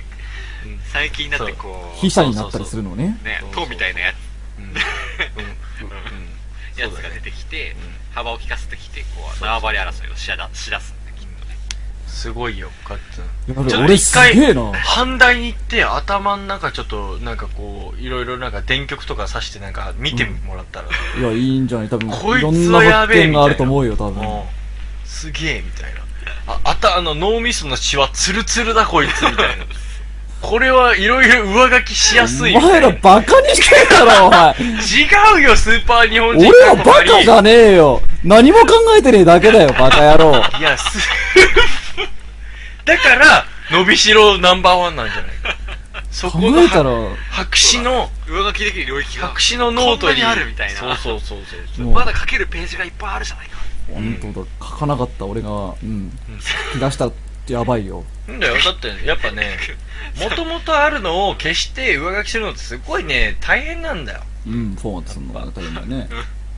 最近になってこう
被者になったりするのね。
ね
そうそう
塔みたいなや
うん。うん。
つやつが出てきて、
ん
幅を利かせてきてこ
そう
う
そう
縄張り争いをしだしだすんだきっとね
すごいよ、カッツン。
やべ
ちょっと
俺
一
す
回
げえな。
反対に行って、頭の中ちょっと、なんかこう、いろいろなんか電極とか刺してなんか見てもらったら、
いや、いいんじゃない多分、
こい
いろ
つ
んな
はや
発
べえみたいな
見があると思うよ、多分。
もうすげえみたいなああたあの脳みその血はツルツルだこいつみたいなこれはいろいろ上書きしやすい
お
みた
前
いな
らバカにしてんだろ、お前。
違うよスーパー日本人
俺はバカじゃねえよ。何も考えてねえだけだよ、バカ野郎。
いやすだから伸びしろナンバーワンなんじゃないかそ
考
この
え
は
たら、
白紙の
上書きできる領域が
白紙のノート
こんな
に
にあるみたいな
そうそうそうそう
もう、
まだ書けるページがいっぱいあるじゃないか
ん
本当だ、書かなかった俺が、うん。出したら、やばいよ。
なんだよ、だって、やっぱ ね、もともとあるのを消して上書きするのってすごいね、大変なんだよ。
うん、フォーマットするのが大変だね。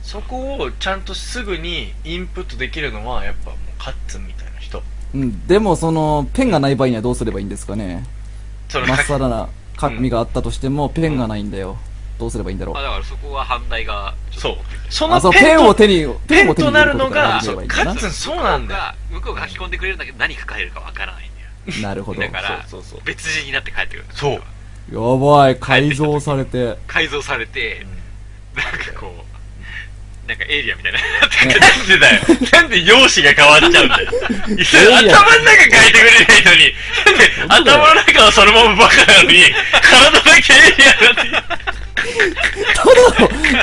そこをちゃんとすぐにインプットできるのは、やっぱもうカッツンみたいな人。
うん、でもその、ペンがない場合にはどうすればいいんですかね。
その
まっ
か
さらな紙があったとしても、ペンがないんだよ。どうすればいいんだろう
まあ。だからそこは反対が
そう。そ
あ、
の
そう、
ペ
ペ
ン
ンを
と、
手に、
ペン
を手
と
に
な
入れ
る
るこ
の
とが
が、
でき
そ
れば
う
いいん
カ
だ
ッ
な。
ツンそうなんだよ。
向こうが書き込んでくれるんだけど何書かれるかわからないんだよ
なるほど。
だ
や
から
そうそうそう
別人になって帰ってくる
そう
ばい、改造されて。
改造されて、なんかこうなんかエイリアンみたいな
なんでだよ。なんで容姿が変わっちゃうんだよ。いや
やいや
頭の中変えてくれないのに、なんで頭の中はそのままバカなのに、体だけエリアになって。
ただの、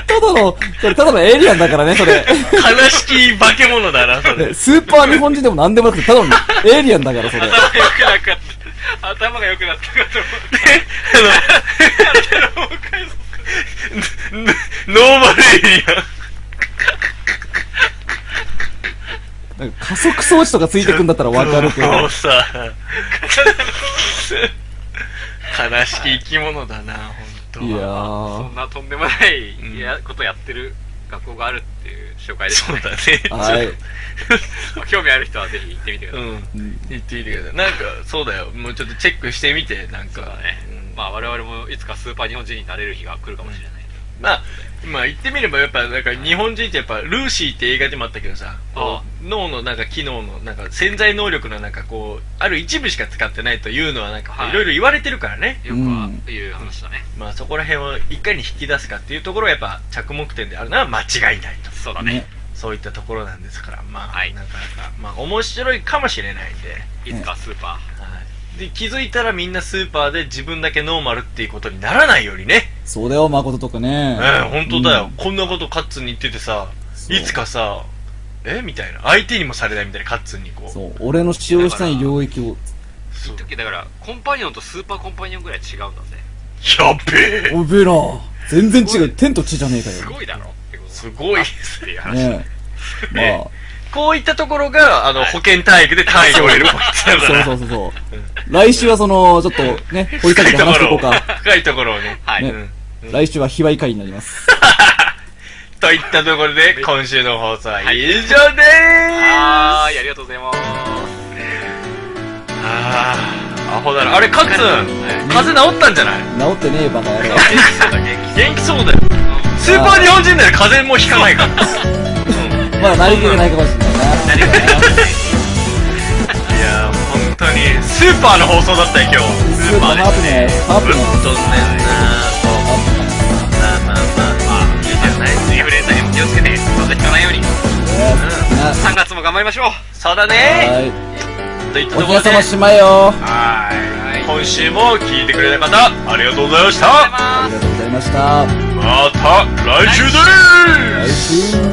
ただの、それただのエイリアンだからね、それ。
悲しき化け物だな、それ
ね。スーパー日本人でも何でもなくて、ただのエイリアンだから、それ。
頭が良くなかった頭が良くなったかと思って
あの、ノーマルエイリアン。
なんか加速装置とかついてくんだったらわかるけど。
もう さ、悲しき生き物だな、ほん
い
と。
や
そ
ー
ん。なとんでもない
ん
いやことやってる学校があるっていう紹介です
そう
ね
だね。
はい。
まあ興味ある人はぜひ行ってみてくだ
う
さい、
ん。言ってみてください。なんか、そうだよ。もうちょっとチェックしてみて、なん
そう
か
だ。ね、
うん
まあ我々もいつかスーパー日本人になれる日が来るかもしれない、
まあ、まあ言ってみればやっぱ、なんか日本人ってやっぱ、ルーシーって映画でもあったけどさ、こう脳のなんか機能の、なんか潜在能力のなんかこう、ある一部しか使ってないというのはなん
は
か、
い
いろいろ言われてるからね。
よくはいう話だね、
まあそこら辺をいかに引き出すかっていうところがやっぱ着目点であるのは間違いないと。
そうだね
ね。
そういったところなんですから、まあ、
はい
なかなか、まあ面白いかもしれないんで、
いつかスーパ
はい。で、気づいたらみんなスーパーで自分だけノーマルっていうことにならないようにね。
そうだよ、誠とかね。
ええ、本当だよ、
うん
こんなことカッツンに言っててさ
そう
いつかさえみたいな相手にもされないみたいなカッツンにこう
そう、俺の使用したい領域を。
ー
そう
一時だからコンパニオンとスーパーコンパニオンぐらい違うんだぜ
やっべえ
おべえな全然違う。天と地じゃねえか
す
よ。
ごいだろってこと
すごい
っていう話
ねえ。まあ。
こういったところがあの、保健体育で単位を得るポイントだ
そうそうそうそう。来週はその、ちょっとね、掘り下げて話していこうか。
深いところをね
はい、
ね
うん
来週は卑猥会になります。
といったところで今週の放送は以上でーす、
はーいありがとうございます
あーアホだなあれカッツン風邪治ったんじゃない
治ってねえバカ野郎。
元気そうだよスーパー日本人なら風邪もひかないから
まだ慣れきれないかもしれないな。
いやー本当にスーパーの放送だったよ今日
スーパーのアプリね、アプリの。
飛んでんなまあまあまあまあいいじゃない
インフルエンザにも気をつけて風邪ひかないように
ね
3月も頑張りましょう
そうだ
な
ね
はい。
といった
お
と
疲
こ
れ
ろで
様しまえよ。
はーい今週も聞いてくれた方ありがとうございました
バイバーイ
ありがとうございました。
また来週でーす
来週。